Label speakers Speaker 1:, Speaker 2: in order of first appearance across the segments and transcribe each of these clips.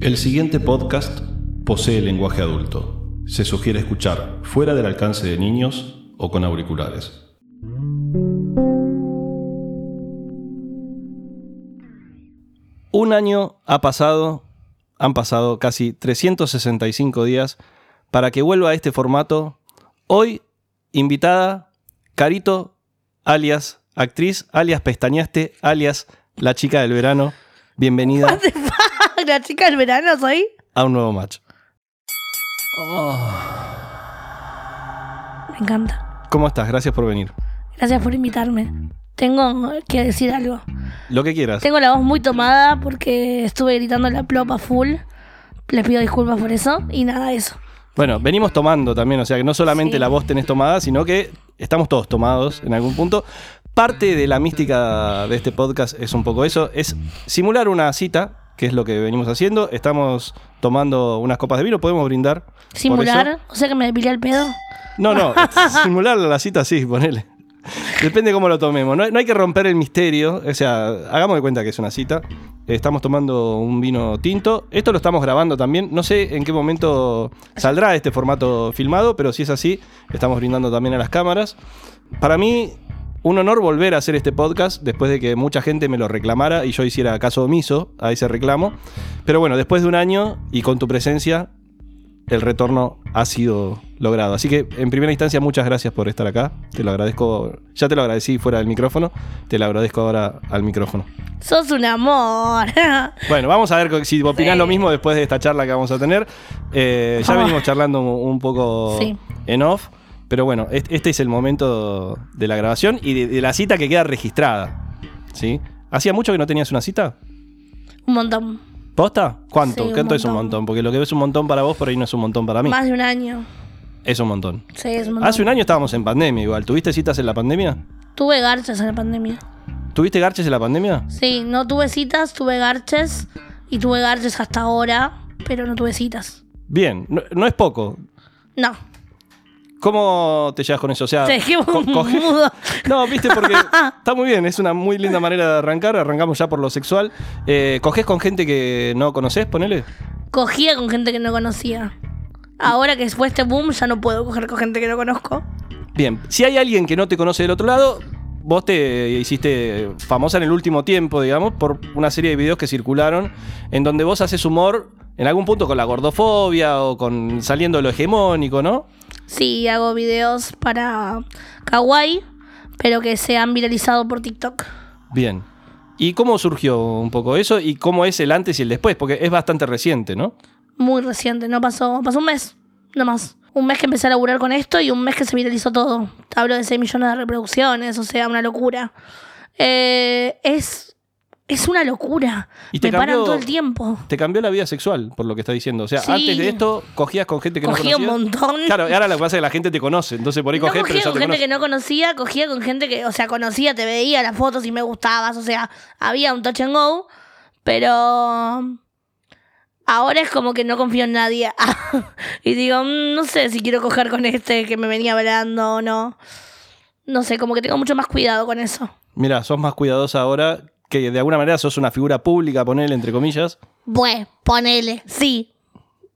Speaker 1: El siguiente podcast posee lenguaje adulto. Se sugiere escuchar fuera del alcance de niños o con auriculares.
Speaker 2: Un año ha pasado, han pasado casi 365 días para que vuelva a este formato. Hoy, invitada, Carito, alias actriz, alias pestañaste, alias la chica del verano. Bienvenida
Speaker 3: What the fuck? La chica del verano soy.
Speaker 2: a un nuevo match.
Speaker 3: Me encanta.
Speaker 2: ¿Cómo estás? Gracias por venir.
Speaker 3: Gracias por invitarme. Tengo que decir algo.
Speaker 2: Lo que quieras.
Speaker 3: Tengo la voz muy tomada porque estuve gritando la plopa full. Les pido disculpas por eso y nada de eso.
Speaker 2: Bueno, venimos tomando también, o sea que no solamente
Speaker 3: Sí.
Speaker 2: la voz tenés tomada, sino que estamos todos tomados en algún punto. Parte de la mística de este podcast es un poco eso, es simular una cita, que es lo que venimos haciendo. Estamos tomando unas copas de vino, podemos brindar. por eso.
Speaker 3: Simular, o sea que me depilé el pedo.
Speaker 2: No, no, simular la cita sí, ponele. Depende cómo lo tomemos. No, hay- no hay que romper el misterio. O sea, hagamos de cuenta que es una cita. Estamos tomando un vino tinto. Esto lo estamos grabando también. No sé en qué momento saldrá este formato filmado, pero si es así, estamos brindando también a las cámaras. Para mí, un honor volver a hacer este podcast después de que mucha gente me lo reclamara y yo hiciera caso omiso a ese reclamo. Pero bueno, después de un año y con tu presencia, el retorno ha sido logrado. Así que, en primera instancia, muchas gracias por estar acá. Te lo agradezco. Ya te lo agradecí fuera del micrófono. Te lo agradezco ahora al micrófono.
Speaker 3: Sos un amor.
Speaker 2: Bueno, vamos a ver si opinás lo mismo después de esta charla que vamos a tener. Eh, ya
Speaker 3: Ah.
Speaker 2: venimos charlando un un poco
Speaker 3: Sí.
Speaker 2: en off. Pero bueno, est- este es el momento de la grabación y de, de la cita que queda registrada. ¿Sí? ¿Hacía mucho que no tenías una cita?
Speaker 3: un montón.
Speaker 2: ¿Posta? ¿Cuánto?
Speaker 3: Sí, un
Speaker 2: ¿Cuánto es un
Speaker 3: montón.
Speaker 2: montón? Porque lo que es un montón para vos por ahí no es un montón para mí.
Speaker 3: Más de un año.
Speaker 2: Es un montón.
Speaker 3: Sí, es un montón.
Speaker 2: Hace un año estábamos en pandemia igual. ¿Tuviste citas en la pandemia?
Speaker 3: Tuve garchas en la pandemia.
Speaker 2: ¿Tuviste garches en la pandemia?
Speaker 3: Sí, no tuve citas, tuve garches. Y tuve garches hasta ahora, pero no tuve citas.
Speaker 2: Bien, no, no es poco.
Speaker 3: No.
Speaker 2: ¿Cómo te llevas con eso? O sea,
Speaker 3: Te dejé
Speaker 2: Ah, co- coge-
Speaker 3: mudo.
Speaker 2: No, viste, porque está muy bien, es una muy linda manera de arrancar. Arrancamos ya por lo sexual. Eh, ¿Cogés con gente que no conoces? Ponele.
Speaker 3: Cogía con gente que no conocía. Ahora que fue este boom, ya no puedo coger con gente que no conozco.
Speaker 2: Bien, si hay alguien que no te conoce del otro lado, vos te hiciste famosa en el último tiempo, digamos, por una serie de videos que circularon en donde vos haces humor en algún punto con la gordofobia o con saliendo de lo hegemónico, ¿no?
Speaker 3: Sí, hago videos para Kawaii, pero que se han viralizado por TikTok.
Speaker 2: Bien. ¿Y cómo surgió un poco eso? ¿Y cómo es el antes y el después? Porque es bastante reciente, ¿no?
Speaker 3: Muy reciente, no pasó. Pasó un mes, no más. Un mes que empecé a laburar con esto y un mes que se viralizó todo. Hablo de 6 millones de reproducciones, o sea, una locura. Eh, es. Es una locura.
Speaker 2: Y te
Speaker 3: Me paran
Speaker 2: cambió-
Speaker 3: todo el tiempo.
Speaker 2: Te cambió la vida sexual, por lo que estás diciendo. O sea,
Speaker 3: Sí.
Speaker 2: antes de esto cogías con gente que
Speaker 3: Cogía
Speaker 2: no
Speaker 3: un
Speaker 2: conocías.
Speaker 3: montón.
Speaker 2: Claro, y ahora lo que pasa es que la gente te conoce, entonces por ahí
Speaker 3: No
Speaker 2: cogés,
Speaker 3: cogía
Speaker 2: pero ya
Speaker 3: con
Speaker 2: te
Speaker 3: gente
Speaker 2: conoce.
Speaker 3: que no conocía, cogía con gente que, o sea, conocía, te veía las fotos y me gustabas, o sea, había un touch and go, pero ahora es como que no confío en nadie. y digo, "Mm, no sé si quiero coger con este que me venía hablando o no. No sé, como que tengo mucho más cuidado con eso.
Speaker 2: Mira, sos más cuidadosa ahora, que de alguna manera sos una figura pública, ponele entre comillas.
Speaker 3: Bueno, ponele, sí,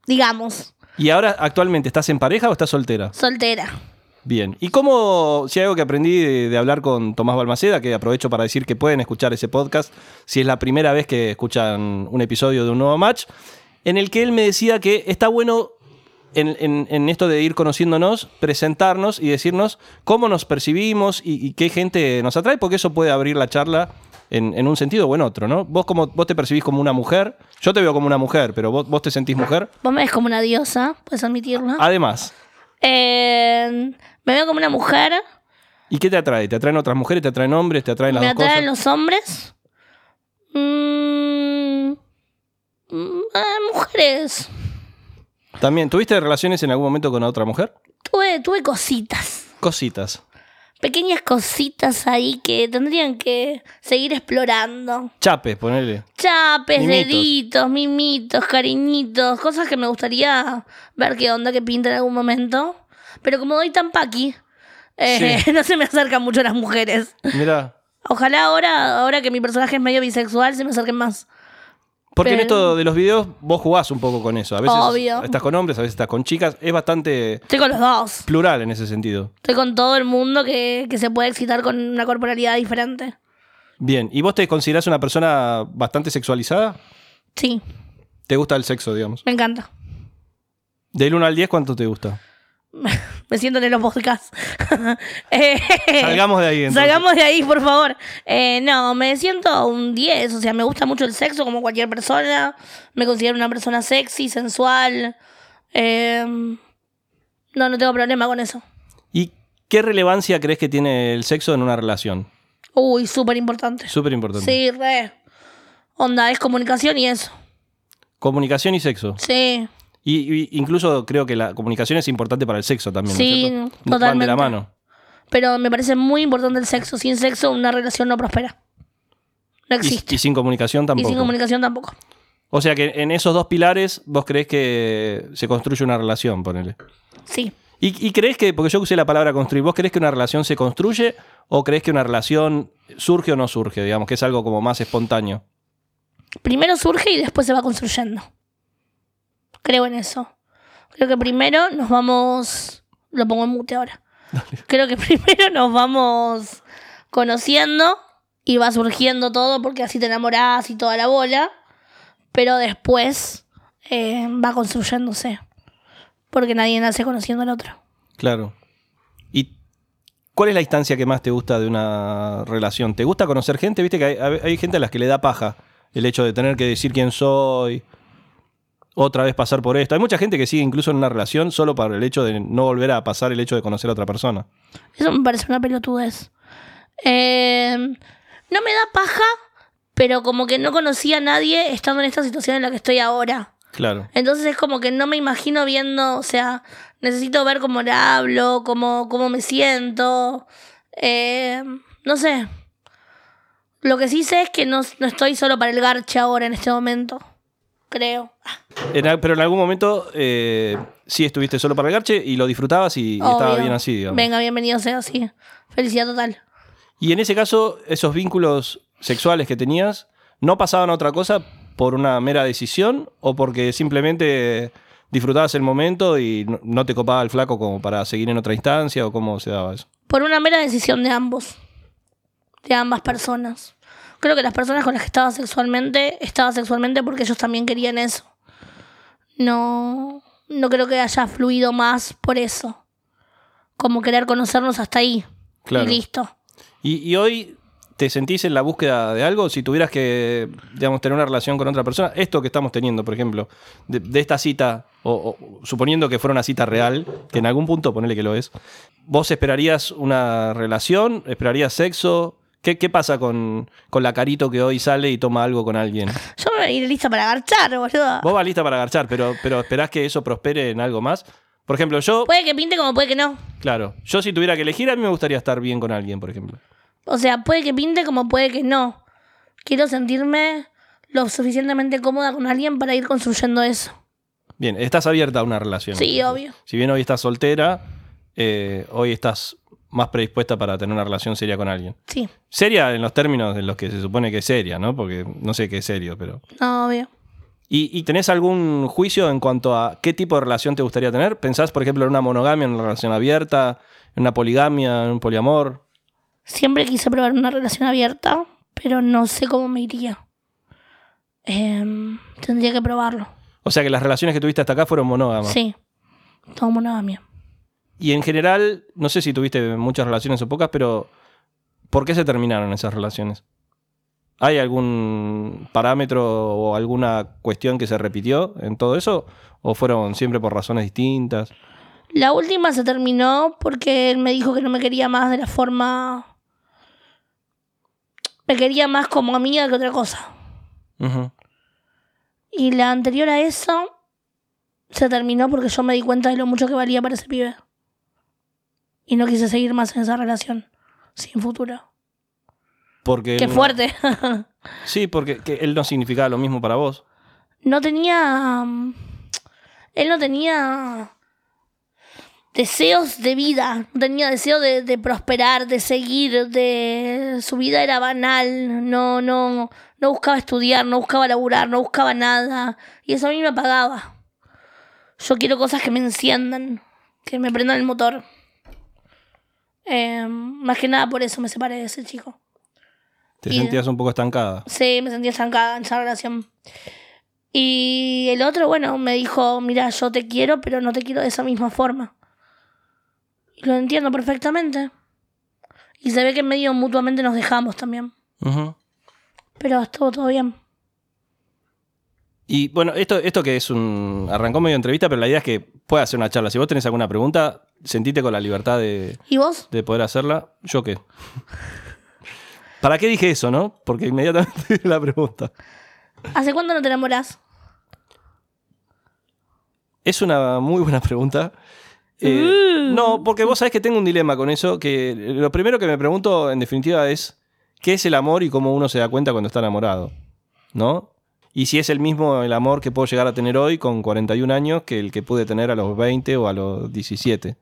Speaker 3: digamos,
Speaker 2: Y ahora, actualmente, ¿estás en pareja o estás soltera?
Speaker 3: soltera.
Speaker 2: Bien. ¿Y cómo, si hay algo que aprendí de, de hablar con Tomás Balmaceda, que aprovecho para decir que pueden escuchar ese podcast, si es la primera vez que escuchan un episodio de un nuevo match, en el que él me decía que está bueno en, en- en esto de ir conociéndonos, presentarnos y decirnos cómo nos percibimos y, y qué gente nos atrae, porque eso puede abrir la charla. En, en un sentido o en otro, ¿no? Vos, como, vos te percibís como una mujer, yo te veo como una mujer, pero vos, vos te sentís mujer.
Speaker 3: Vos me ves como una diosa, puedes admitirlo.
Speaker 2: Ah. Además,
Speaker 3: Eh, me veo como una mujer.
Speaker 2: ¿y qué te atrae? ¿Te atraen otras mujeres? ¿Te atraen hombres? ¿Te atraen las
Speaker 3: ¿Me
Speaker 2: dos cosas?
Speaker 3: atraen los hombres? Mm, mm, ah, mujeres.
Speaker 2: También, ¿tuviste relaciones en algún momento con otra mujer?
Speaker 3: Tuve, tuve cositas.
Speaker 2: Cositas.
Speaker 3: Pequeñas cositas ahí que tendrían que seguir explorando.
Speaker 2: Chapes, ponele.
Speaker 3: Chapes,
Speaker 2: Mimitos.
Speaker 3: deditos, mimitos, cariñitos, cosas que me gustaría ver qué onda, que pinta en algún momento. Pero como doy tan paqui, eh,
Speaker 2: Sí.
Speaker 3: no se me acercan mucho las mujeres.
Speaker 2: Mira,
Speaker 3: Ojalá ahora, ahora que mi personaje es medio bisexual, se me acerquen más.
Speaker 2: Porque en
Speaker 3: Pero-
Speaker 2: esto de los videos vos jugás un poco con eso. A veces
Speaker 3: Obvio.
Speaker 2: estás con hombres, a veces estás con chicas. Es bastante
Speaker 3: Estoy con los dos.
Speaker 2: plural en ese sentido.
Speaker 3: Estoy con todo el mundo que, que se puede excitar con una corporalidad diferente.
Speaker 2: Bien, ¿y vos te considerás una persona bastante sexualizada?
Speaker 3: Sí,
Speaker 2: ¿Te gusta el sexo, digamos?
Speaker 3: me encanta.
Speaker 2: Del 1 al 10, ¿cuánto te gusta?
Speaker 3: Me siento en los podcasts. Eh,
Speaker 2: Salgamos de ahí. entonces.
Speaker 3: Salgamos de ahí, por favor. Eh, no, me siento un 10. O sea, me gusta mucho el sexo como cualquier persona. Me considero una persona sexy, sensual. Eh, no, no tengo problema con eso.
Speaker 2: ¿Y qué relevancia crees que tiene el sexo en una relación?
Speaker 3: Uy, súper importante.
Speaker 2: Súper importante.
Speaker 3: Sí, re. Onda, es comunicación y eso.
Speaker 2: Comunicación y sexo.
Speaker 3: Sí.
Speaker 2: Y, y incluso creo que la comunicación es importante para el sexo también. ¿no es
Speaker 3: Sí,
Speaker 2: cierto? Van de
Speaker 3: totalmente.
Speaker 2: la mano.
Speaker 3: Pero me parece muy importante el sexo. Sin sexo, una relación no prospera. No
Speaker 2: Y,
Speaker 3: existe.
Speaker 2: y sin comunicación
Speaker 3: Y
Speaker 2: tampoco.
Speaker 3: sin comunicación tampoco.
Speaker 2: o sea que en esos dos pilares vos creés que se construye una relación, ponele.
Speaker 3: Sí.
Speaker 2: ¿Y, y crees que, porque yo usé la palabra construir, vos crees que una relación se construye o crees que una relación surge o no surge, digamos, que es algo como más espontáneo?
Speaker 3: primero surge y después se va construyendo. Creo en eso. Creo que primero nos vamos. Lo pongo en mute ahora. Creo que primero nos vamos conociendo y va surgiendo todo porque así te enamorás y toda la bola. Pero después eh, va construyéndose. Porque nadie nace conociendo al otro.
Speaker 2: Claro. ¿Y cuál es la instancia que más te gusta de una relación? ¿Te gusta conocer gente? Viste que hay, hay- hay gente a las que le da paja el hecho de tener que decir quién soy, otra vez pasar por esto. Hay mucha gente que sigue incluso en una relación solo para el hecho de no volver a pasar el hecho de conocer a otra persona.
Speaker 3: Eso me parece una pelotudez. Eh, no me da paja, pero como que no conocía a nadie estando en esta situación en la que estoy ahora.
Speaker 2: Claro.
Speaker 3: Entonces es como que no me imagino viendo, o sea, necesito ver cómo le hablo, cómo, cómo me siento. eh, no sé. Lo que sí sé es que no, no estoy solo para el garche ahora en este momento. Creo.
Speaker 2: En al- pero en algún momento eh, sí estuviste solo para el garche y lo disfrutabas y, y estaba
Speaker 3: Obvio.
Speaker 2: bien así, digamos.
Speaker 3: Venga, bienvenido sea así. Felicidad total.
Speaker 2: Y en ese caso, esos vínculos sexuales que tenías no pasaban a otra cosa por una mera decisión o porque simplemente disfrutabas el momento y no- no te copaba el flaco como para seguir en otra instancia o cómo se daba eso.
Speaker 3: Por una mera decisión de ambos. De ambas personas. Creo que las personas con las que estaba sexualmente, estaba sexualmente porque ellos también querían eso. No, no creo que haya fluido más por eso. Como querer conocernos hasta ahí.
Speaker 2: Claro.
Speaker 3: Y listo.
Speaker 2: ¿Y, y hoy te sentís en la búsqueda de algo? Si tuvieras que, digamos, tener una relación con otra persona, esto que estamos teniendo, por ejemplo, de, de esta cita, o, o suponiendo que fuera una cita real, que en algún punto, ponele que lo es, ¿vos esperarías una relación? ¿Esperarías sexo? ¿Qué, qué pasa con, con la carito que hoy sale y toma algo con alguien?
Speaker 3: Yo me voy a ir lista para agarchar, boludo.
Speaker 2: Vos vas lista para agarchar, pero, pero esperás que eso prospere en algo más. Por ejemplo, yo,
Speaker 3: Puede que pinte como puede que no.
Speaker 2: claro, yo si tuviera que elegir, a mí me gustaría estar bien con alguien, por ejemplo.
Speaker 3: O sea, puede que pinte como puede que no. Quiero sentirme lo suficientemente cómoda con alguien para ir construyendo eso.
Speaker 2: Bien, estás abierta a una relación.
Speaker 3: Sí, obvio.
Speaker 2: Si bien hoy estás soltera, eh, hoy estás más predispuesta para tener una relación seria con alguien.
Speaker 3: Sí,
Speaker 2: Seria en los términos en los que se supone que es seria, ¿no? Porque no sé qué es serio, pero...
Speaker 3: no, obvio.
Speaker 2: ¿Y, y tenés algún juicio en cuanto a qué tipo de relación te gustaría tener? ¿Pensás, por ejemplo, en una monogamia, en una relación abierta, en una poligamia, en un poliamor?
Speaker 3: Siempre quise probar una relación abierta, pero no sé cómo me iría. Em, tendría que probarlo.
Speaker 2: O sea que las relaciones que tuviste hasta acá fueron monógamas.
Speaker 3: Sí. Todo monogamia.
Speaker 2: Y en general, no sé si tuviste muchas relaciones o pocas, pero ¿por qué se terminaron esas relaciones? ¿Hay algún parámetro o alguna cuestión que se repitió en todo eso? ¿O fueron siempre por razones distintas?
Speaker 3: La última se terminó porque él me dijo que no me quería más de la forma. Me quería más como amiga que otra cosa.
Speaker 2: Ujú.
Speaker 3: Y la anterior a eso se terminó porque yo me di cuenta de lo mucho que valía para ese pibe. Y no quise seguir más en esa relación. Sin futuro.
Speaker 2: Porque
Speaker 3: Qué
Speaker 2: él no-
Speaker 3: fuerte.
Speaker 2: sí, porque que él no significaba lo mismo para vos.
Speaker 3: um, no tenía. mm, Él no tenía. deseos de vida, no tenía deseo de, de prosperar, de seguir, de su vida era banal, no, no, no buscaba estudiar, no buscaba laburar, no buscaba nada, y eso a mí me apagaba. Yo quiero cosas que me enciendan, que me prendan el motor. Eh, más que nada por eso me separé de ese chico.
Speaker 2: Te
Speaker 3: Y-
Speaker 2: sentías un poco estancada.
Speaker 3: Sí, me sentía estancada en esa relación. Y el otro, bueno, me dijo, mira, yo te quiero, pero no te quiero de esa misma forma. Y lo entiendo perfectamente. Y se ve que en medio mutuamente nos dejamos también.
Speaker 2: Ujú.
Speaker 3: Pero estuvo todo bien.
Speaker 2: Y bueno, esto, esto que es un. Arrancó medio entrevista, pero la idea es que pueda hacer una charla. Si vos tenés alguna pregunta, sentite con la libertad de,
Speaker 3: ¿Y vos?
Speaker 2: de poder hacerla. ¿Yo qué? ¿Para qué dije eso, no? Porque inmediatamente la pregunta.
Speaker 3: ¿Hace cuánto no te enamorás?
Speaker 2: Es una muy buena pregunta. Eh, No, porque vos sabés que tengo un dilema con eso, que lo primero que me pregunto en definitiva es qué es el amor y cómo uno se da cuenta cuando está enamorado, ¿no? Y si es el mismo el amor que puedo llegar a tener hoy con 41 años que el que pude tener a los 20 o a los 17.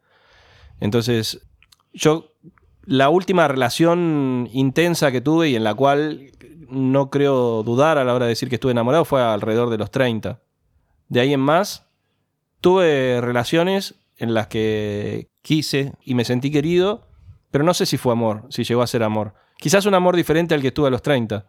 Speaker 2: Entonces, yo la última relación intensa que tuve y en la cual no creo dudar a la hora de decir que estuve enamorado fue alrededor de los 30. De ahí en más, tuve relaciones en las que quise y me sentí querido, pero no sé si fue amor, si llegó a ser amor. Quizás un amor diferente al que estuve a los 30,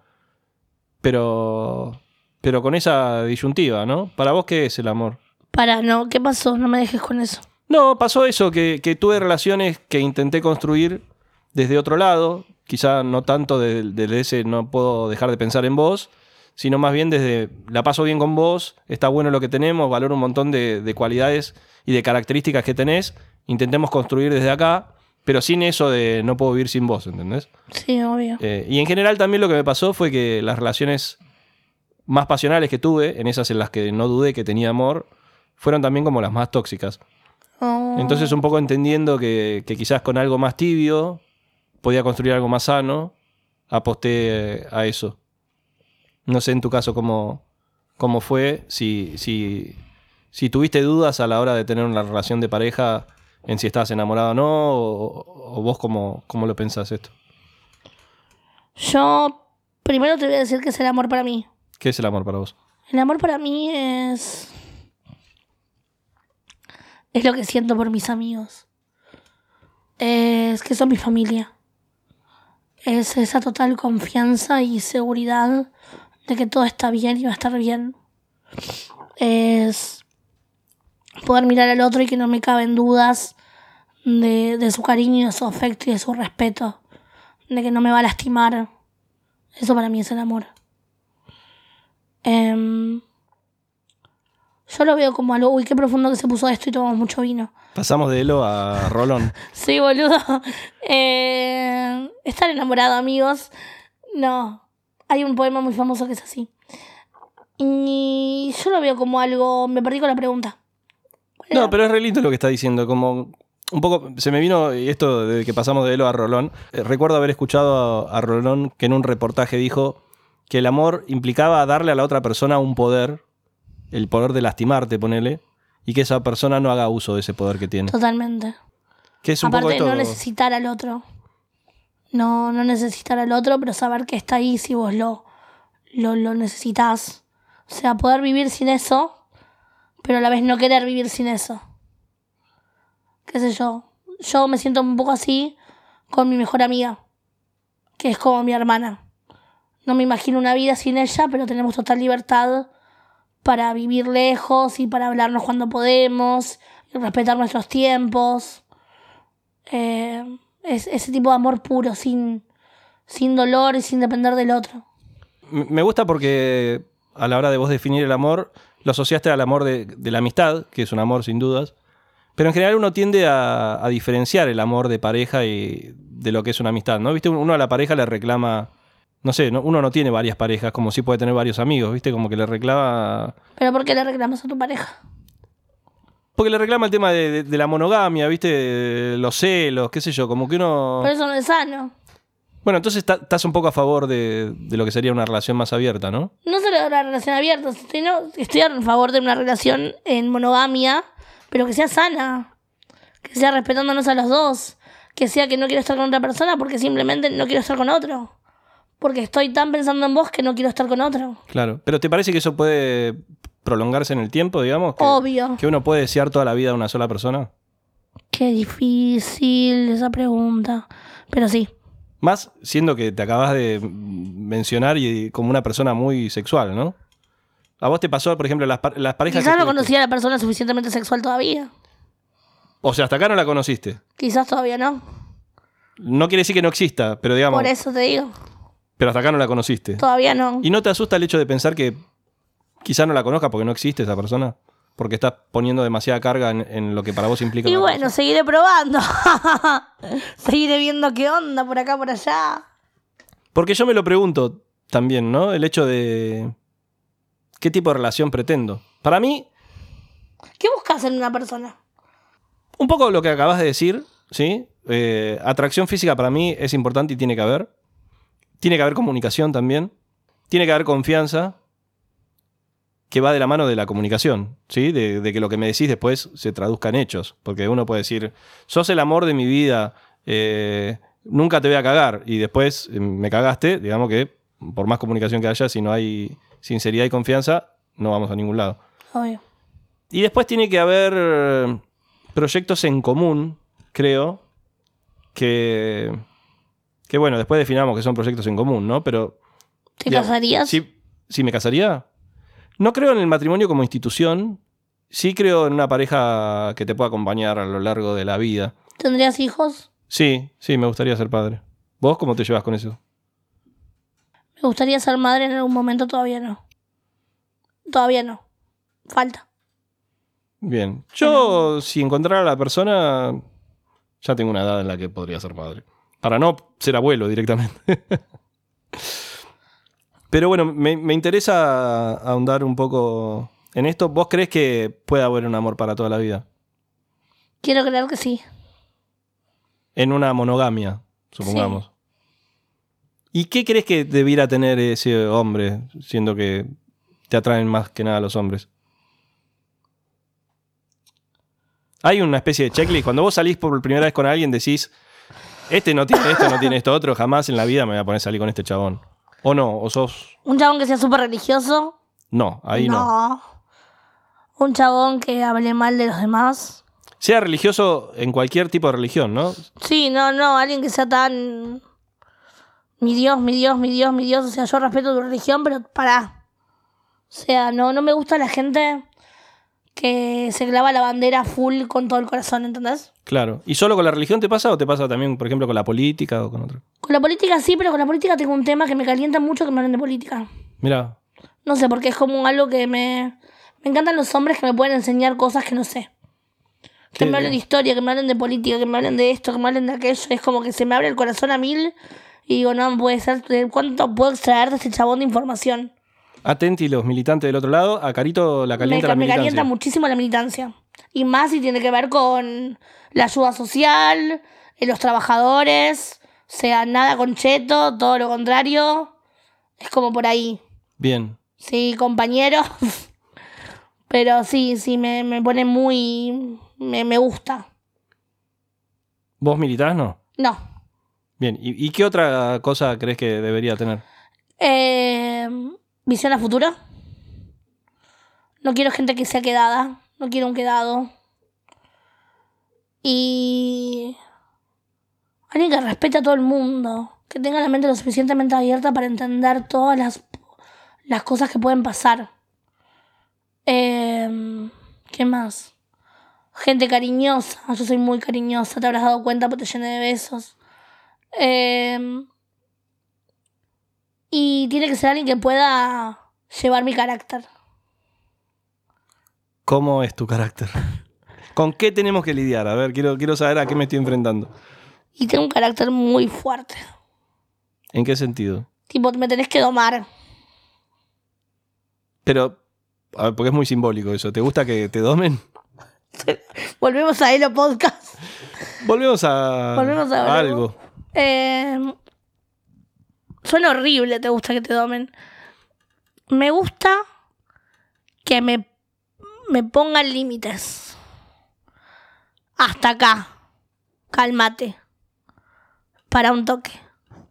Speaker 2: pero, pero con esa disyuntiva, ¿no? Para vos, ¿qué es el amor?
Speaker 3: Para, no, ¿qué pasó? No me dejes con eso.
Speaker 2: No, pasó eso, que, que tuve relaciones que intenté construir desde otro lado, quizá no tanto de- desde ese no puedo dejar de pensar en vos, sino más bien desde la paso bien con vos, está bueno lo que tenemos, valoro un montón de, de cualidades y de características que tenés, intentemos construir desde acá, pero sin eso de no puedo vivir sin vos, ¿entendés?
Speaker 3: Sí, obvio.
Speaker 2: Eh, y en general también lo que me pasó fue que las relaciones más pasionales que tuve, en esas en las que no dudé que tenía amor, fueron también como las más tóxicas.
Speaker 3: Oh.
Speaker 2: Eh, Entonces, un poco entendiendo que, que quizás con algo más tibio podía construir algo más sano, aposté a eso. No sé en tu caso cómo, cómo fue, si, si, si tuviste dudas a la hora de tener una relación de pareja en si estabas enamorado o no, o, o vos cómo, cómo lo pensás esto.
Speaker 3: Yo primero te voy a decir que es el amor para mí.
Speaker 2: ¿Qué es el amor para vos?
Speaker 3: El amor para mí es. Es lo que siento por mis amigos. Es que son mi familia. Es esa total confianza y seguridad de que todo está bien y va a estar bien. Es poder mirar al otro y que no me caben dudas de, de su cariño, de su afecto y de su respeto. De que no me va a lastimar. Eso para mí es el amor. Em, yo lo veo como algo, uy, qué profundo que se puso esto y tomamos mucho vino.
Speaker 2: Pasamos de Elo a Rolón.
Speaker 3: Sí, boludo. Eh, estar enamorado, amigos. No. Hay un poema muy famoso que es así. Y yo lo veo como algo. Me perdí con la pregunta. ¿Cuál era?
Speaker 2: No, pero es re lindo lo que está diciendo, como un poco se me vino y esto de que pasamos de Elo a Rolón. eh, Recuerdo haber escuchado a, a Rolón que en un reportaje dijo que el amor implicaba darle a la otra persona un poder, el poder de lastimarte, ponele, y que esa persona no haga uso de ese poder que tiene.
Speaker 3: Totalmente.
Speaker 2: Que es un
Speaker 3: Aparte de
Speaker 2: poco
Speaker 3: no
Speaker 2: esto.
Speaker 3: necesitar al otro. No, no necesitar al otro, pero saber que está ahí si vos lo, lo, lo necesitas. O sea, poder vivir sin eso, pero a la vez no querer vivir sin eso. Qué sé yo. Yo me siento un poco así con mi mejor amiga, que es como mi hermana. No me imagino una vida sin ella, pero tenemos total libertad para vivir lejos y para hablarnos cuando podemos y respetar nuestros tiempos. Eh, es ese tipo de amor puro, sin, sin dolor y sin depender del otro.
Speaker 2: M- Me gusta porque a la hora de vos definir el amor, lo asociaste al amor de, de la amistad, que es un amor sin dudas. Pero en general uno tiende a, a diferenciar el amor de pareja y de lo que es una amistad, ¿no? Viste, uno a la pareja le reclama, no sé, no- uno no tiene varias parejas, como sí puede tener varios amigos, ¿viste? Como que le reclama...
Speaker 3: Pero ¿por qué le reclamas a tu pareja?
Speaker 2: Porque le reclama el tema de, de- de la monogamia, ¿viste? De los celos, qué sé yo, como que uno...
Speaker 3: Pero eso no es sano.
Speaker 2: Bueno, entonces ta- estás un poco a favor de, de lo que sería una relación más abierta, ¿no?
Speaker 3: No solo de una relación abierta, estoy, no, estoy a favor de una relación en monogamia, pero que sea sana. que sea respetándonos a los dos, que sea que no quiero estar con otra persona porque simplemente no quiero estar con otro. Porque estoy tan pensando en vos que no quiero estar con otro.
Speaker 2: Claro. Pero ¿te parece que eso puede prolongarse en el tiempo, digamos? Que,
Speaker 3: Obvio.
Speaker 2: que uno puede desear toda la vida a una sola persona.
Speaker 3: Qué difícil esa pregunta. Pero sí.
Speaker 2: Más siendo que te acabas de mencionar y como una persona muy sexual, ¿no? ¿A vos te pasó, por ejemplo, las, par- las parejas... que
Speaker 3: Quizás no
Speaker 2: tuviste?
Speaker 3: conocía a la persona suficientemente sexual todavía.
Speaker 2: O sea, hasta acá no la conociste.
Speaker 3: Quizás todavía no.
Speaker 2: No quiere decir que no exista, pero digamos...
Speaker 3: Por eso te digo.
Speaker 2: Pero hasta acá no la conociste.
Speaker 3: Todavía no.
Speaker 2: ¿Y no te asusta el hecho de pensar que quizá no la conozca porque no existe esa persona? Porque estás poniendo demasiada carga en, en lo que para vos implica.
Speaker 3: Y
Speaker 2: una
Speaker 3: bueno,
Speaker 2: persona.
Speaker 3: seguiré probando. seguiré viendo qué onda por acá, por allá.
Speaker 2: Porque yo me lo pregunto también, ¿no? El hecho de. ¿Qué tipo de relación pretendo? Para mí,
Speaker 3: ¿Qué buscas en una persona?
Speaker 2: un poco lo que acabas de decir, ¿sí? Eh, atracción física para mí es importante y tiene que haber. Tiene que haber comunicación también. Tiene que haber confianza que va de la mano de la comunicación, ¿sí? De, de que lo que me decís después se traduzca en hechos. Porque uno puede decir, sos el amor de mi vida, eh, nunca te voy a cagar. Y después eh, me cagaste, digamos que por más comunicación que haya, si no hay sinceridad y confianza, no vamos a ningún lado.
Speaker 3: Obvio.
Speaker 2: Y después tiene que haber eh, proyectos en común, creo, que, que bueno, después definamos que son proyectos en común, ¿no? Pero...
Speaker 3: ¿Te
Speaker 2: digamos,
Speaker 3: casarías?
Speaker 2: Sí, sí, me casaría. No creo en el matrimonio como institución, sí creo en una pareja que te pueda acompañar a lo largo de la vida.
Speaker 3: ¿Tendrías hijos?
Speaker 2: Sí, sí, me gustaría ser padre. ¿Vos cómo te llevas con eso?
Speaker 3: Me gustaría ser madre en algún momento, todavía no. Todavía no. Falta.
Speaker 2: Bien. Yo, si encontrara a la persona, ya tengo una edad en la que podría ser padre. Para no ser abuelo directamente. Pero bueno, me, me interesa ahondar un poco en esto. ¿Vos crees que puede haber un amor para toda la vida?
Speaker 3: Quiero creer que sí.
Speaker 2: En una monogamia, supongamos. ¿Y qué crees que debiera tener ese hombre, siendo que te atraen más que nada los hombres? Hay una especie de checklist. Cuando vos salís por primera vez con alguien, decís: Este no tiene esto, no tiene esto, otro, jamás en la vida me voy a poner a salir con este chabón. O no, o sos.
Speaker 3: Un chabón que sea súper religioso.
Speaker 2: No, ahí no.
Speaker 3: Un chabón que hable mal de los demás.
Speaker 2: Sea religioso en cualquier tipo de religión, ¿no?
Speaker 3: Sí, no, no. Alguien que sea tan. Mi Dios, mi Dios, mi Dios, mi Dios. O sea, yo respeto tu religión, pero pará. O sea, no, no me gusta la gente que se clava la bandera full con todo el corazón, ¿entendés?
Speaker 2: Claro. ¿Y solo con la religión te pasa o te pasa también, por ejemplo, con la política o con otro?
Speaker 3: Con la política sí, pero con la política tengo un tema que me calienta mucho que me hablen de política.
Speaker 2: Mira,
Speaker 3: No sé, porque es como algo que me... Me encantan los hombres que me pueden enseñar cosas que no sé. Que
Speaker 2: Sí,
Speaker 3: me hablen de
Speaker 2: sí.
Speaker 3: historia, que me hablen de política, que me hablen de esto, que me hablen de aquello. Es como que se me abre el corazón a mil y digo, no, puede ser, ¿cuánto puedo extraer de este chabón de información?
Speaker 2: Atenti los militantes del otro lado, a Carito la
Speaker 3: Me,
Speaker 2: calienta la
Speaker 3: me
Speaker 2: militancia.
Speaker 3: calienta muchísimo la militancia. Y más si tiene que ver con la ayuda social, eh, los trabajadores, o sea, nada con cheto, todo lo contrario. Es como por ahí.
Speaker 2: Bien.
Speaker 3: Sí, compañeros. Pero sí, sí, me, me pone muy... Me, me gusta.
Speaker 2: ¿Vos militás? No.
Speaker 3: No.
Speaker 2: Bien. ¿Y, y qué otra cosa crees que debería tener?
Speaker 3: Eh, Visión a futuro. No quiero gente que sea quedada. No quiero un quedado. Y... Alguien que respete a todo el mundo. Que tenga la mente lo suficientemente abierta para entender todas las, las cosas que pueden pasar. Eh, ¿Qué más? Gente cariñosa. Yo soy muy cariñosa. Te habrás dado cuenta porque te llené de besos. Eh, y tiene que ser alguien que pueda llevar mi carácter.
Speaker 2: ¿Cómo es tu carácter? ¿Con qué tenemos que lidiar? A ver, quiero, quiero saber a qué me estoy enfrentando.
Speaker 3: Y tengo un carácter muy fuerte.
Speaker 2: ¿En qué sentido?
Speaker 3: Tipo, me tenés que domar.
Speaker 2: Pero, a ver, porque es muy simbólico eso. ¿Te gusta que te domen?
Speaker 3: Volvemos a Elo Podcast.
Speaker 2: Volvemos a,
Speaker 3: Volvemos a
Speaker 2: a
Speaker 3: algo.
Speaker 2: algo.
Speaker 3: Eh, suena horrible, te gusta que te domen. Me gusta que me, me pongan límites. hasta acá. Cálmate. Para un toque.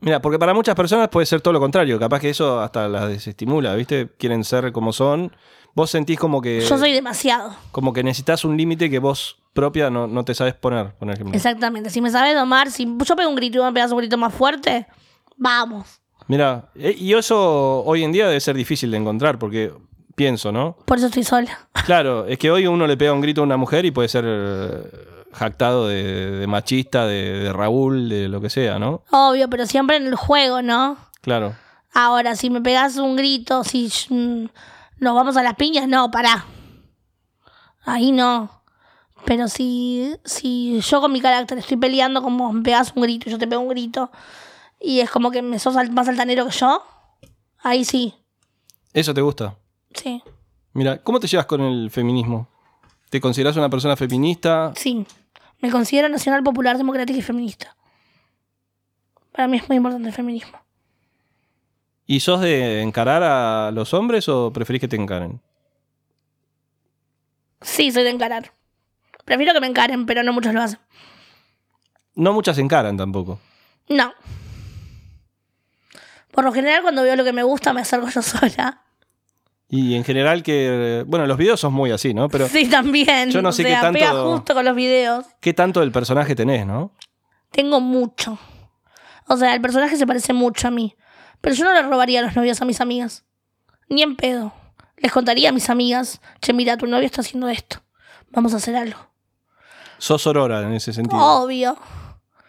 Speaker 2: Mira, porque para muchas personas puede ser todo lo contrario. Capaz que eso hasta las desestimula, ¿viste? Quieren ser como son. Vos sentís como que,
Speaker 3: Yo soy demasiado.
Speaker 2: como que necesitas un límite que vos propia no, no te sabes poner, por ejemplo.
Speaker 3: Exactamente. Si me sabes domar, si yo pego un grito y vos me pegas un grito más fuerte, vamos.
Speaker 2: Mira, eh, y eso hoy en día debe ser difícil de encontrar, porque pienso, ¿no?
Speaker 3: Por eso estoy sola.
Speaker 2: Claro, es que hoy uno le pega un grito a una mujer y puede ser eh, jactado de, de machista, de, de Raúl, de lo que sea, ¿no?
Speaker 3: Obvio, pero siempre en el juego, ¿no?
Speaker 2: Claro.
Speaker 3: Ahora, si me pegas un grito, si sh- mm, nos vamos a las piñas, no, pará. Ahí no. Pero si, si yo con mi carácter estoy peleando, como me pegas un grito, yo te pego un grito, y es como que me sos al- más altanero que yo, ahí sí,
Speaker 2: ¿Eso te gusta?
Speaker 3: sí,
Speaker 2: Mira, ¿cómo te llevas con el feminismo? ¿Te consideras una persona feminista?
Speaker 3: sí. Me considero nacional, popular, democrática y feminista. Para mí es muy importante el feminismo.
Speaker 2: ¿Y sos de encarar a los hombres o preferís que te encaren?
Speaker 3: Sí, soy de encarar. Prefiero que me encaren, pero no muchos lo hacen.
Speaker 2: No muchas encaran tampoco.
Speaker 3: No. Por lo general, cuando veo lo que me gusta, me acerco yo sola.
Speaker 2: Y en general que... Bueno, los videos sos muy así, ¿no? Pero
Speaker 3: sí, también.
Speaker 2: yo no sé
Speaker 3: O sea,
Speaker 2: qué tanto-
Speaker 3: pega justo con los videos.
Speaker 2: ¿qué tanto del personaje tenés, no?
Speaker 3: Tengo mucho. O sea, el personaje se parece mucho a mí. Pero yo no le robaría a los novios a mis amigas. Ni en pedo. Les contaría a mis amigas, che, mira, tu novio está haciendo esto. Vamos a hacer algo.
Speaker 2: Sos Aurora en ese sentido.
Speaker 3: Obvio.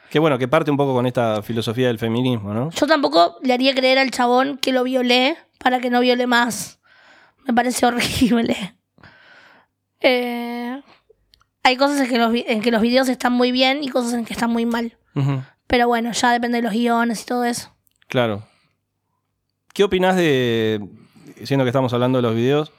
Speaker 2: Que bueno, que parte un poco con esta filosofía del feminismo, ¿no?
Speaker 3: Yo tampoco le haría creer al chabón que lo violé para que no viole más. Me parece horrible. Eh, hay cosas en que, los, vi- en que los videos están muy bien y cosas en que están muy mal.
Speaker 2: Ujú.
Speaker 3: Pero bueno, ya depende de los guiones y todo eso.
Speaker 2: Claro. ¿Qué opinás de, siendo que estamos hablando de los videos,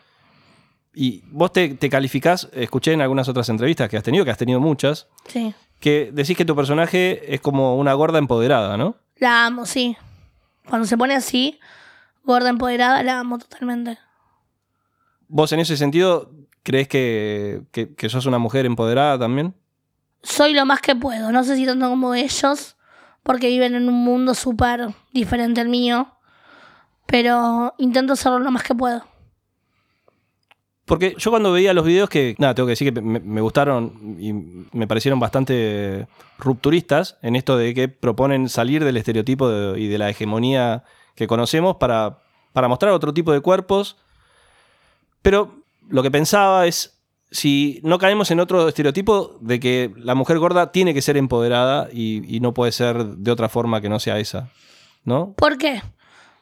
Speaker 2: y vos te, te calificás, escuché en algunas otras entrevistas que has tenido, que has tenido muchas,
Speaker 3: Sí.
Speaker 2: que decís que tu personaje es como una gorda empoderada, ¿no?
Speaker 3: La amo, sí. Cuando se pone así, gorda empoderada, la amo totalmente.
Speaker 2: ¿Vos en ese sentido crees que, que- que sos una mujer empoderada también?
Speaker 3: Soy lo más que puedo. No sé si tanto como ellos, porque viven en un mundo súper diferente al mío. Pero intento hacerlo lo más que puedo.
Speaker 2: Porque yo cuando veía los videos que, nada, tengo que decir que me, me gustaron y me parecieron bastante rupturistas en esto de que proponen salir del estereotipo de- y de la hegemonía que conocemos para, para mostrar otro tipo de cuerpos. Pero lo que pensaba es si no caemos en otro estereotipo de que la mujer gorda tiene que ser empoderada y, y no puede ser de otra forma que no sea esa, ¿no?
Speaker 3: ¿Por qué?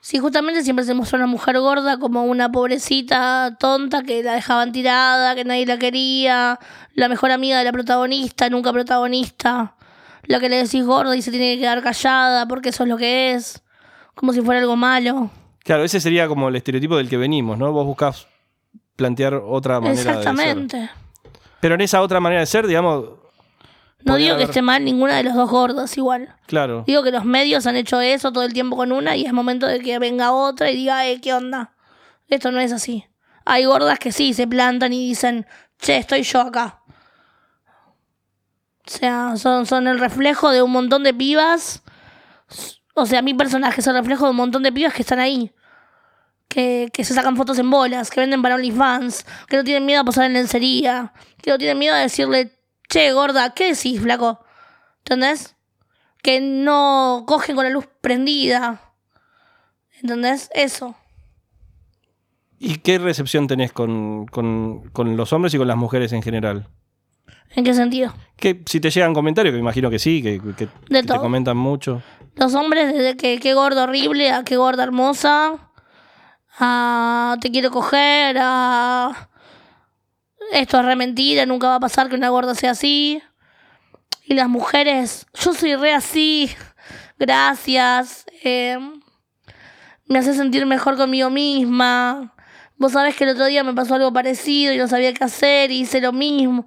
Speaker 3: Si justamente siempre se mostró a una mujer gorda como una pobrecita tonta que la dejaban tirada, que nadie la quería, la mejor amiga de la protagonista, nunca protagonista, la que le decís gorda y se tiene que quedar callada porque eso es lo que es, como si fuera algo malo.
Speaker 2: Claro, ese sería como el estereotipo del que venimos, ¿no? Vos buscás plantear otra manera de ser.
Speaker 3: Exactamente.
Speaker 2: Pero en esa otra manera de ser, digamos,
Speaker 3: No
Speaker 2: Podría
Speaker 3: digo que
Speaker 2: haber-
Speaker 3: esté mal ninguna de las dos gordas igual.
Speaker 2: claro.
Speaker 3: Digo que los medios han hecho eso todo el tiempo con una y es momento de que venga otra y diga, eh, ¿qué onda? Esto no es así. Hay gordas que sí se plantan y dicen, che, estoy yo acá. O sea, son, son el reflejo de un montón de pibas. O sea, mi personaje es el reflejo de un montón de pibas que están ahí. Que, que se sacan fotos en bolas, que venden para OnlyFans, que no tienen miedo a posar en lencería, que no tienen miedo a decirle, che, gorda, ¿qué decís, flaco? ¿Entendés? que no cogen con la luz prendida. ¿Entendés? Eso.
Speaker 2: ¿Y qué recepción tenés con, con- con los hombres y con las mujeres en general?
Speaker 3: ¿En qué sentido?
Speaker 2: Que si te llegan comentarios, que me imagino que sí, que, que- que te
Speaker 3: todo.
Speaker 2: comentan mucho.
Speaker 3: Los hombres, desde que qué gorda horrible a qué gorda hermosa, a te quiero coger, a esto es re mentira, nunca va a pasar que una gorda sea así. Y las mujeres, yo soy re así, gracias, eh, me hace sentir mejor conmigo misma. Vos sabés que el otro día me pasó algo parecido y no sabía qué hacer y hice lo mismo.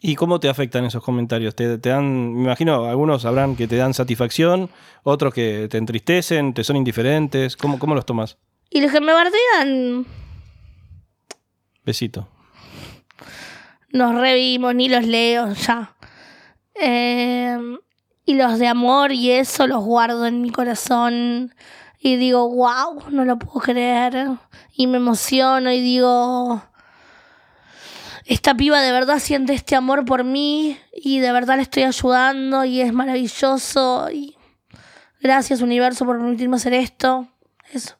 Speaker 2: ¿Y cómo te afectan esos comentarios? ¿Te, te dan, me imagino, algunos sabrán que te dan satisfacción, otros que te entristecen, te son indiferentes. ¿Cómo, cómo los tomas?
Speaker 3: Y los que me bardean,
Speaker 2: Besito.
Speaker 3: nos revimos, ni los leo ya. Eh, y los de amor y eso los guardo en mi corazón. Y digo, wow, no lo puedo creer. Y me emociono y digo, esta piba de verdad siente este amor por mí y de verdad le estoy ayudando y es maravilloso. Y gracias universo por permitirme hacer esto. Eso,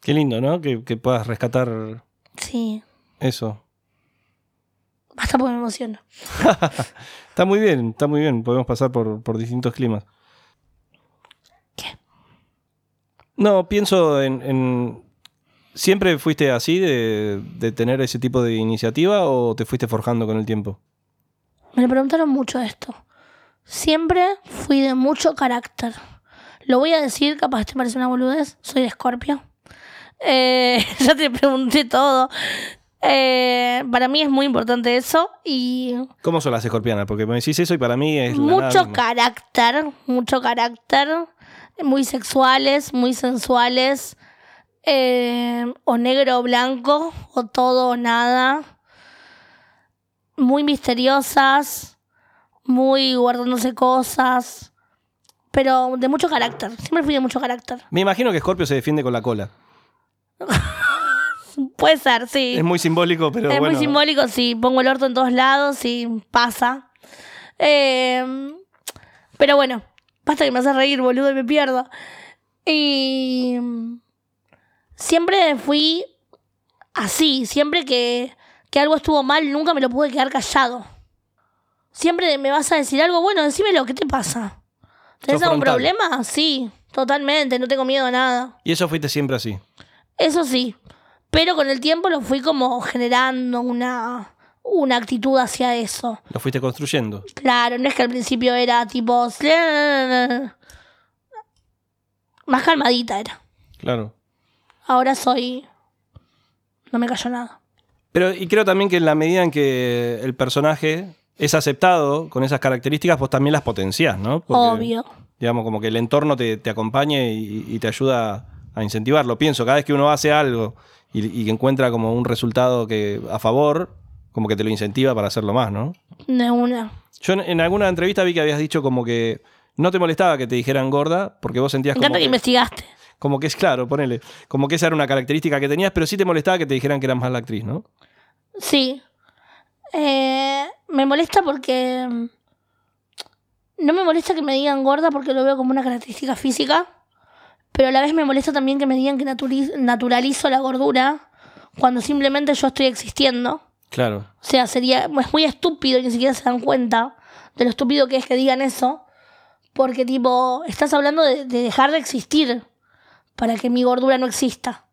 Speaker 2: Qué lindo, ¿no? Que, que puedas rescatar
Speaker 3: sí.
Speaker 2: eso.
Speaker 3: Basta porque me emociono.
Speaker 2: Está muy bien, está muy bien. Podemos pasar por, por distintos climas.
Speaker 3: ¿Qué?
Speaker 2: No, pienso en, en- ¿Siempre fuiste así de, de tener ese tipo de iniciativa o te fuiste forjando con el tiempo?
Speaker 3: Me lo preguntaron mucho esto. Siempre fui de mucho carácter. Lo voy a decir, capaz te parece una boludez. Soy de Escorpio. Eh, ya te pregunté todo. Eh, para mí es muy importante eso y
Speaker 2: ¿Cómo son las escorpianas? Porque me decís eso y para mí es... la nada
Speaker 3: mucho
Speaker 2: misma.
Speaker 3: carácter, mucho carácter, muy sexuales, muy sensuales, eh, o negro o blanco, o todo o nada, muy misteriosas, muy guardándose cosas, pero de mucho carácter, siempre fui de mucho carácter.
Speaker 2: Me imagino que Scorpio se defiende con la cola.
Speaker 3: Puede ser, sí.
Speaker 2: Es muy simbólico, pero
Speaker 3: es
Speaker 2: bueno.
Speaker 3: muy simbólico, sí. Pongo el orto en todos lados y pasa. Eh, pero bueno, basta que me hace reír, boludo, y me pierdo. Y mm, siempre fui así, siempre que, que algo estuvo mal, nunca me lo pude quedar callado. Siempre me vas a decir algo, bueno, decímelo, ¿qué te pasa? ¿Tenés
Speaker 2: Sos
Speaker 3: algún
Speaker 2: frontal.
Speaker 3: problema? Sí, totalmente, no tengo miedo a nada.
Speaker 2: Y eso fuiste siempre así.
Speaker 3: Eso sí, pero con el tiempo lo fui como generando una, una actitud hacia eso.
Speaker 2: Lo fuiste construyendo.
Speaker 3: Claro, no es que al principio era tipo... Más calmadita era.
Speaker 2: Claro.
Speaker 3: Ahora soy... No me cayó nada.
Speaker 2: Pero y creo también que en la medida en que el personaje es aceptado con esas características, vos también las potenciás, ¿no? Porque,
Speaker 3: Obvio.
Speaker 2: Digamos, como que el entorno te, te acompañe y, y te ayuda a incentivarlo. Pienso, cada vez que uno hace algo y, y que encuentra como un resultado que a favor, como que te lo incentiva para hacerlo más, ¿no?
Speaker 3: De una.
Speaker 2: Yo en, en alguna entrevista vi que habías dicho como que no te molestaba que te dijeran gorda porque vos
Speaker 3: Me
Speaker 2: sentías como
Speaker 3: encanta que
Speaker 2: que,
Speaker 3: investigaste.
Speaker 2: como que es claro, ponele, como que esa era una característica que tenías, pero sí te molestaba que te dijeran que eras más la actriz, ¿no?
Speaker 3: Sí. Eh, me molesta porque... mm, No me molesta que me digan gorda porque lo veo como una característica física. Pero a la vez me molesta también que me digan que naturi- naturalizo la gordura cuando simplemente yo estoy existiendo.
Speaker 2: Claro.
Speaker 3: O sea, sería, es muy estúpido y ni siquiera se dan cuenta de lo estúpido que es que digan eso. Porque tipo, estás hablando de, de dejar de existir para que mi gordura no exista.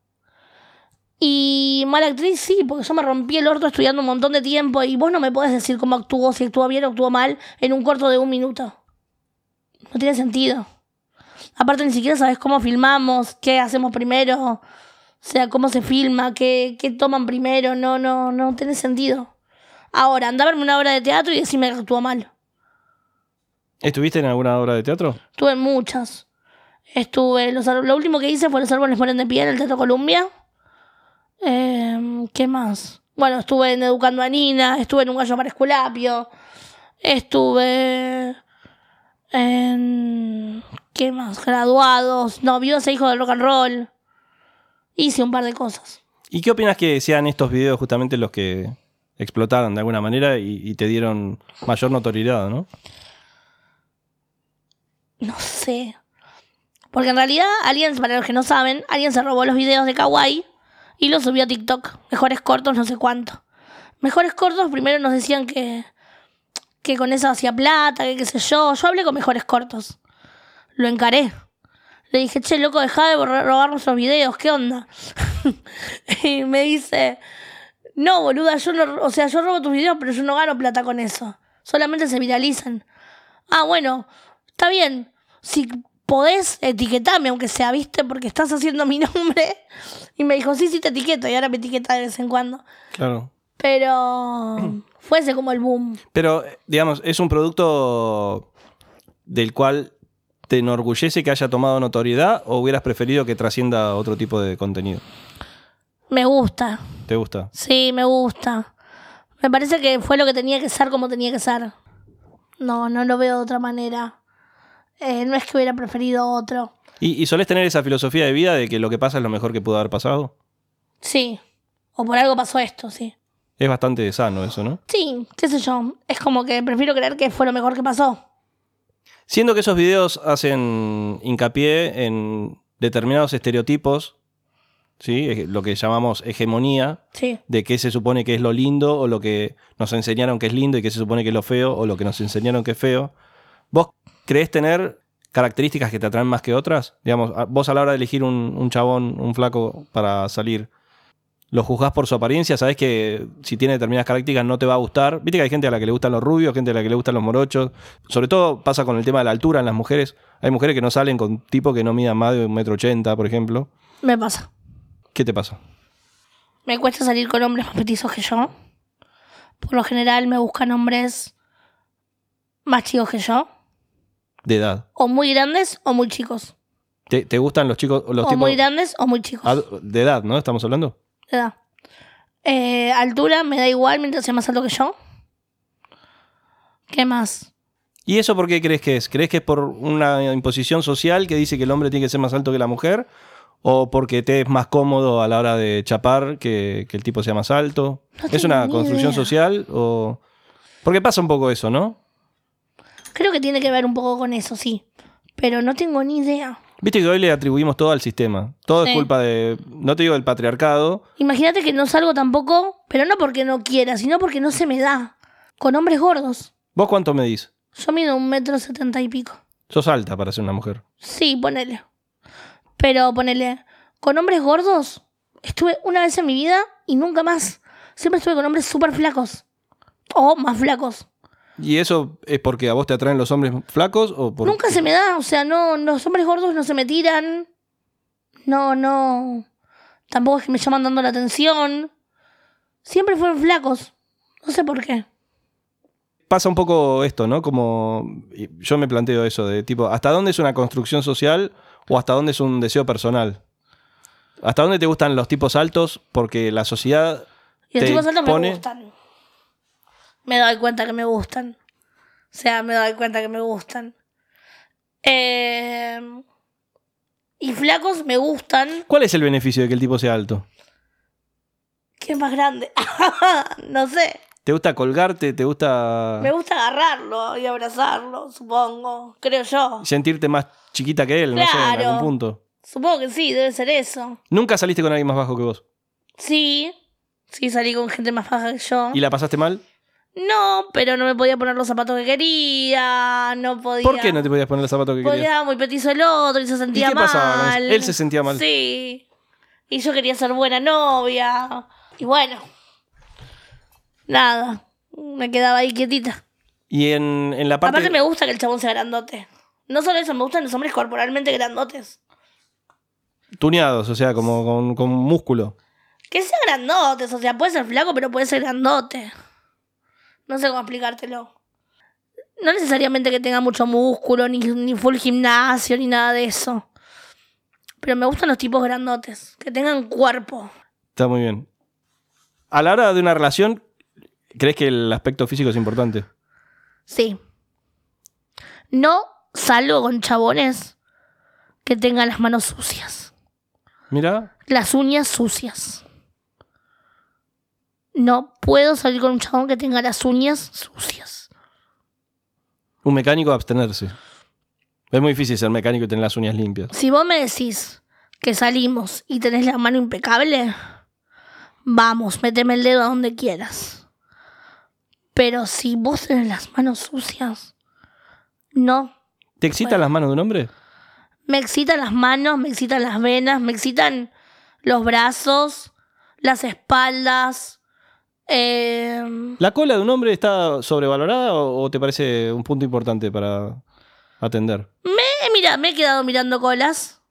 Speaker 3: Y mala actriz, sí, porque yo me rompí el orto estudiando un montón de tiempo y vos no me podés decir cómo actuó, si actuó bien o actuó mal, en un corto de un minuto. No tiene sentido. Aparte, ni siquiera sabes cómo filmamos, qué hacemos primero. O sea, cómo se filma, qué, qué toman primero, no, no, no tiene sentido. Ahora, anda a verme una obra de teatro y decime que actúa mal.
Speaker 2: ¿Estuviste en alguna obra de teatro?
Speaker 3: Estuve en muchas. Estuve, los, ar- lo último que hice fue Los árboles mueren de pie en el Teatro Columbia. Em, ¿Qué más? Bueno, estuve en Educando a Nina, estuve en Un gallo para Esculapio, estuve en... ¿Qué más? Graduados, novios e hijos del rock and roll. Hice un par de cosas.
Speaker 2: ¿Y qué opinas que sean estos videos justamente los que explotaron de alguna manera y, y te dieron mayor notoriedad, ¿no?
Speaker 3: No sé. Porque en realidad, alguien, para los que no saben, alguien se robó los videos de Kawaii y los subió a TikTok. Mejores cortos, no sé cuánto. Mejores cortos, primero nos decían que, que con eso hacía plata, que qué sé yo. Yo hablé con mejores cortos. Lo encaré. Le dije, che, loco, dejá de borrar- robar nuestros videos, ¿qué onda? y me dice, no, boluda, yo no, o sea, yo robo tus videos, pero yo no gano plata con eso. Solamente se viralizan. Ah, bueno, está bien. Si podés, etiquetame, aunque sea, ¿viste? Porque estás haciendo mi nombre. Y me dijo, sí, sí, te etiqueto. Y ahora me etiqueta de vez en cuando.
Speaker 2: Claro.
Speaker 3: Pero fuese como el boom.
Speaker 2: Pero, eh, digamos, es un producto del cual te enorgullece que haya tomado notoriedad o hubieras preferido que trascienda a otro tipo de contenido.
Speaker 3: Me gusta.
Speaker 2: ¿Te gusta?
Speaker 3: Sí, me gusta. Me parece que fue lo que tenía que ser como tenía que ser. No, no lo veo de otra manera. Eh, no es que hubiera preferido otro.
Speaker 2: ¿Y, y solés tener esa filosofía de vida de que lo que pasa es lo mejor que pudo haber pasado?
Speaker 3: Sí. O por algo pasó esto, sí.
Speaker 2: Es bastante sano eso, ¿no?
Speaker 3: Sí, qué sé yo. Es como que prefiero creer que fue lo mejor que pasó.
Speaker 2: Siendo que esos videos hacen hincapié en determinados estereotipos, ¿sí? Eh, lo que llamamos hegemonía,
Speaker 3: Sí.
Speaker 2: de qué se supone que es lo lindo o lo que nos enseñaron que es lindo y qué se supone que es lo feo o lo que nos enseñaron que es feo. ¿Vos creés tener características que te atraen más que otras? Digamos, a- vos a la hora de elegir un, un chabón, un flaco para salir, ¿lo juzgás por su apariencia? ¿Sabés que si tiene determinadas características no te va a gustar? Viste que hay gente a la que le gustan los rubios, gente a la que le gustan los morochos. Sobre todo pasa con el tema de la altura en las mujeres. Hay mujeres que no salen con tipo que no mida más de un metro ochenta, por ejemplo.
Speaker 3: Me pasa.
Speaker 2: ¿Qué te pasa?
Speaker 3: Me cuesta salir con hombres más petizos que yo. Por lo general me buscan hombres más chicos que yo.
Speaker 2: De edad.
Speaker 3: O muy grandes o muy chicos.
Speaker 2: ¿Te, te gustan los chicos, los
Speaker 3: o
Speaker 2: tipos
Speaker 3: muy grandes o muy chicos.
Speaker 2: ad- Ah, de edad, no? ¿Estamos hablando?
Speaker 3: de edad. Eh, altura me da igual mientras sea más alto que yo. ¿Qué más?
Speaker 2: ¿Y eso por qué crees que es? ¿Crees que es por una imposición social que dice que el hombre tiene que ser más alto que la mujer? ¿O porque te es más cómodo a la hora de chapar que, que el tipo sea más alto?
Speaker 3: No
Speaker 2: ¿Es
Speaker 3: tengo
Speaker 2: una
Speaker 3: ni
Speaker 2: construcción
Speaker 3: idea.
Speaker 2: social? o Porque pasa un poco eso, ¿no?
Speaker 3: Creo que tiene que ver un poco con eso, sí. Pero no tengo ni idea.
Speaker 2: Viste que hoy le atribuimos todo al sistema. Todo es
Speaker 3: Sí.
Speaker 2: culpa de, no te digo del patriarcado,
Speaker 3: Imagínate que no salgo tampoco, pero no porque no quiera, sino porque no se me da. Con hombres gordos.
Speaker 2: ¿Vos cuánto medís?
Speaker 3: Yo mido un metro setenta y pico.
Speaker 2: Sos alta para ser una mujer.
Speaker 3: Sí, ponele. Pero ponele, con hombres gordos estuve una vez en mi vida y nunca más. Siempre estuve con hombres súper flacos. O más flacos.
Speaker 2: ¿Y eso es porque a vos te atraen los hombres flacos o por
Speaker 3: Nunca se me da, o sea, no, los hombres gordos no se me tiran. No, no. Tampoco es que me llaman dando la atención. Siempre fueron flacos. No sé por qué.
Speaker 2: pasa un poco esto, ¿no? Como y yo me planteo eso de tipo, ¿hasta dónde es una construcción social o hasta dónde es un deseo personal? ¿Hasta dónde te gustan los tipos altos? Porque la sociedad
Speaker 3: Y los
Speaker 2: Te
Speaker 3: chicos altos
Speaker 2: pone-
Speaker 3: me gustan. Me doy cuenta que me gustan. O sea, me doy cuenta que me gustan. Eh, y flacos me gustan.
Speaker 2: ¿Cuál es el beneficio de que el tipo sea alto?
Speaker 3: ¿Qué es más grande? no sé.
Speaker 2: ¿Te gusta colgarte? ¿Te gusta
Speaker 3: Me gusta agarrarlo y abrazarlo, supongo. Creo yo.
Speaker 2: sentirte más chiquita que él? No sé, en
Speaker 3: Claro.
Speaker 2: algún punto.
Speaker 3: Supongo que sí, debe ser eso.
Speaker 2: Nunca saliste con alguien más bajo que vos.
Speaker 3: Sí. Sí, salí con gente más baja que yo.
Speaker 2: ¿Y la pasaste mal?
Speaker 3: No, pero no me podía poner los zapatos que quería. No podía.
Speaker 2: ¿Por qué no te podías poner el zapato que
Speaker 3: Porque
Speaker 2: querías?
Speaker 3: era muy petizo el otro y se sentía
Speaker 2: qué
Speaker 3: mal.
Speaker 2: pasaba con eso? Él se sentía mal.
Speaker 3: Sí. Y yo quería ser buena novia. Y bueno. Nada. Me quedaba ahí quietita.
Speaker 2: Y en, en la parte...
Speaker 3: Aparte me gusta que el chabón sea grandote. No solo eso, me gustan los hombres corporalmente grandotes.
Speaker 2: Tuneados, o sea, como con, con músculo.
Speaker 3: Que sea grandotes, o sea, puede ser flaco, pero puede ser grandote. No sé cómo explicártelo. No necesariamente que tenga mucho músculo, ni, ni full gimnasio, ni nada de eso. Pero me gustan los tipos grandotes, que tengan cuerpo.
Speaker 2: Está muy bien. A la hora de una relación, ¿crees que el aspecto físico es importante?
Speaker 3: Sí. No salgo con chabones que tengan las manos sucias,
Speaker 2: Mira,
Speaker 3: las uñas sucias. No puedo salir con un chabón que tenga las uñas sucias.
Speaker 2: un mecánico abstenerse. Es muy difícil ser mecánico y tener las uñas limpias.
Speaker 3: Si vos me decís que salimos y tenés la mano impecable, vamos, méteme el dedo a donde quieras. Pero si vos tenés las manos sucias, no.
Speaker 2: ¿Te excitan
Speaker 3: Bueno.
Speaker 2: las manos de un hombre?
Speaker 3: Me excitan las manos, me excitan las venas, me excitan los brazos, las espaldas. eh,
Speaker 2: ¿La cola de un hombre está sobrevalorada o, o te parece un punto importante para atender?
Speaker 3: eh, mira, me he quedado mirando colas.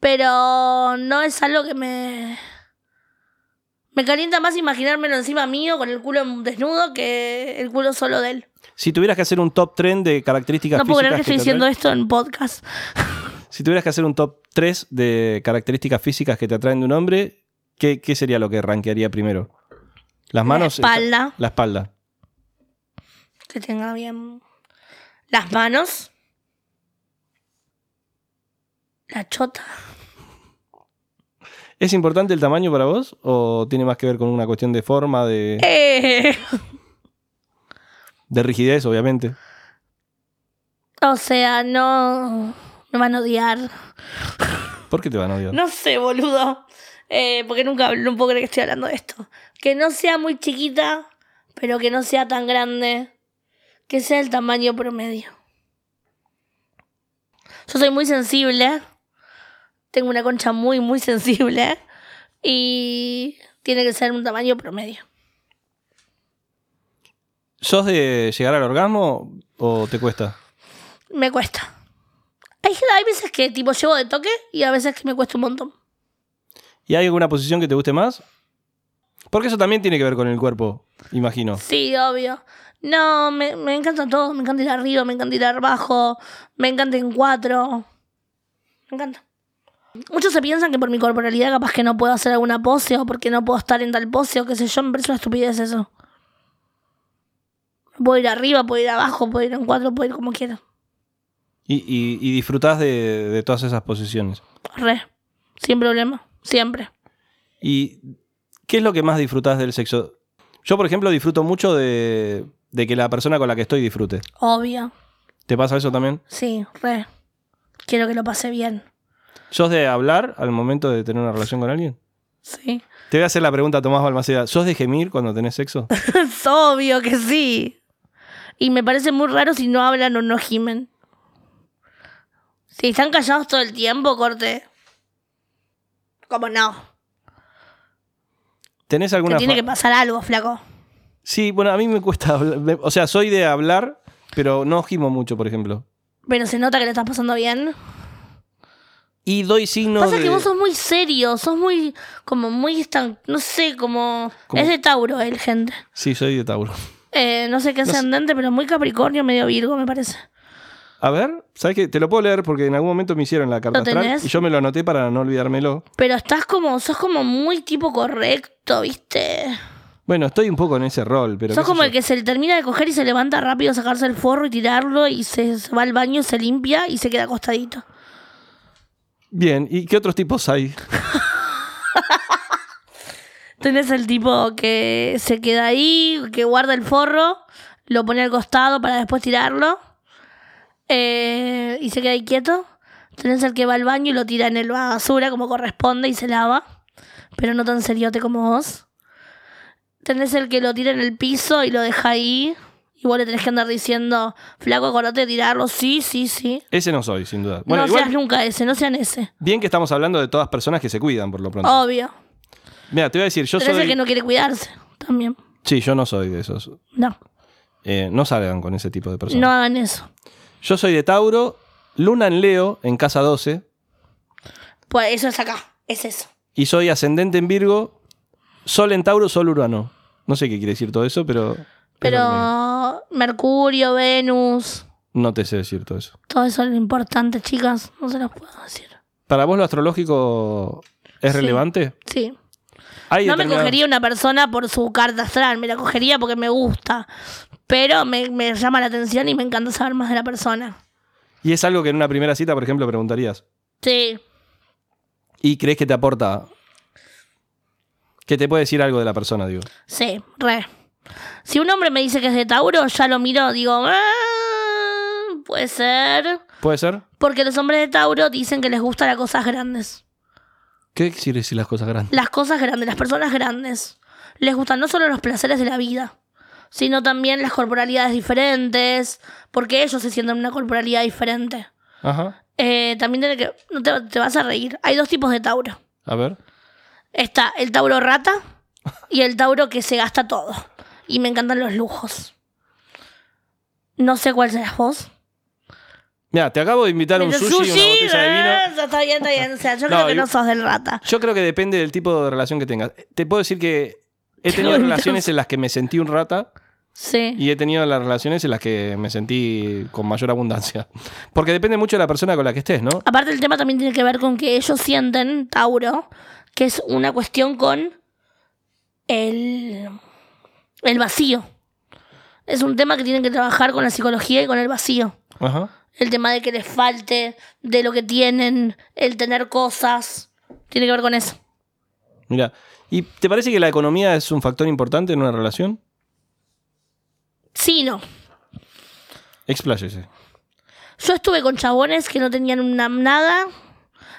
Speaker 3: Pero no es algo que me. Me calienta más imaginármelo encima mío con el culo desnudo que el culo solo de él.
Speaker 2: Si tuvieras que hacer un top 3 de características
Speaker 3: No puedo creer
Speaker 2: físicas.
Speaker 3: que estoy
Speaker 2: te
Speaker 3: diciendo
Speaker 2: atraen-
Speaker 3: esto en podcast.
Speaker 2: Si tuvieras que hacer un top 3 de características físicas que te atraen de un hombre, ¿qué, qué sería lo que rankearía primero? Las manos.
Speaker 3: espalda.
Speaker 2: La espalda.
Speaker 3: Que tenga bien. Las manos. La chota.
Speaker 2: ¿Es importante el tamaño para vos? ¿O tiene más que ver con una cuestión de forma, de,
Speaker 3: Eh,
Speaker 2: de rigidez, obviamente?
Speaker 3: o sea, no. Me van a odiar.
Speaker 2: ¿Por qué te van a odiar?
Speaker 3: No sé, boludo. Eh, porque nunca no puedo creer que estoy hablando de esto. Que no sea muy chiquita, pero que no sea tan grande. Que sea el tamaño promedio. Yo soy muy sensible. Tengo una concha muy, muy sensible. Y tiene que ser un tamaño promedio.
Speaker 2: ¿Sos de llegar al orgasmo o te cuesta?
Speaker 3: Me cuesta. Hay, hay veces que tipo llevo de toque y a veces que me cuesta un montón.
Speaker 2: ¿Y hay alguna posición que te guste más? Porque eso también tiene que ver con el cuerpo, imagino.
Speaker 3: Sí, obvio. No, me, me encanta todo. Me encanta ir arriba, me encanta ir abajo, me encanta en cuatro. Me encanta. Muchos se piensan que por mi corporalidad capaz que no puedo hacer alguna pose o porque no puedo estar en tal pose o qué sé yo. Me parece una estupidez eso. Puedo ir arriba, puedo ir abajo, puedo ir en cuatro, puedo ir como quiera.
Speaker 2: Y, y- y disfrutás de, de todas esas posiciones.
Speaker 3: Re. Sin problema. Siempre.
Speaker 2: ¿Y qué es lo que más disfrutás del sexo? Yo, por ejemplo, disfruto mucho de, de que la persona con la que estoy disfrute.
Speaker 3: Obvio.
Speaker 2: ¿Te pasa eso también?
Speaker 3: Sí, re. Quiero que lo pase bien.
Speaker 2: ¿Sos de hablar al momento de tener una relación con alguien?
Speaker 3: Sí.
Speaker 2: Te voy a hacer la pregunta, Tomás Balmaceda. ¿Sos de gemir cuando tenés sexo?
Speaker 3: Es obvio que sí. Y me parece muy raro si no hablan o no gimen. Si están callados todo el tiempo, corte. Como no.
Speaker 2: ¿Tenés
Speaker 3: Te
Speaker 2: alguna...
Speaker 3: tiene
Speaker 2: fa-
Speaker 3: que pasar algo, flaco.
Speaker 2: Sí, bueno, a mí me cuesta hablar. Me- O sea, soy de hablar, pero no gimo mucho, por ejemplo.
Speaker 3: Pero se nota que le estás pasando bien.
Speaker 2: Y doy signos
Speaker 3: Pasa
Speaker 2: de...
Speaker 3: que vos sos muy serio, sos muy, como muy estan... No sé, como...
Speaker 2: Como-
Speaker 3: Es de Tauro él, gente.
Speaker 2: Sí, soy de Tauro.
Speaker 3: Eh, no sé qué
Speaker 2: No sé.
Speaker 3: ascendente, pero muy Capricornio, medio Virgo, me parece.
Speaker 2: A ver, ¿sabes qué? Te lo puedo leer porque en algún momento me hicieron la carta
Speaker 3: ¿Lo
Speaker 2: astral
Speaker 3: tenés?
Speaker 2: y yo me lo anoté para no olvidármelo.
Speaker 3: Pero estás como... Sos como muy tipo correcto, ¿viste?
Speaker 2: Bueno, estoy un poco en ese rol, pero...
Speaker 3: Sos
Speaker 2: qué sé
Speaker 3: como el
Speaker 2: yo.
Speaker 3: que se le termina de coger y se levanta rápido a sacarse el forro y tirarlo y se, se va al baño, se limpia y se queda acostadito.
Speaker 2: Bien, ¿y qué otros tipos hay?
Speaker 3: Tenés el tipo que se queda ahí, que guarda el forro, lo pone al costado para después tirarlo eh, y se queda ahí quieto. Tenés el que va al baño y lo tira en el basura como corresponde y se lava, pero no tan seriote como vos. Tenés el que lo tira en el piso y lo deja ahí. Y vos le tenés que andar diciendo, flaco, acordate de tirarlo. Sí, sí, sí.
Speaker 2: Ese no soy, sin duda. Bueno,
Speaker 3: no
Speaker 2: igual,
Speaker 3: seas nunca ese, no sean ese.
Speaker 2: bien que estamos hablando de todas personas que se cuidan, por lo pronto.
Speaker 3: Obvio.
Speaker 2: Mira, te voy a decir, yo
Speaker 3: Oh, Pero ese
Speaker 2: soy...
Speaker 3: que no quiere cuidarse también.
Speaker 2: Sí, yo no soy de esos.
Speaker 3: No,
Speaker 2: Eh, no salgan con ese tipo de personas.
Speaker 3: no hagan eso.
Speaker 2: Yo soy de Tauro, Luna en Leo, en casa 12,
Speaker 3: Pues eso es acá, es eso.
Speaker 2: y soy ascendente en Virgo, Sol en Tauro, Sol Urano. No sé qué quiere decir todo eso, pero. es lo que me-
Speaker 3: Pero Mercurio, Venus,
Speaker 2: No te sé decir todo eso.
Speaker 3: todo eso es lo importante, chicas. No se los puedo decir.
Speaker 2: ¿Para vos lo astrológico es
Speaker 3: Sí.
Speaker 2: relevante?
Speaker 3: Sí.
Speaker 2: Hay
Speaker 3: No me
Speaker 2: determinadas-
Speaker 3: cogería una persona por su carta astral, me la cogería porque me gusta. Pero me, me llama la atención y me encanta saber más de la persona.
Speaker 2: Y es algo que en una primera cita, por ejemplo, preguntarías.
Speaker 3: Sí.
Speaker 2: ¿Y crees que te aporta? Que te puede decir algo de la persona, digo.
Speaker 3: Sí, re. Si un hombre me dice que es de Tauro, ya lo miro, digo, "Ah, puede ser.
Speaker 2: ¿Puede ser?
Speaker 3: Porque los hombres de Tauro dicen que les gustan las cosas grandes.
Speaker 2: ¿Qué quiere decir las cosas grandes?
Speaker 3: Las cosas grandes, las personas grandes. Les gustan no solo los placeres de la vida, sino también las corporalidades diferentes, porque ellos se sienten una corporalidad diferente.
Speaker 2: Ajá.
Speaker 3: Eh, también tiene que... No te, te vas a reír. Hay dos tipos de Tauro.
Speaker 2: A ver.
Speaker 3: Está el Tauro rata y el Tauro que se gasta todo. Y me encantan los lujos. No sé cuál serás vos.
Speaker 2: Mira, te acabo de invitar a un
Speaker 3: Pero
Speaker 2: sushi, una botella de vino.
Speaker 3: eh, Está bien, está bien. O sea, yo
Speaker 2: No,
Speaker 3: creo que
Speaker 2: y-
Speaker 3: no sos del rata.
Speaker 2: Yo creo que depende del tipo de relación que tengas. Te puedo decir que he tenido
Speaker 3: Qué
Speaker 2: relaciones en las que me sentí un rata
Speaker 3: Sí.
Speaker 2: y he tenido las relaciones en las que me sentí con mayor abundancia. Porque depende mucho de la persona con la que estés, ¿no?
Speaker 3: Aparte el tema también tiene que ver con que ellos sienten, Tauro, que es una cuestión con el... el vacío. Es un tema que tienen que trabajar con la psicología y con el vacío.
Speaker 2: Ajá.
Speaker 3: El tema de que les falte, de lo que tienen, el tener cosas. Tiene que ver con eso.
Speaker 2: Mira, ¿y te parece que la economía es un factor importante en una relación?
Speaker 3: Sí, no.
Speaker 2: Expláyese.
Speaker 3: Yo estuve con chabones que no tenían una, nada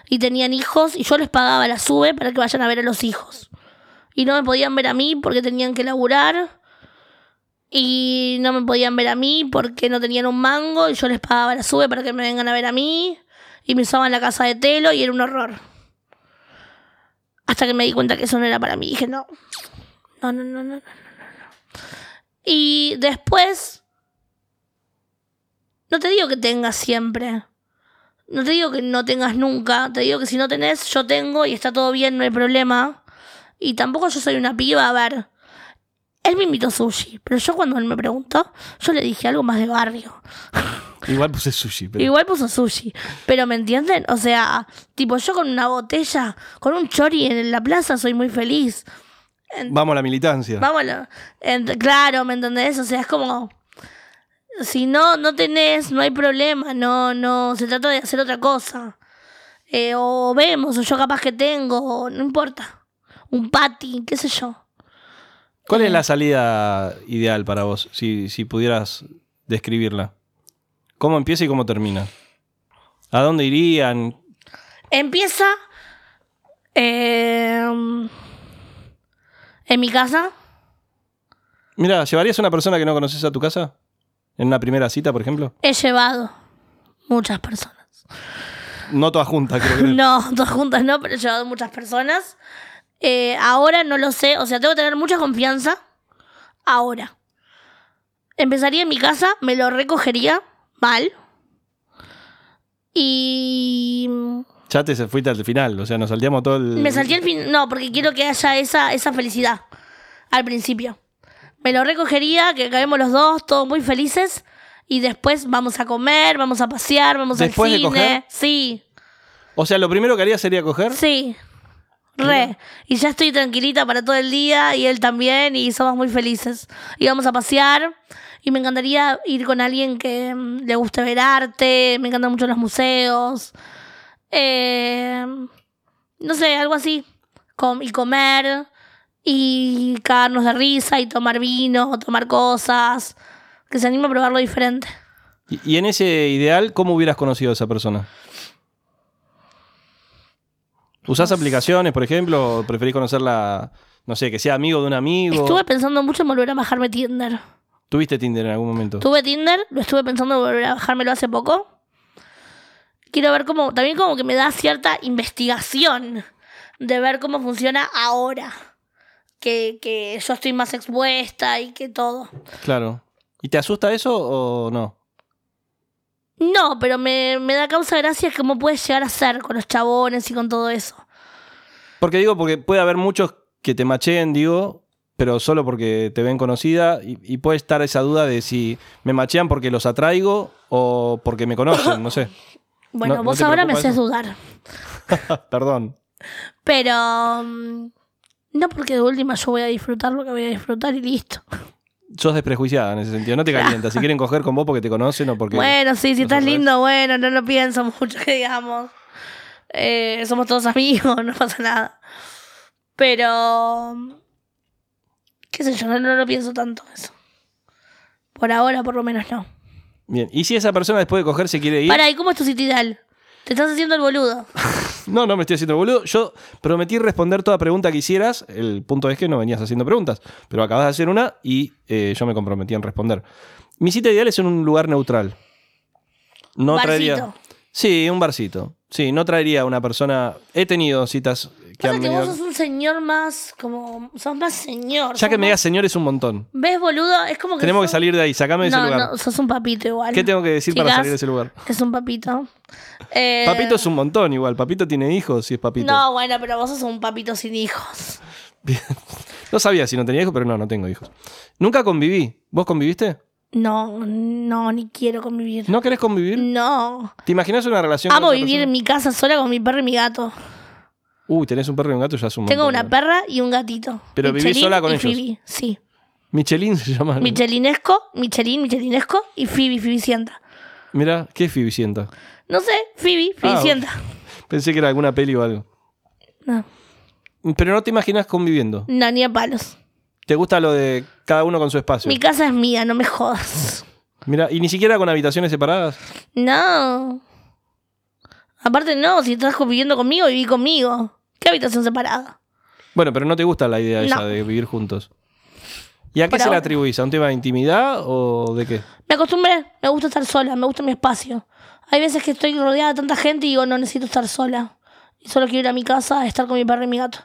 Speaker 3: y tenían hijos y yo les pagaba la sube para que vayan a ver a los hijos. Y no me podían ver a mí porque tenían que laburar y no me podían ver a mí porque no tenían un mango y yo les pagaba la sube para que me vengan a ver a mí y me usaban la casa de telo y era un horror. Hasta que me di cuenta que eso no era para mí. Dije, no, no, no, no, no. no, no. Y después no te digo que tengas siempre. No te digo que no tengas nunca. Te digo que si no tenés, yo tengo y está todo bien, no hay problema. Y tampoco yo soy una piba, a ver. Él me invitó sushi, pero yo cuando él me preguntó, yo le dije algo más de barrio.
Speaker 2: Igual puse sushi, pero.
Speaker 3: Igual puso sushi. Pero ¿me entienden? O sea, tipo yo con una botella, con un chori en la plaza, soy muy feliz.
Speaker 2: Vamos a la militancia.
Speaker 3: Vámonos. Ent- claro, ¿me entendés? O sea, es como. Si no, no tenés, no hay problema. No, no. Se trata de hacer otra cosa. Eh, o vemos, o yo capaz que tengo, o no importa. Un pati, qué sé yo.
Speaker 2: ¿Cuál es la salida ideal para vos, si, si pudieras describirla? ¿Cómo empieza y cómo termina? ¿A dónde irían?
Speaker 3: Empieza. eh, en mi casa.
Speaker 2: Mira, ¿llevarías a una persona que no conoces a tu casa? ¿En una primera cita, por ejemplo?
Speaker 3: He llevado muchas personas.
Speaker 2: No todas juntas, creo que.
Speaker 3: No, todas juntas no, pero he llevado muchas personas. Eh, ahora no lo sé, o sea, tengo que tener mucha confianza. Ahora. Empezaría en mi casa, me lo recogería, mal. Y...
Speaker 2: Ya te se- fuiste al final, o sea, nos salteamos todo el.
Speaker 3: Me salté el fin. No, porque quiero que haya esa, esa felicidad al principio. Me lo recogería, que caemos los dos, todos muy felices. Y después vamos a comer, vamos a pasear, vamos
Speaker 2: ¿Después de
Speaker 3: al cine.
Speaker 2: coger?
Speaker 3: Sí.
Speaker 2: O sea, lo primero que haría sería coger.
Speaker 3: Sí. Re. Y ya estoy tranquilita para todo el día y él también y somos muy felices. Y vamos a pasear y me encantaría ir con alguien que mm, le guste ver arte, me encantan mucho los museos. Eh, no sé, algo así. Com- y comer y cagarnos de risa y tomar vino, tomar cosas. Que se anime a probarlo diferente.
Speaker 2: Y, y en ese ideal, ¿cómo hubieras conocido a esa persona? ¿Usás aplicaciones, por ejemplo? ¿O preferís conocerla, no sé, que sea amigo de un amigo?
Speaker 3: Estuve pensando mucho en volver a bajarme Tinder.
Speaker 2: ¿Tuviste Tinder en algún momento?
Speaker 3: Tuve Tinder, lo estuve pensando en volver a bajármelo hace poco. Quiero ver cómo, también como que me da cierta investigación de ver cómo funciona ahora. Que, que yo estoy más expuesta y que todo.
Speaker 2: Claro. ¿Y te asusta eso o no?
Speaker 3: No, pero me, me da causa gracia cómo puedes llegar a ser con los chabones y con todo eso.
Speaker 2: Porque digo, porque puede haber muchos que te macheen, digo, pero solo porque te ven conocida y, y puede estar esa duda de si me machean porque los atraigo o porque me conocen, no sé.
Speaker 3: Bueno,
Speaker 2: ¿No- no
Speaker 3: vos
Speaker 2: te
Speaker 3: ahora me
Speaker 2: preocupa
Speaker 3: haces
Speaker 2: eso?
Speaker 3: dudar.
Speaker 2: Perdón.
Speaker 3: Pero... mm, No porque de última yo voy a disfrutar lo que voy a disfrutar y listo.
Speaker 2: Sos desprejuiciada en ese sentido, no te calientas. Si quieren coger con vos porque te conocen o porque...
Speaker 3: Bueno, sí, si
Speaker 2: no
Speaker 3: estás
Speaker 2: sabes.
Speaker 3: lindo, bueno, no lo pienso mucho, que digamos. Eh, somos todos amigos, no pasa nada. Pero. ¿Qué sé yo? No, no lo pienso tanto eso. Por ahora, por lo menos, no.
Speaker 2: Bien, ¿y si esa persona después de coger se quiere ir?
Speaker 3: Para, ¿y cómo es tu cita ideal? Te estás haciendo el boludo.
Speaker 2: No, no me estoy haciendo boludo. Yo prometí responder toda pregunta que hicieras. El punto es que no venías haciendo preguntas, pero acabas de hacer una y eh, yo me comprometí en responder. Mi cita ideal es en un lugar neutral. No
Speaker 3: Barcito.
Speaker 2: traería. Sí, un barcito. Sí, no traería a una persona. He tenido citas que
Speaker 3: Pasa
Speaker 2: han
Speaker 3: que
Speaker 2: venido.
Speaker 3: vos sos un señor más. Como. Sos más señor.
Speaker 2: Ya
Speaker 3: sos
Speaker 2: que me digas
Speaker 3: más-
Speaker 2: señor es un montón.
Speaker 3: ¿Ves, boludo? Es como que.
Speaker 2: Tenemos que
Speaker 3: sos-
Speaker 2: salir de ahí, sacame de ese
Speaker 3: No,
Speaker 2: lugar.
Speaker 3: no, sos un papito igual.
Speaker 2: ¿Qué tengo que decir para
Speaker 3: Chicas,
Speaker 2: salir de ese lugar?
Speaker 3: Es un papito. Eh,
Speaker 2: Papito es un montón igual. Papito tiene hijos si es papito.
Speaker 3: No, bueno, pero vos sos un papito sin hijos.
Speaker 2: Bien. No sabía si no tenía hijos, pero no, no tengo hijos. Nunca conviví. ¿Vos conviviste?
Speaker 3: No, no, ni quiero convivir.
Speaker 2: ¿No querés convivir?
Speaker 3: No.
Speaker 2: ¿Te imaginas una relación
Speaker 3: Mm. Amo
Speaker 2: otra
Speaker 3: vivir en
Speaker 2: persona?
Speaker 3: mi casa sola con mi perro y mi gato.
Speaker 2: Uy, tenés un perro y un gato, ya es un
Speaker 3: Tengo
Speaker 2: montón,
Speaker 3: una
Speaker 2: ¿no?
Speaker 3: perra y un gatito.
Speaker 2: Pero vivís
Speaker 3: Michelin
Speaker 2: sola con
Speaker 3: y
Speaker 2: ellos. Ah,
Speaker 3: Phoebe, Sí.
Speaker 2: Michelin se llama.
Speaker 3: Michelinesco, Michelin, Michelinesco y Phoebe, Fibicienta.
Speaker 2: Mira, ¿qué es Fibicienta?
Speaker 3: No sé, Phoebe,
Speaker 2: Ah,
Speaker 3: Fibicienta.
Speaker 2: Pensé que era alguna peli o algo.
Speaker 3: No,
Speaker 2: Pero no te imaginas conviviendo.
Speaker 3: no, ni a palos.
Speaker 2: ¿Te gusta lo de cada uno con su espacio?
Speaker 3: Mi casa es mía, no me jodas.
Speaker 2: Mira, y ni siquiera con habitaciones separadas.
Speaker 3: No. Aparte, no, si estás conviviendo conmigo, viví conmigo. ¿Qué habitación separada?
Speaker 2: Bueno, pero no te gusta la idea esa
Speaker 3: No.
Speaker 2: de vivir juntos. ¿Y a qué
Speaker 3: Pero-
Speaker 2: se la atribuís? ¿A un tema de intimidad o de qué?
Speaker 3: Me acostumbré, me gusta estar sola, me gusta mi espacio. Hay veces que estoy rodeada de tanta gente y digo, no necesito estar sola. Y solo quiero ir a mi casa a estar con mi perro y mi gato.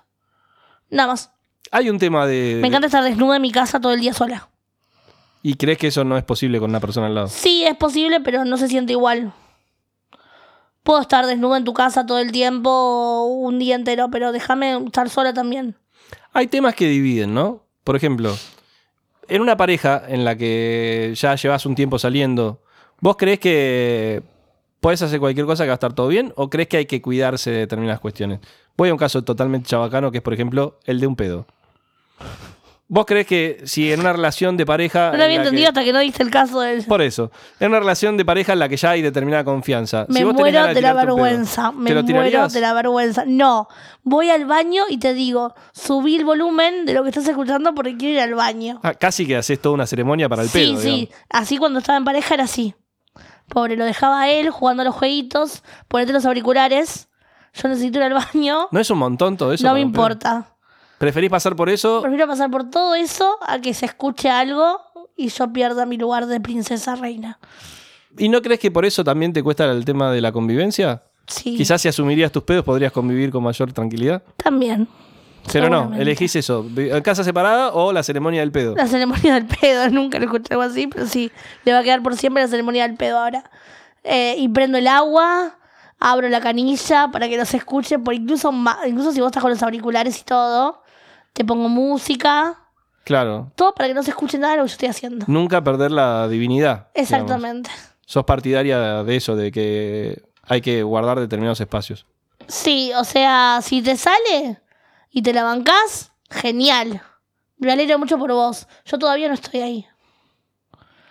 Speaker 3: Nada más.
Speaker 2: Hay un tema de.
Speaker 3: Me encanta estar desnuda en mi casa todo el día sola.
Speaker 2: ¿Y crees que eso no es posible con una persona al lado?
Speaker 3: Sí, es posible, pero no se siente igual. Puedo estar desnuda en tu casa todo el tiempo, un día entero, pero déjame estar sola también.
Speaker 2: Hay temas que dividen, ¿no? Por ejemplo, en una pareja en la que ya llevas un tiempo saliendo, ¿vos crees que podés hacer cualquier cosa que va a estar todo bien? ¿O crees que hay que cuidarse de determinadas cuestiones? Voy a un caso totalmente chabacano que es, por ejemplo, el de un pedo. ¿Vos crees que si en una relación de pareja.
Speaker 3: No lo había
Speaker 2: en la que-
Speaker 3: entendido hasta que no diste el caso del...
Speaker 2: Por eso, en una relación de pareja en la que ya hay determinada confianza.
Speaker 3: Me
Speaker 2: si vos tenés
Speaker 3: muero
Speaker 2: ganas
Speaker 3: de la
Speaker 2: tirarte un pedo,
Speaker 3: vergüenza.
Speaker 2: ¿te
Speaker 3: Me
Speaker 2: lo
Speaker 3: muero
Speaker 2: tirarías?
Speaker 3: de la vergüenza. No, voy al baño y te digo, subí el volumen de lo que estás escuchando porque quiero ir al baño.
Speaker 2: Ah, casi que haces toda una ceremonia para el
Speaker 3: sí,
Speaker 2: pedo.
Speaker 3: sí.
Speaker 2: digamos.
Speaker 3: Así cuando estaba en pareja era así. Pobre, lo dejaba a él jugando a los jueguitos, ponete los auriculares. Yo necesito ir al baño.
Speaker 2: ¿No es un montón todo eso?
Speaker 3: no
Speaker 2: para
Speaker 3: me
Speaker 2: un pedo?
Speaker 3: importa.
Speaker 2: ¿Preferís pasar por eso?
Speaker 3: Prefiero pasar por todo eso a que se escuche algo y yo pierda mi lugar de princesa reina.
Speaker 2: ¿Y no crees que por eso también te cuesta el tema de la convivencia?
Speaker 3: Sí.
Speaker 2: Quizás si asumirías tus pedos podrías convivir con mayor tranquilidad.
Speaker 3: También.
Speaker 2: Pero no,
Speaker 3: Seguramente.
Speaker 2: elegís eso. vi- ¿Casa separada o la ceremonia del pedo?
Speaker 3: La ceremonia del pedo, nunca lo escuché algo así, pero sí, le va a quedar por siempre la ceremonia del pedo ahora. Eh, y prendo el agua, abro la canilla para que no se escuche, por incluso, ma- incluso si vos estás con los auriculares y todo, te pongo música,
Speaker 2: Claro.
Speaker 3: todo para que no se escuche nada de lo que yo estoy haciendo.
Speaker 2: Nunca perder la divinidad. digamos.
Speaker 3: Exactamente.
Speaker 2: Sos partidaria de eso, de que hay que guardar determinados espacios.
Speaker 3: Sí, o sea, si te sale y te la bancás, genial. Me alegro mucho por vos. Yo todavía no estoy ahí.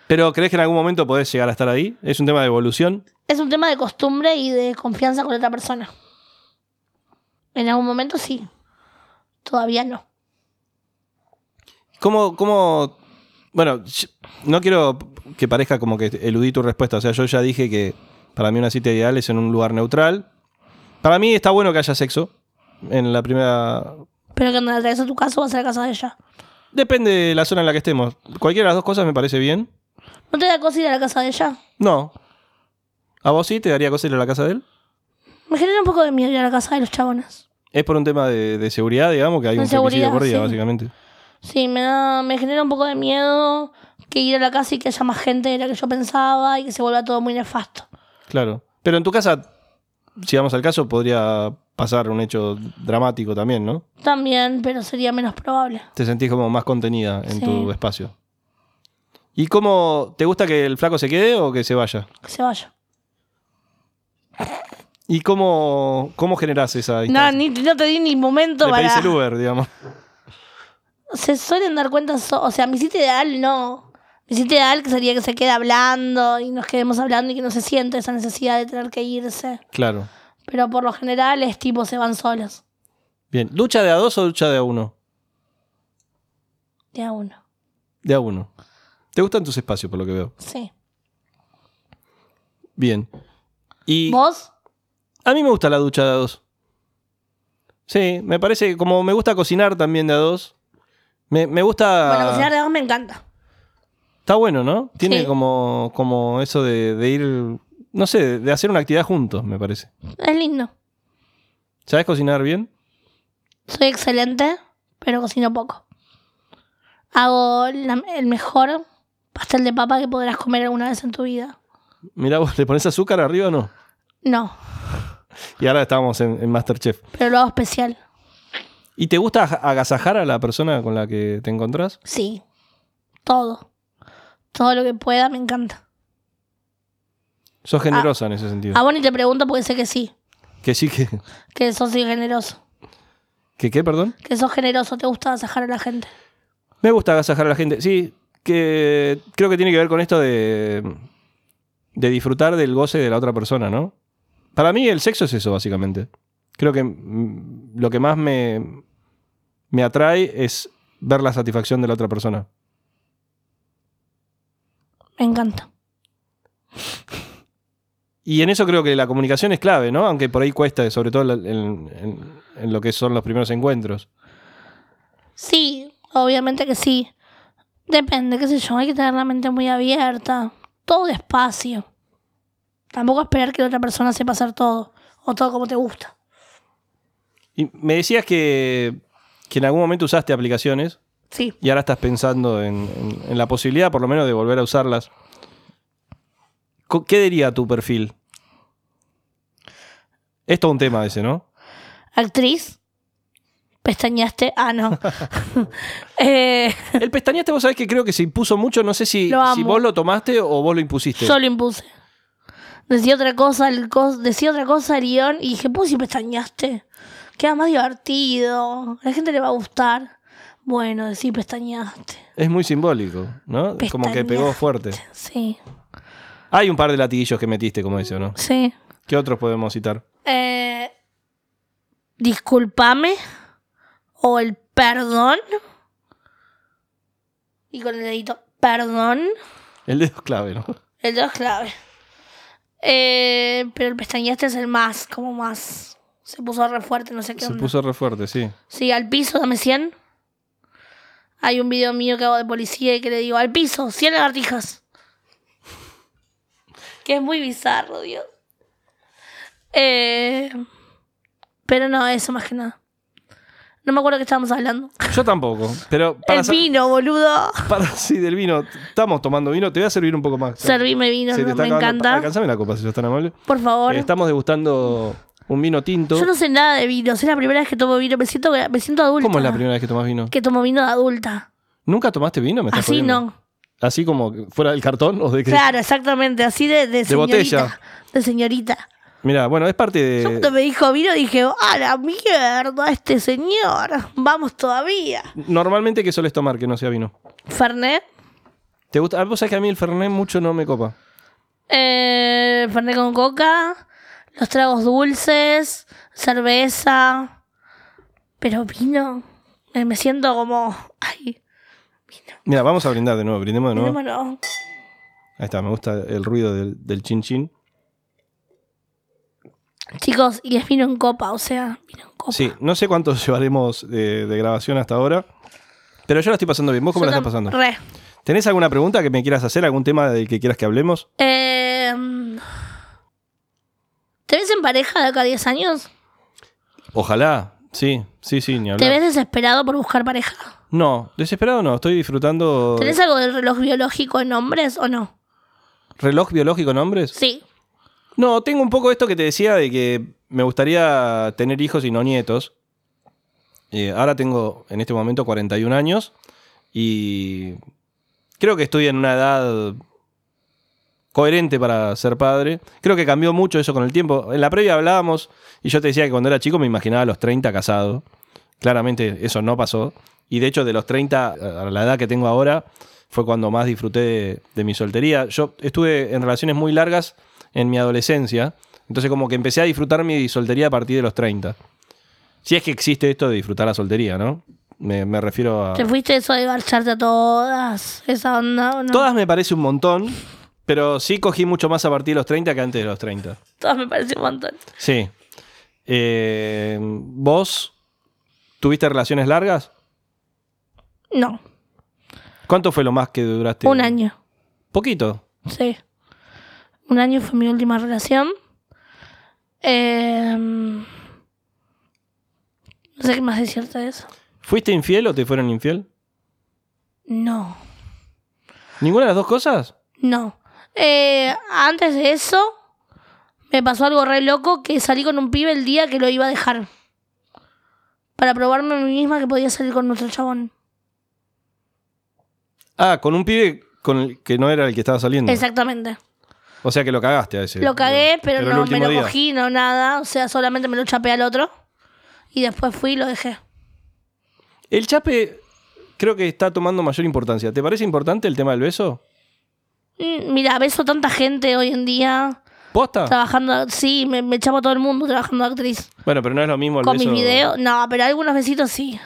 Speaker 2: Pero ¿crees que en algún momento podés llegar a estar ahí? ¿Es un tema de evolución?
Speaker 3: Es un tema de costumbre y de confianza con otra persona. En algún momento sí. Todavía no.
Speaker 2: ¿Cómo, cómo- Bueno, sh- no quiero que parezca como que eludí tu respuesta. O sea, yo ya dije que para mí una cita ideal es en un lugar neutral. Para mí está bueno que haya sexo. En la primera.
Speaker 3: Pero cuando la traes a tu casa vas a la casa de ella.
Speaker 2: Depende de la zona en la que estemos. Cualquiera de las dos cosas me parece bien.
Speaker 3: ¿No te da cosa ir a la casa de ella?
Speaker 2: No. ¿A vos sí te daría cosa ir a la casa de él?
Speaker 3: Me genera un poco de miedo ir a la casa de los chabones.
Speaker 2: Es por un tema de, de seguridad, digamos, que hay
Speaker 3: De
Speaker 2: un femicidio
Speaker 3: seguridad,
Speaker 2: por día,
Speaker 3: sí.
Speaker 2: básicamente.
Speaker 3: Sí, me, da, me genera un poco de miedo que ir a la casa y que haya más gente de la que yo pensaba y que se vuelva todo muy nefasto.
Speaker 2: Claro. Pero en tu casa, si vamos al caso, podría pasar un hecho dramático también, ¿no?
Speaker 3: También, pero sería menos probable.
Speaker 2: Te sentís como más contenida en
Speaker 3: Sí.
Speaker 2: tu espacio. ¿Y cómo te gusta que el flaco se quede o que se vaya?
Speaker 3: Que se vaya.
Speaker 2: ¿Y cómo, cómo generás esa
Speaker 3: No,
Speaker 2: distancia?
Speaker 3: ni, no te di ni momento
Speaker 2: Le pedís
Speaker 3: para.
Speaker 2: el Uber, digamos.
Speaker 3: Se suelen dar cuenta, so- o sea, mi sitio ideal no. Mi sitio ideal que sería que se quede hablando y nos quedemos hablando y que no se siente esa necesidad de tener que irse.
Speaker 2: Claro.
Speaker 3: Pero por lo general es tipo, se van solos.
Speaker 2: Bien. ¿Ducha de a dos o ducha de a uno?
Speaker 3: De a uno.
Speaker 2: De a uno. ¿Te gustan tus espacios, por lo que veo?
Speaker 3: Sí.
Speaker 2: Bien. Y
Speaker 3: ¿Vos?
Speaker 2: a mí me gusta la ducha de a dos. Sí, me parece que como me gusta cocinar también de a dos. Me, me gusta...
Speaker 3: Bueno, cocinar de dos me encanta.
Speaker 2: Está bueno, ¿no? Tiene
Speaker 3: Sí.
Speaker 2: como, como eso de, de ir, no sé, de hacer una actividad juntos, me parece.
Speaker 3: Es lindo.
Speaker 2: ¿Sabes cocinar bien?
Speaker 3: Soy excelente, pero cocino poco. Hago la- el mejor pastel de papa que podrás comer alguna vez en tu vida.
Speaker 2: Mirá vos, ¿le pones azúcar arriba o no?
Speaker 3: No,
Speaker 2: Y ahora estábamos en, en Masterchef.
Speaker 3: pero lo hago especial.
Speaker 2: ¿Y te gusta aj- agasajar a la persona con la que te encontrás?
Speaker 3: Sí. Todo. Todo lo que pueda me encanta.
Speaker 2: Sos generosa en ese sentido.
Speaker 3: A vos ni te pregunto porque sé que sí.
Speaker 2: Que sí, que,
Speaker 3: Que sos sí, generoso.
Speaker 2: que qué, perdón.
Speaker 3: Que sos generoso, te gusta agasajar a la gente.
Speaker 2: Me gusta agasajar a la gente. Sí, que creo que tiene que ver con esto de, de disfrutar del goce de la otra persona, ¿no? Para mí el sexo es eso, básicamente. Creo que mm, lo que más me, me atrae es ver la satisfacción de la otra persona.
Speaker 3: Me encanta.
Speaker 2: Y en eso creo que la comunicación es clave, ¿no? Aunque por ahí cuesta, sobre todo en, en- en lo que son los primeros encuentros.
Speaker 3: Sí, obviamente que sí. Depende, qué sé yo, hay que tener la mente muy abierta. Todo despacio. Tampoco esperar que la otra persona sepa hacer todo. O todo como te gusta.
Speaker 2: Y me decías que, que en algún momento usaste aplicaciones
Speaker 3: Sí.
Speaker 2: y ahora estás pensando en, en- en la posibilidad, por lo menos, de volver a usarlas. Co- ¿Qué diría tu perfil? Es todo un tema ese, ¿no?
Speaker 3: Actriz. Pestañaste. Ah, no. eh,
Speaker 2: El pestañaste, vos sabés que creo que se impuso mucho. No sé si,
Speaker 3: Lo amo.
Speaker 2: si vos lo tomaste o vos lo impusiste.
Speaker 3: yo lo impuse. Decía otra cosa, el cos- decía otra cosa el guión y dije, pues si pestañaste. Queda más divertido. A la gente le va a gustar. Bueno, decir pestañaste.
Speaker 2: Es muy simbólico, ¿no? Como que pegó
Speaker 3: Pestañaste.
Speaker 2: fuerte.
Speaker 3: Sí,
Speaker 2: Hay un par de latiguillos que metiste, como ese, ¿o ¿no?
Speaker 3: sí.
Speaker 2: ¿Qué otros podemos citar?
Speaker 3: Eh, disculpame o el perdón. Y con el dedito, perdón.
Speaker 2: El dedo es clave, ¿no?
Speaker 3: El dedo es clave. Eh, pero el pestañaste es el más, como más. Se puso re fuerte, no sé qué
Speaker 2: Se
Speaker 3: onda.
Speaker 2: puso re fuerte, sí.
Speaker 3: Sí, al piso, dame 100. Hay un video mío que hago de policía y que le digo, al piso, 100 lagartijas. Que es muy bizarro, Dios. Eh, pero no, eso más que nada. No me acuerdo que estábamos hablando.
Speaker 2: Yo tampoco, pero para,
Speaker 3: el
Speaker 2: sa-
Speaker 3: vino, boludo.
Speaker 2: para sí del vino, estamos tomando vino, te voy a servir un poco más.
Speaker 3: Servime vino,
Speaker 2: Se te
Speaker 3: no,
Speaker 2: está
Speaker 3: me
Speaker 2: acabando-
Speaker 3: encanta.
Speaker 2: Alcanzame la copa, si sos tan amable.
Speaker 3: Por favor.
Speaker 2: Eh, estamos degustando un vino tinto.
Speaker 3: Yo no sé nada de vino. Es la primera vez que tomo vino. Me siento, me siento adulta.
Speaker 2: ¿Cómo es la primera vez que tomás vino?
Speaker 3: Que tomo vino de adulta.
Speaker 2: ¿Nunca tomaste vino? Me estás
Speaker 3: Así
Speaker 2: jodiendo.
Speaker 3: no.
Speaker 2: ¿Así como fuera del cartón o de qué?
Speaker 3: Claro, exactamente, así de, de señorita.
Speaker 2: botella. Eh,
Speaker 3: De señorita.
Speaker 2: Mira, bueno, es parte
Speaker 3: Yo cuando
Speaker 2: de...
Speaker 3: me dijo vino dije, ¡ah, la mierda, este señor! Vamos todavía.
Speaker 2: Normalmente, ¿qué soles tomar que no sea vino?
Speaker 3: Fernet.
Speaker 2: ¿Te gusta? Ah, Vos sabés que a mí el Fernet mucho no me copa.
Speaker 3: eh, Fernet con coca. Los tragos dulces. Cerveza. Pero vino. eh, Me siento como. ¡Ay!
Speaker 2: Mira, vamos a brindar de nuevo, brindemos de nuevo.
Speaker 3: no, no.
Speaker 2: Ahí está, me gusta el ruido del, del chin chin.
Speaker 3: Chicos, y es vino en copa, o sea, vino en copa.
Speaker 2: Sí, no sé cuánto llevaremos de, de grabación hasta ahora, pero yo la estoy pasando bien. ¿Vos cómo
Speaker 3: Yo
Speaker 2: la estás
Speaker 3: tam-
Speaker 2: pasando?
Speaker 3: Re.
Speaker 2: ¿Tenés alguna pregunta que me quieras hacer? ¿Algún tema del que quieras que hablemos?
Speaker 3: Eh, ¿Te ves en pareja de acá a 10 años?
Speaker 2: Ojalá. Sí, sí, sí, ni
Speaker 3: ¿Te
Speaker 2: hablar.
Speaker 3: ves desesperado por buscar pareja?
Speaker 2: No, desesperado no, estoy disfrutando.
Speaker 3: ¿Tenés algo del reloj biológico en hombres o no?
Speaker 2: ¿Reloj biológico en hombres?
Speaker 3: Sí.
Speaker 2: No, tengo un poco esto que te decía de que me gustaría tener hijos y no nietos. Eh, ahora tengo en este momento 41 años y creo que estoy en una edad coherente para ser padre. Creo que cambió mucho eso con el tiempo. En la previa hablábamos y yo te decía que cuando era chico me imaginaba a los 30 casado. Claramente eso no pasó. Y de hecho de los 30 a la edad que tengo ahora fue cuando más disfruté de, de mi soltería. Yo estuve en relaciones muy largas en mi adolescencia. Entonces como que empecé a disfrutar mi soltería a partir de los 30. Si es que existe esto de disfrutar la soltería, ¿no? Me, me refiero a...
Speaker 3: ¿Te fuiste eso de garcharte a todas? ¿Esa onda o no?
Speaker 2: Todas me parece un montón, pero sí cogí mucho más a partir de los 30 que antes de los 30.
Speaker 3: Todas me parece un montón.
Speaker 2: Sí. Eh, ¿Vos tuviste relaciones largas?
Speaker 3: No,
Speaker 2: ¿Cuánto fue lo más que duraste?
Speaker 3: un año.
Speaker 2: Poquito.
Speaker 3: Sí. Un año fue mi última relación. Eh, no sé qué más decirte de eso.
Speaker 2: ¿Fuiste infiel o te fueron infiel?
Speaker 3: No.
Speaker 2: ¿Ninguna de las dos cosas?
Speaker 3: No. Eh, antes de eso, me pasó algo re loco que salí con un pibe el día que lo iba a dejar. Para probarme a mí misma que podía salir con otro chabón.
Speaker 2: Ah, con un pibe con el que no era el que estaba saliendo.
Speaker 3: Exactamente.
Speaker 2: O sea que lo cagaste a ese.
Speaker 3: Lo cagué, pero,
Speaker 2: el
Speaker 3: no me
Speaker 2: último
Speaker 3: lo
Speaker 2: día.
Speaker 3: cogí, no nada. O sea, solamente me lo chapé al otro. Y después fui y lo dejé.
Speaker 2: El chape, creo que está tomando mayor importancia. ¿Te parece importante el tema del beso?
Speaker 3: Mm, Mira, beso tanta gente hoy en día
Speaker 2: ¿Posta?
Speaker 3: trabajando. Sí, me, me chapo a todo el mundo trabajando de actriz.
Speaker 2: Bueno, pero no es lo mismo el
Speaker 3: Con
Speaker 2: beso.
Speaker 3: mis videos. No, pero algunos besitos sí.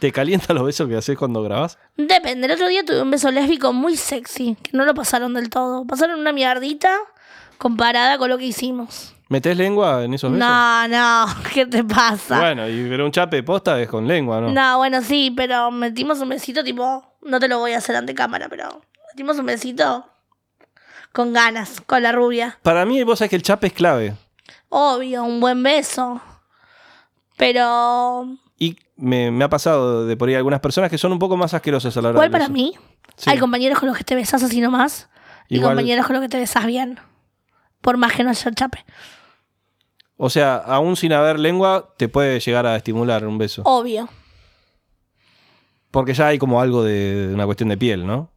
Speaker 2: ¿Te calienta los besos que haces cuando grabás?
Speaker 3: Depende. El otro día tuve un beso lésbico muy sexy, que no lo pasaron del todo. Pasaron una mierdita comparada con lo que hicimos.
Speaker 2: ¿Metés lengua en esos besos?
Speaker 3: No, no, ¿qué te pasa?
Speaker 2: Bueno, y, pero un chape posta es con lengua, ¿no?
Speaker 3: No, bueno, sí, pero metimos un besito tipo, no te lo voy a hacer ante cámara, pero metimos un besito con ganas, con la rubia.
Speaker 2: Para mí, vos sabés que el chape es clave.
Speaker 3: Obvio, un buen beso. Pero
Speaker 2: Y me, me ha pasado de por ahí algunas personas que son un poco más asquerosas a la hora
Speaker 3: igual
Speaker 2: del
Speaker 3: para
Speaker 2: beso.
Speaker 3: mí,
Speaker 2: Sí.
Speaker 3: hay compañeros con los que te besas así nomás y
Speaker 2: Igual-
Speaker 3: compañeros con los que te besas bien. Por más que no haya chape.
Speaker 2: O sea, aún sin haber lengua, te puede llegar a estimular un beso.
Speaker 3: Obvio.
Speaker 2: Porque ya hay como algo de, de una cuestión de piel, ¿no?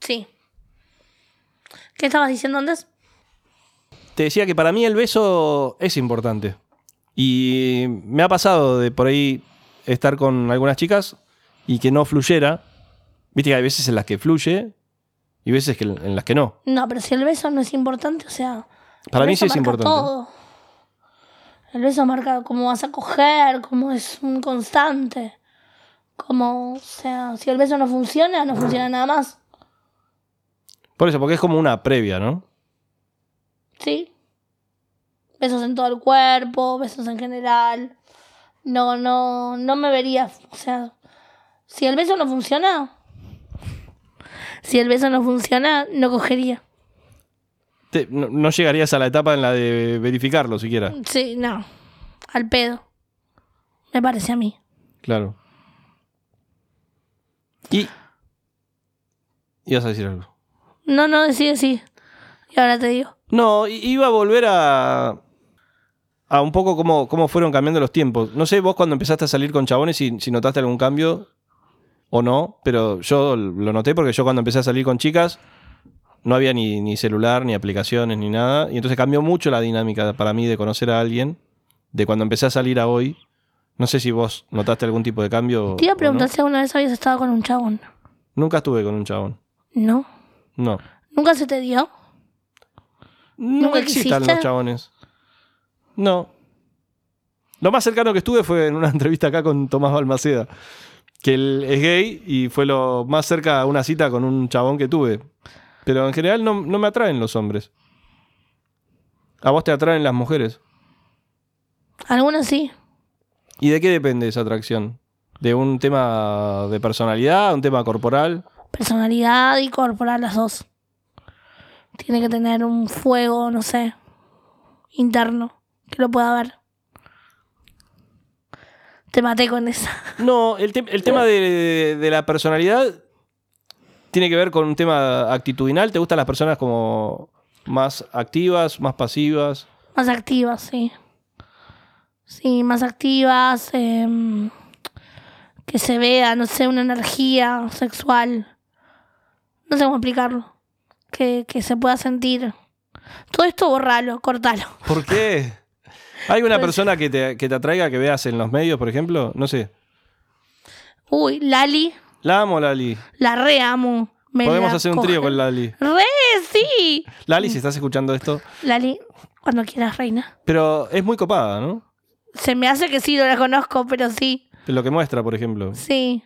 Speaker 3: Sí. ¿Qué estabas diciendo antes?
Speaker 2: Te decía que para mí el beso es importante. Y me ha pasado de por ahí estar con algunas chicas y que no fluyera. Viste que hay veces en las que fluye y veces que, en las que no.
Speaker 3: No, pero si el beso no es importante, o sea. el
Speaker 2: Para mí
Speaker 3: beso
Speaker 2: sí es
Speaker 3: marca
Speaker 2: importante.
Speaker 3: todo. El beso marca cómo vas a coger, cómo es un constante. Como, o sea, si el beso no funciona, no funciona nada más.
Speaker 2: Por eso, porque es como una previa, ¿no?
Speaker 3: ¿Sí? Besos en todo el cuerpo, besos en general. No, no, no me vería. O sea, si el beso no funciona. Si el beso no funciona, no cogería.
Speaker 2: Te- no, no llegarías a la etapa en la de verificarlo siquiera.
Speaker 3: Sí, no. Al pedo. Me parece a mí.
Speaker 2: Claro. Y. Ibas a decir algo.
Speaker 3: No, no, decide sí. Y ahora te digo.
Speaker 2: No, i- iba a volver a. a un poco cómo, cómo fueron cambiando los tiempos. No sé vos cuando empezaste a salir con chabones si, si notaste algún cambio o no, pero yo lo noté porque yo cuando empecé a salir con chicas no había ni, ni celular, ni aplicaciones, ni nada. Y entonces cambió mucho la dinámica para mí de conocer a alguien, de cuando empecé a salir a hoy. No sé si vos notaste algún tipo de cambio.
Speaker 3: Te iba a
Speaker 2: o no.
Speaker 3: preguntar si alguna vez habías estado con un chabón.
Speaker 2: Nunca estuve con un chabón.
Speaker 3: No.
Speaker 2: No.
Speaker 3: ¿Nunca se te dio?
Speaker 2: No
Speaker 3: ¿Nunca
Speaker 2: me excitan
Speaker 3: quisiste?
Speaker 2: los chabones. No. Lo más cercano que estuve fue en una entrevista acá con Tomás Balmaceda, que él es gay y fue lo más cerca a una cita con un chabón que tuve. Pero en general no, no me atraen los hombres. A vos te atraen las mujeres.
Speaker 3: Algunos sí.
Speaker 2: ¿Y de qué depende esa atracción? ¿De un tema de personalidad, un tema corporal?
Speaker 3: Personalidad y corporal, las dos. Tiene que tener un fuego, no sé, interno, que lo pueda ver. Te maté con esa.
Speaker 2: No, el, tem- el tema de, de la personalidad tiene que ver con un tema actitudinal. ¿Te gustan las personas como más activas, más pasivas?
Speaker 3: Más activas, sí. Sí, más activas. em, que se vea, no sé, una energía sexual. No sé cómo explicarlo. Que, que se pueda sentir. Todo esto borralo, cortalo.
Speaker 2: ¿Por qué? ¿Hay una
Speaker 3: Pues-
Speaker 2: persona que te, que te atraiga, que veas en los medios, por ejemplo? No sé.
Speaker 3: Uy, Lali,
Speaker 2: La amo, Lali.
Speaker 3: la re amo. Me
Speaker 2: Podemos
Speaker 3: la
Speaker 2: hacer un
Speaker 3: coge-
Speaker 2: trío con Lali.
Speaker 3: ¡Re, sí!
Speaker 2: Lali, si estás escuchando esto.
Speaker 3: Lali, cuando quieras, reina.
Speaker 2: Pero es muy copada, ¿no?
Speaker 3: Se me hace que sí, no la conozco, pero sí,
Speaker 2: Lo que muestra, por ejemplo.
Speaker 3: sí.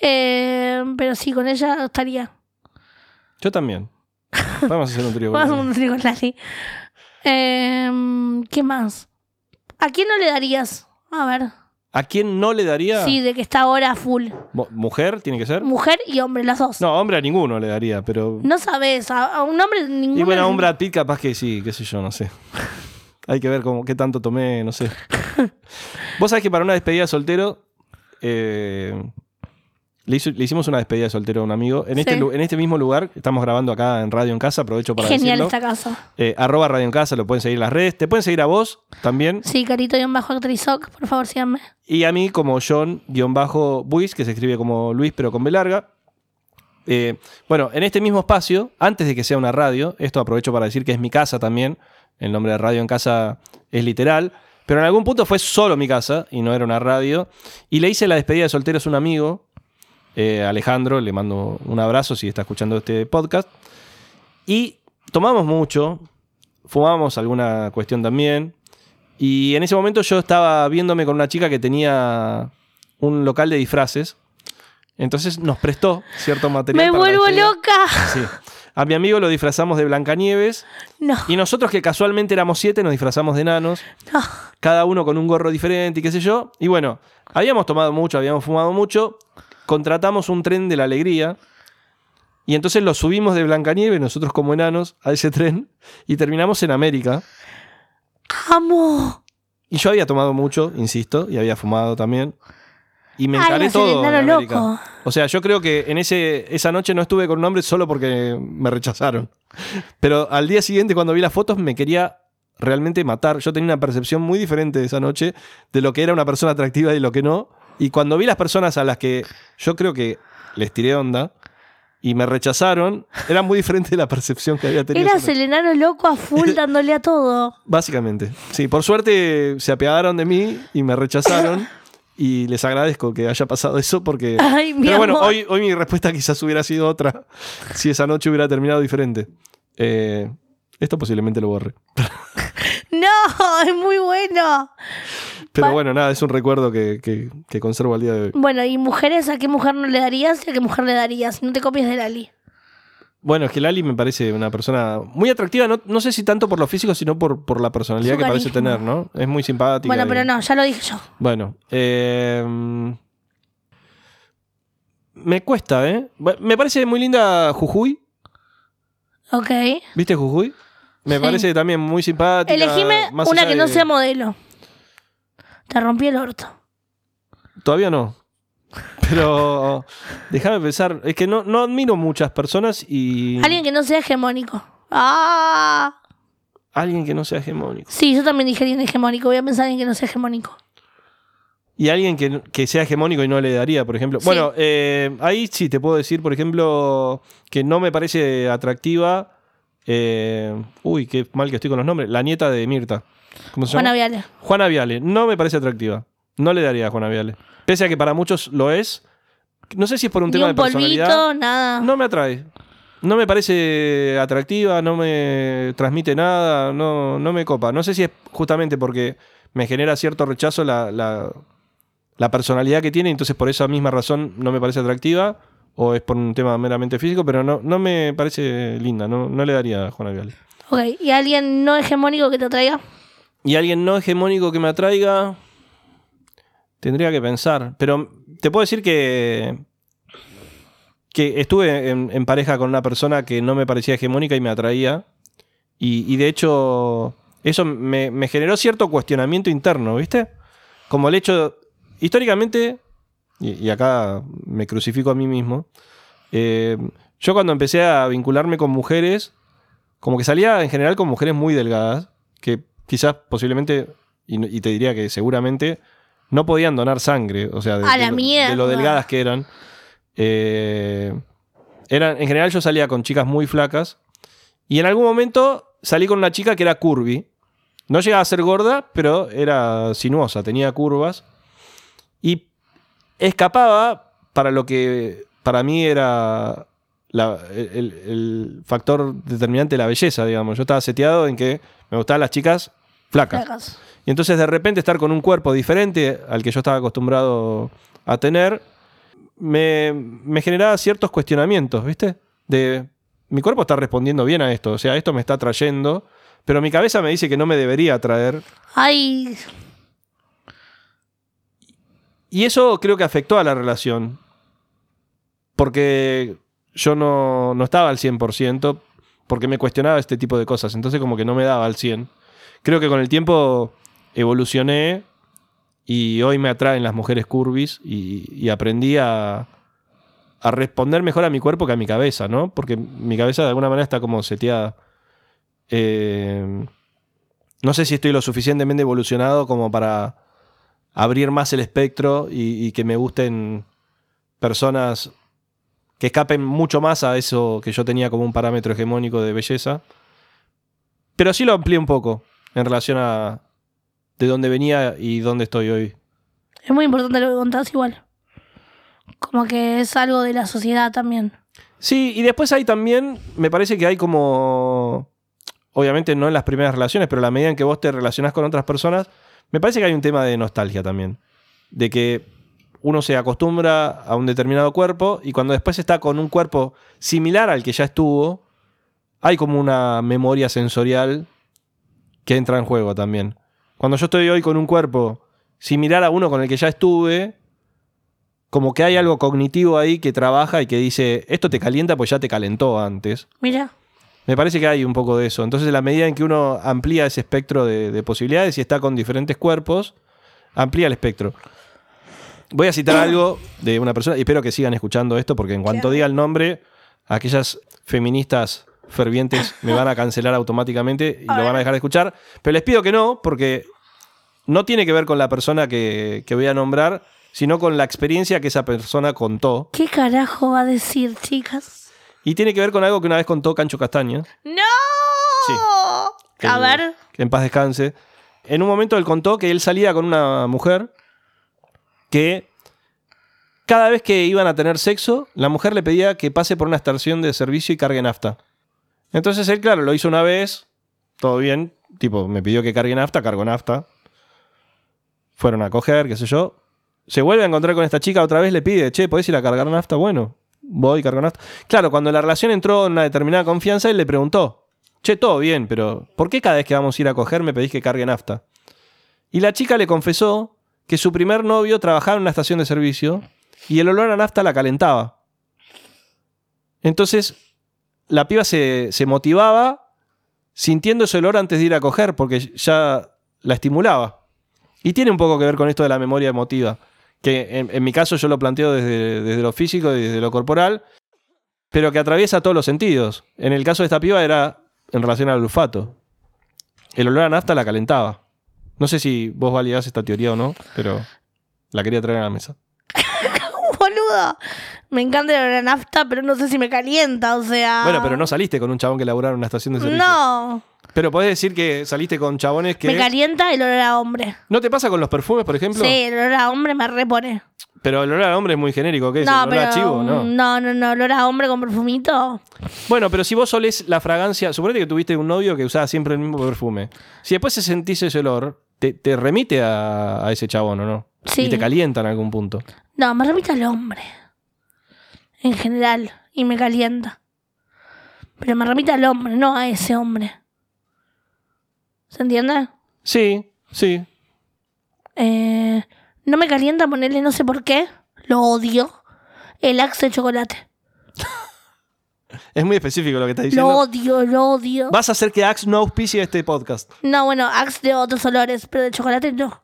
Speaker 3: Em, pero sí, con ella estaría.
Speaker 2: Yo también. Podemos hacer un trío con
Speaker 3: Vamos a
Speaker 2: Lali.
Speaker 3: un trío con Lali. Em, ¿Qué más? ¿A quién no le darías? A ver.
Speaker 2: ¿A quién no le daría?
Speaker 3: Sí, de que está ahora full.
Speaker 2: Mo- ¿Mujer tiene que ser?
Speaker 3: Mujer y hombre, las dos. No,
Speaker 2: No, hombre a ninguno le daría, pero
Speaker 3: sabes, a, a un hombre ningún.
Speaker 2: Y bueno, a un Brad Pitt capaz que sí, qué sé yo, no sé. Hay que ver cómo, qué tanto tomé, no sé. Vos sabés que para una despedida de soltero, eh, le, hizo- le hicimos una despedida de soltero a un amigo. En, este,
Speaker 3: Sí.
Speaker 2: lu- en este mismo lugar, estamos grabando acá en Radio en Casa, aprovecho para
Speaker 3: Genial
Speaker 2: decirlo.
Speaker 3: esta casa.
Speaker 2: Eh, arroba Radio en Casa, lo pueden seguir en las redes. Te pueden seguir a vos también.
Speaker 3: Sí, carito y un bajo actrizoc, por favor, síganme.
Speaker 2: Y a mí como John-Buis, que se escribe como Luis pero con B larga. Eh, bueno, en este mismo espacio, antes de que sea una radio, esto aprovecho para decir que es mi casa también, el nombre de radio en casa es literal, pero en algún punto fue solo mi casa y no era una radio, y le hice la despedida de solteros a un amigo eh, Alejandro, le mando un abrazo si está escuchando este podcast. Y tomamos mucho, fumamos alguna cuestión también. Y en ese momento yo estaba viéndome con una chica que tenía un local de disfraces. Entonces nos prestó cierto material.
Speaker 3: Me
Speaker 2: para la
Speaker 3: vuelvo
Speaker 2: despedida.
Speaker 3: loca.
Speaker 2: Sí. A mi amigo lo disfrazamos de Blancanieves
Speaker 3: No,
Speaker 2: y nosotros que casualmente éramos siete nos disfrazamos de enanos,
Speaker 3: no.
Speaker 2: cada uno con un gorro diferente y qué sé yo. Y bueno, habíamos tomado mucho, habíamos fumado mucho, contratamos un tren de la alegría y entonces lo subimos de Blancanieves, nosotros como enanos, a ese tren y terminamos en América.
Speaker 3: Amo.
Speaker 2: Y yo había tomado mucho, insisto, y había fumado también. Y me
Speaker 3: Ay,
Speaker 2: encaré
Speaker 3: no, se
Speaker 2: todo. en
Speaker 3: enano
Speaker 2: América.
Speaker 3: loco.
Speaker 2: O sea, yo creo que en ese, esa noche no estuve con un hombre solo porque me rechazaron. Pero al día siguiente, cuando vi las fotos, me quería realmente matar. Yo tenía una percepción muy diferente esa noche de lo que era una persona atractiva y lo que no. Y cuando vi las personas a las que yo creo que les tiré onda y me rechazaron, era muy diferente de la percepción que había tenido. esa
Speaker 3: Eras
Speaker 2: noche.
Speaker 3: el enano loco a full dándole a todo.
Speaker 2: Básicamente. Sí, por suerte se apiadaron de mí y me rechazaron. Y les agradezco que haya pasado eso porque...
Speaker 3: Ay, mi
Speaker 2: Pero bueno,
Speaker 3: amor.
Speaker 2: hoy, hoy mi respuesta quizás hubiera sido otra si esa noche hubiera terminado diferente. Eh, esto posiblemente lo borre.
Speaker 3: No, es muy bueno.
Speaker 2: Pero
Speaker 3: Pa-
Speaker 2: bueno, nada, es un recuerdo que, que- que conservo al día de hoy.
Speaker 3: Bueno, ¿y mujeres a qué mujer no le darías y a qué mujer le darías? No te copies de Lali.
Speaker 2: Bueno, es que Lali me parece una persona muy atractiva, no, no sé si tanto por lo físico, sino por, por la personalidad
Speaker 3: Su
Speaker 2: que parece
Speaker 3: carisma.
Speaker 2: tener, ¿no? Es muy simpática.
Speaker 3: Bueno,
Speaker 2: y-
Speaker 3: pero no, ya lo dije yo.
Speaker 2: Bueno, eh, me cuesta, ¿eh? Bu- Me parece muy linda Jujuy.
Speaker 3: Ok.
Speaker 2: ¿Viste Jujuy? Me
Speaker 3: Sí.
Speaker 2: parece también muy simpática.
Speaker 3: Elegime
Speaker 2: más
Speaker 3: una
Speaker 2: allá
Speaker 3: que no
Speaker 2: de-
Speaker 3: sea modelo. Te rompí el orto.
Speaker 2: Todavía no. Pero déjame pensar. Es que no, no admiro muchas personas y.
Speaker 3: Alguien que no sea hegemónico. Ah.
Speaker 2: Alguien que no sea hegemónico.
Speaker 3: Sí, yo también dije alguien hegemónico. Voy a pensar en alguien que no sea hegemónico.
Speaker 2: Y alguien que, que sea hegemónico y no le daría, por ejemplo.
Speaker 3: Sí.
Speaker 2: Bueno, eh, ahí sí te puedo decir, por ejemplo, que no me parece atractiva. eh, uy, qué mal que estoy con los nombres. La nieta de Mirta. ¿Cómo se llama?
Speaker 3: Juana Viale.
Speaker 2: Juana Viale. No me parece atractiva. No le daría a Juana Viale. Pese a que para muchos lo es. No sé si es por un
Speaker 3: Ni
Speaker 2: tema
Speaker 3: un
Speaker 2: de personalidad.
Speaker 3: polvito, nada.
Speaker 2: No me atrae. No me parece atractiva, no me transmite nada, no, no me copa. No sé si es justamente porque me genera cierto rechazo la, la- la personalidad que tiene, entonces por esa misma razón no me parece atractiva, o es por un tema meramente físico, pero no, no me parece linda, no, no le daría a Juana Viale.
Speaker 3: Ok, ¿y alguien no hegemónico que te atraiga?
Speaker 2: Y alguien no hegemónico que me atraiga, tendría que pensar. Pero te puedo decir que, que estuve en, en pareja con una persona que no me parecía hegemónica y me atraía. Y, y de hecho, eso me, me generó cierto cuestionamiento interno, ¿viste? Como el hecho, históricamente, y, y acá me crucifico a mí mismo, eh, yo cuando empecé a vincularme con mujeres, como que salía en general con mujeres muy delgadas, que quizás posiblemente, y, no- y te diría que seguramente, no podían donar sangre, o sea, de,
Speaker 3: A
Speaker 2: de
Speaker 3: la
Speaker 2: lo-
Speaker 3: mierda.
Speaker 2: de lo delgadas que eran. Eh, eran. En general yo salía con chicas muy flacas, y en algún momento salí con una chica que era curvy. No llegaba a ser gorda, pero era sinuosa, tenía curvas. Y escapaba para lo que para mí era la- el, el factor determinante de la belleza, digamos. Yo estaba seteado en que me gustaban las chicas flacas.
Speaker 3: Fracas.
Speaker 2: Y entonces de repente estar con un cuerpo diferente al que yo estaba acostumbrado a tener, me, me generaba ciertos cuestionamientos, ¿viste? De, mi cuerpo está respondiendo bien a esto, o sea, esto me está atrayendo, pero mi cabeza me dice que no me debería atraer.
Speaker 3: Ay,
Speaker 2: Y eso creo que afectó a la relación, porque yo no, no estaba al 100%, porque me cuestionaba este tipo de cosas, entonces como que no me daba al 100%. Creo que con el tiempo evolucioné y hoy me atraen las mujeres curvis y, y aprendí a, a responder mejor a mi cuerpo que a mi cabeza, ¿no? Porque mi cabeza de alguna manera está como seteada. Eh, no sé si estoy lo suficientemente evolucionado como para abrir más el espectro y, y que me gusten personas que escapen mucho más a eso que yo tenía como un parámetro hegemónico de belleza. Pero sí lo amplié un poco en relación a de dónde venía y dónde estoy hoy.
Speaker 3: es muy importante lo que contás igual. Como que es algo de la sociedad también.
Speaker 2: Sí, y después hay también, me parece que hay como, obviamente no en las primeras relaciones, pero a la medida en que vos te relacionás con otras personas, me parece que hay un tema de nostalgia también. De que uno se acostumbra a un determinado cuerpo y cuando después está con un cuerpo similar al que ya estuvo, hay como una memoria sensorial que entra en juego también. Cuando yo estoy hoy con un cuerpo similar a uno con el que ya estuve, como que hay algo cognitivo ahí que trabaja y que dice, esto te calienta pues ya te calentó antes.
Speaker 3: Mira.
Speaker 2: Me parece que hay un poco de eso. Entonces, en la medida en que uno amplía ese espectro de, de posibilidades y está con diferentes cuerpos, amplía el espectro. Voy a citar algo de una persona, y espero que sigan escuchando esto, porque en cuanto
Speaker 3: Claro.
Speaker 2: diga el nombre, aquellas feministas fervientes me van a cancelar automáticamente y
Speaker 3: A
Speaker 2: lo van a
Speaker 3: ver.
Speaker 2: dejar de escuchar. Pero les pido que no, porque no tiene que ver con la persona que, que voy a nombrar, sino con la experiencia que esa persona contó.
Speaker 3: ¿Qué carajo va a decir, chicas?
Speaker 2: Y tiene que ver con algo que una vez contó Cancho Castaña.
Speaker 3: ¡No!
Speaker 2: Sí. que-
Speaker 3: A ver.
Speaker 2: Que en paz descanse. En un momento él contó que él salía con una mujer que cada vez que iban a tener sexo, la mujer le pedía que pase por una estación de servicio y cargue nafta. Entonces él, claro, lo hizo una vez, todo bien, tipo, me pidió que cargue nafta, cargo nafta. Fueron a coger, qué sé yo. Se vuelve a encontrar con esta chica otra vez, le pide, che, ¿podés ir a cargar nafta? Bueno, voy, cargo nafta. Claro, cuando la relación entró en una determinada confianza, él le preguntó, che, todo bien, pero ¿por qué cada vez que vamos a ir a coger me pedís que cargue nafta? Y la chica le confesó que su primer novio trabajaba en una estación de servicio y el olor a nafta la calentaba. Entonces, la piba se, se motivaba sintiendo ese olor antes de ir a coger porque ya la estimulaba. Y tiene un poco que ver con esto de la memoria emotiva, que en, en mi caso yo lo planteo desde, desde lo físico y desde lo corporal, pero que atraviesa todos los sentidos. En el caso de esta piba era en relación al olfato. El olor a nafta la calentaba. No sé si vos validás esta teoría o no, pero la quería traer a la mesa.
Speaker 3: Boludo. Me encanta la nafta, pero no sé si me calienta, o sea.
Speaker 2: Bueno, pero no saliste con un chabón que laburaba en una estación de servicio.
Speaker 3: Ah. No,
Speaker 2: Pero podés decir que saliste con chabones
Speaker 3: me
Speaker 2: que...
Speaker 3: calienta el olor a hombre.
Speaker 2: ¿No te pasa con los perfumes, por ejemplo?
Speaker 3: Sí, el olor a hombre me repone.
Speaker 2: Pero el olor al hombre es muy genérico, ¿qué es?
Speaker 3: no,
Speaker 2: ¿El olor
Speaker 3: pero.
Speaker 2: a chivo? No.
Speaker 3: no, no, no, olor a hombre con perfumito.
Speaker 2: Bueno, pero si vos solés la fragancia... Suponete que tuviste un novio que usaba siempre el mismo perfume. Si después se sentís ese olor, te, te remite a, a ese chabón, ¿o no?
Speaker 3: Sí.
Speaker 2: Y te calienta en algún punto.
Speaker 3: No, me remite al hombre. En general. Y me calienta. Pero me remite al hombre, no a ese hombre. ¿Se entiende?
Speaker 2: Sí, sí.
Speaker 3: Eh, no me calienta ponerle no sé por qué. Lo odio. El axe de chocolate.
Speaker 2: Es muy específico lo que estás
Speaker 3: Lo
Speaker 2: diciendo.
Speaker 3: odio, lo odio.
Speaker 2: Vas a hacer que Axe no auspicie este podcast.
Speaker 3: No, bueno, axe de otros olores, pero de chocolate no.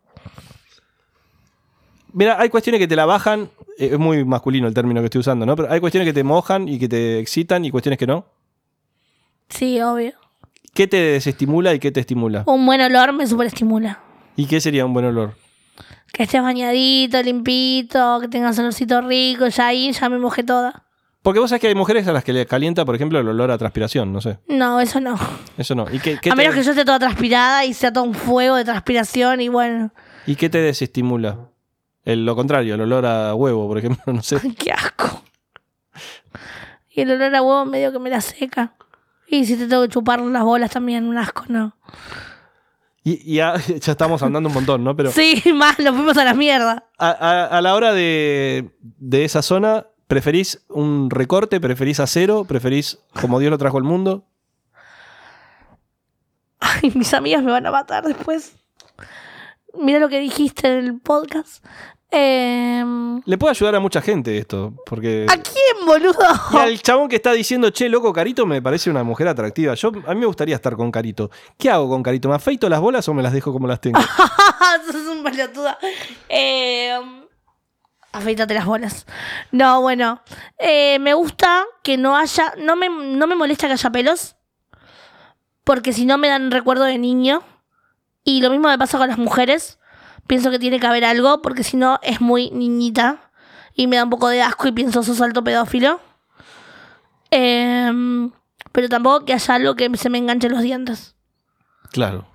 Speaker 2: Mira, hay cuestiones que te la bajan, eh, es muy masculino el término que estoy usando, ¿no? Pero hay cuestiones que te mojan y que te excitan y cuestiones que no.
Speaker 3: Sí, obvio.
Speaker 2: ¿Qué te desestimula y qué te estimula?
Speaker 3: Un buen olor me superestimula.
Speaker 2: ¿Y qué sería un buen olor?
Speaker 3: Que estés bañadito, limpito, que tengas olorcito rico, ya ahí ya me mojé toda.
Speaker 2: Porque vos sabés que hay mujeres a las que les calienta, por ejemplo, el olor a transpiración, no sé.
Speaker 3: No, eso no.
Speaker 2: Eso no. ¿Y qué, qué
Speaker 3: A
Speaker 2: te,
Speaker 3: menos que yo esté toda transpirada y sea todo un fuego de transpiración y bueno,
Speaker 2: ¿Y qué te desestimula? El- lo contrario, el olor a huevo, por ejemplo, no sé.
Speaker 3: qué asco. Y el olor a huevo medio que me la seca. Y si te tengo que chupar las bolas también, un asco, ¿no?
Speaker 2: Y, y a- ya estamos andando un montón, ¿no? Pero
Speaker 3: Sí, más, nos fuimos a la mierda.
Speaker 2: a, a- a la hora de, de esa zona, ¿preferís un recorte? ¿Preferís acero? ¿Preferís como Dios lo trajo al mundo?
Speaker 3: Ay, mis amigas me van a matar después. Mira lo que dijiste en el podcast. Em,
Speaker 2: Le puede ayudar a mucha gente esto, porque...
Speaker 3: ¿A quién, boludo?
Speaker 2: Y al chabón que está diciendo, che, loco, Carito me parece una mujer atractiva. Yo, a mí me gustaría estar con Carito. ¿Qué hago con Carito? ¿Me afeito las bolas o me las dejo como las tengo?
Speaker 3: Ah, Sos un pelotuda. Eh, afeítate las bolas. No, bueno. Eh, me gusta que no haya. No me, no me molesta que haya pelos. Porque si no me dan recuerdo de niño. Y lo mismo me pasa con las mujeres. Pienso que tiene que haber algo. Porque si no es muy niñita. Y me da un poco de asco y pienso sos alto pedófilo. Em, pero tampoco que haya algo que se me enganche los dientes.
Speaker 2: Claro.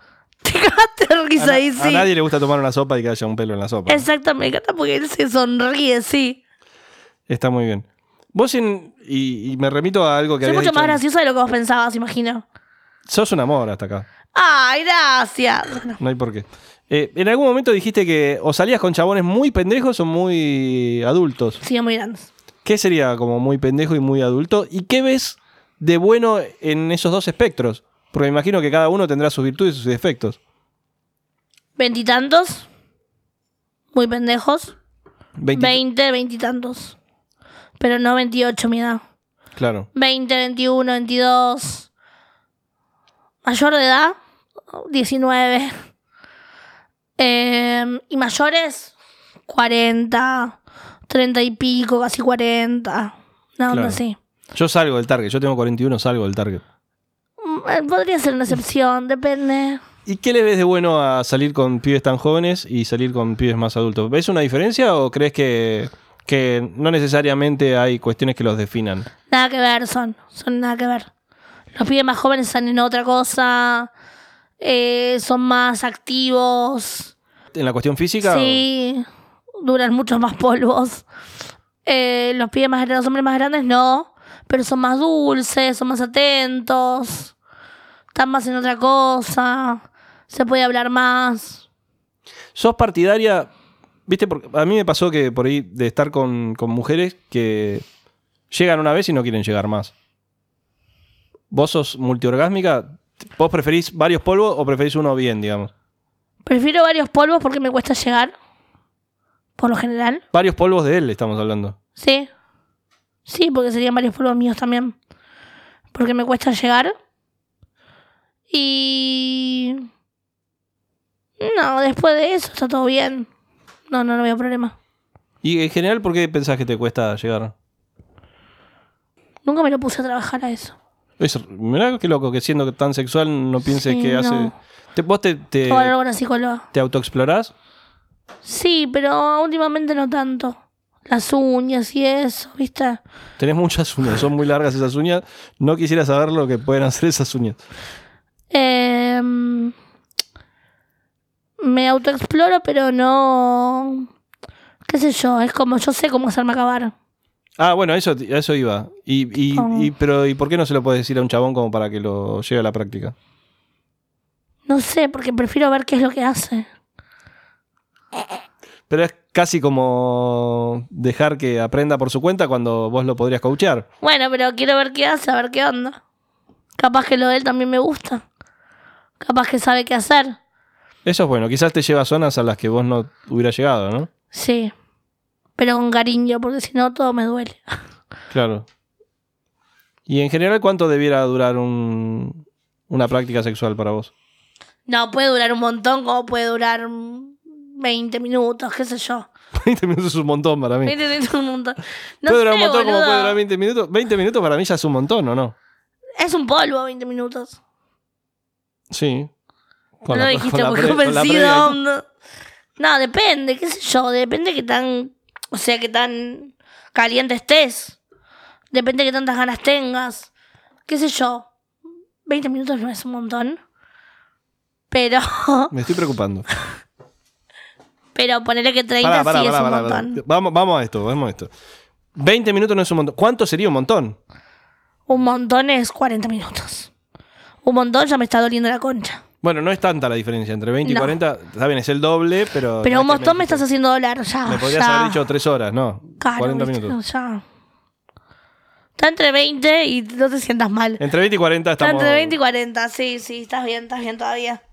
Speaker 3: Te cagaste de
Speaker 2: A,
Speaker 3: risa
Speaker 2: na-
Speaker 3: ahí,
Speaker 2: a
Speaker 3: sí.
Speaker 2: nadie le gusta tomar una sopa y que haya un pelo en la sopa.
Speaker 3: Exactamente, me encanta porque él se sonríe, sí.
Speaker 2: Está muy bien. Vos, en- y, y me remito a algo que
Speaker 3: Soy
Speaker 2: habías
Speaker 3: mucho
Speaker 2: dicho
Speaker 3: más
Speaker 2: antes.
Speaker 3: graciosa de lo que vos pensabas, imagino.
Speaker 2: Sos un amor hasta acá.
Speaker 3: Ay, gracias.
Speaker 2: No hay por qué. Eh, en algún momento dijiste que o salías con chabones muy pendejos o muy adultos.
Speaker 3: Sigue muy grande.
Speaker 2: ¿Qué sería como muy pendejo y muy adulto? ¿Y qué ves de bueno en esos dos espectros? Porque me imagino que cada uno tendrá sus virtudes y sus defectos.
Speaker 3: Veintitantos. Muy pendejos.
Speaker 2: Veinte-
Speaker 3: Veinte, veintitantos. Pero no veintiocho, mi edad.
Speaker 2: Claro.
Speaker 3: 20, 21, 22. Mayor de edad, 19. Eh, y mayores, 40, 30 y pico, casi 40. Una onda
Speaker 2: Claro.
Speaker 3: así.
Speaker 2: Yo salgo del target. Yo tengo 41, salgo del target.
Speaker 3: Mm, eh, Podría ser una excepción, depende.
Speaker 2: ¿Y qué le ves de bueno a salir con pibes tan jóvenes y salir con pibes más adultos? ¿Ves una diferencia o crees que, que no necesariamente hay cuestiones que los definan?
Speaker 3: Nada que ver, son. Son nada que ver. Los pibes más jóvenes están en otra cosa. eh, son más activos.
Speaker 2: ¿En la cuestión física? o-
Speaker 3: Sí, duran muchos más polvos. Eh, los pibes más grandes, los hombres más grandes no, pero son más dulces, son más atentos, están más en otra cosa, se puede hablar más.
Speaker 2: ¿Sos partidaria? Viste, porque a mí me pasó que por ahí de estar con, con mujeres que llegan una vez y no quieren llegar más. ¿Vos sos multiorgásmica? ¿Vos preferís varios polvos o preferís uno bien, digamos?
Speaker 3: Prefiero varios polvos porque me cuesta llegar, por lo general.
Speaker 2: Varios polvos de él estamos hablando.
Speaker 3: Sí. Sí, porque serían varios polvos míos también. Porque me cuesta llegar. Y... No, después de eso está todo bien. No, no, no veo problema.
Speaker 2: Y en general, ¿por qué pensás que te cuesta llegar?
Speaker 3: Nunca me lo puse a trabajar a eso.
Speaker 2: Es, mirá qué loco que siendo tan sexual no pienses
Speaker 3: Sí,
Speaker 2: que
Speaker 3: no.
Speaker 2: hace... Te, ¿Vos te, te,
Speaker 3: Ahora con una psicóloga.
Speaker 2: te autoexplorás?
Speaker 3: Sí, pero últimamente no tanto. Las uñas y eso, ¿viste?
Speaker 2: Tenés muchas uñas, son muy largas esas uñas. No quisiera saber lo que pueden hacer esas uñas.
Speaker 3: Em, me autoexploro, pero no... ¿Qué sé yo? Es como yo sé cómo hacerme acabar.
Speaker 2: Ah, bueno, eso, a eso iba. Y, y-
Speaker 3: ¿Cómo?
Speaker 2: y- pero, ¿y por qué no se lo puedes decir a un chabón como para que lo lleve a la práctica?
Speaker 3: No sé, porque prefiero ver qué es lo que hace.
Speaker 2: Pero es casi como dejar que aprenda por su cuenta cuando vos lo podrías coachear.
Speaker 3: Bueno, pero quiero ver qué hace, a ver qué onda. Capaz que lo de él también me gusta. Capaz que sabe qué hacer.
Speaker 2: Eso es bueno, quizás te lleva a zonas a las que vos no hubieras llegado, ¿no?
Speaker 3: Sí. Pero con cariño, porque si no todo me duele.
Speaker 2: Claro. Y en general, ¿cuánto debiera durar un- una práctica sexual para vos?
Speaker 3: No, puede durar un montón, como puede durar mm, 20 minutos, qué sé yo.
Speaker 2: 20 minutos es un montón para mí.
Speaker 3: 20 minutos un montón. No
Speaker 2: puede durar
Speaker 3: sé,
Speaker 2: un montón como
Speaker 3: boludo.
Speaker 2: puede durar 20 minutos. 20 minutos para mí ya es un montón, ¿o no?
Speaker 3: Es un polvo 20 minutos.
Speaker 2: Sí.
Speaker 3: no lo dijiste
Speaker 2: la
Speaker 3: porque
Speaker 2: pre- con la previa y
Speaker 3: convencido.
Speaker 2: todo.
Speaker 3: No. No, depende, qué sé yo, depende que tan, o sea, que tan caliente estés. Depende que tantas ganas tengas. Qué sé yo. 20 minutos no es un montón. Pero
Speaker 2: Me estoy preocupando.
Speaker 3: pero ponerle que 30
Speaker 2: Pará, pará,
Speaker 3: sí
Speaker 2: pará,
Speaker 3: es
Speaker 2: pará,
Speaker 3: un
Speaker 2: pará.
Speaker 3: montón.
Speaker 2: Vamos, vamos a esto, vamos a esto. 20 minutos no es un montón. ¿Cuánto sería un montón?
Speaker 3: Un montón es 40 minutos. Un montón ya me está doliendo la concha.
Speaker 2: Bueno, no es tanta la diferencia entre 20 y
Speaker 3: No.
Speaker 2: 40. Está bien, es el doble, pero. no
Speaker 3: Pero
Speaker 2: es
Speaker 3: un
Speaker 2: que
Speaker 3: montón me
Speaker 2: dijiste-
Speaker 3: estás haciendo doler ya.
Speaker 2: Me podrías
Speaker 3: ya.
Speaker 2: haber dicho 3 horas, no.
Speaker 3: Claro,
Speaker 2: 40
Speaker 3: viste,
Speaker 2: minutos.
Speaker 3: ya. Está entre 20 y no te sientas mal.
Speaker 2: Entre 20 y 40
Speaker 3: Está
Speaker 2: estamos.
Speaker 3: entre 20 y 40, sí, sí, estás bien, estás bien todavía.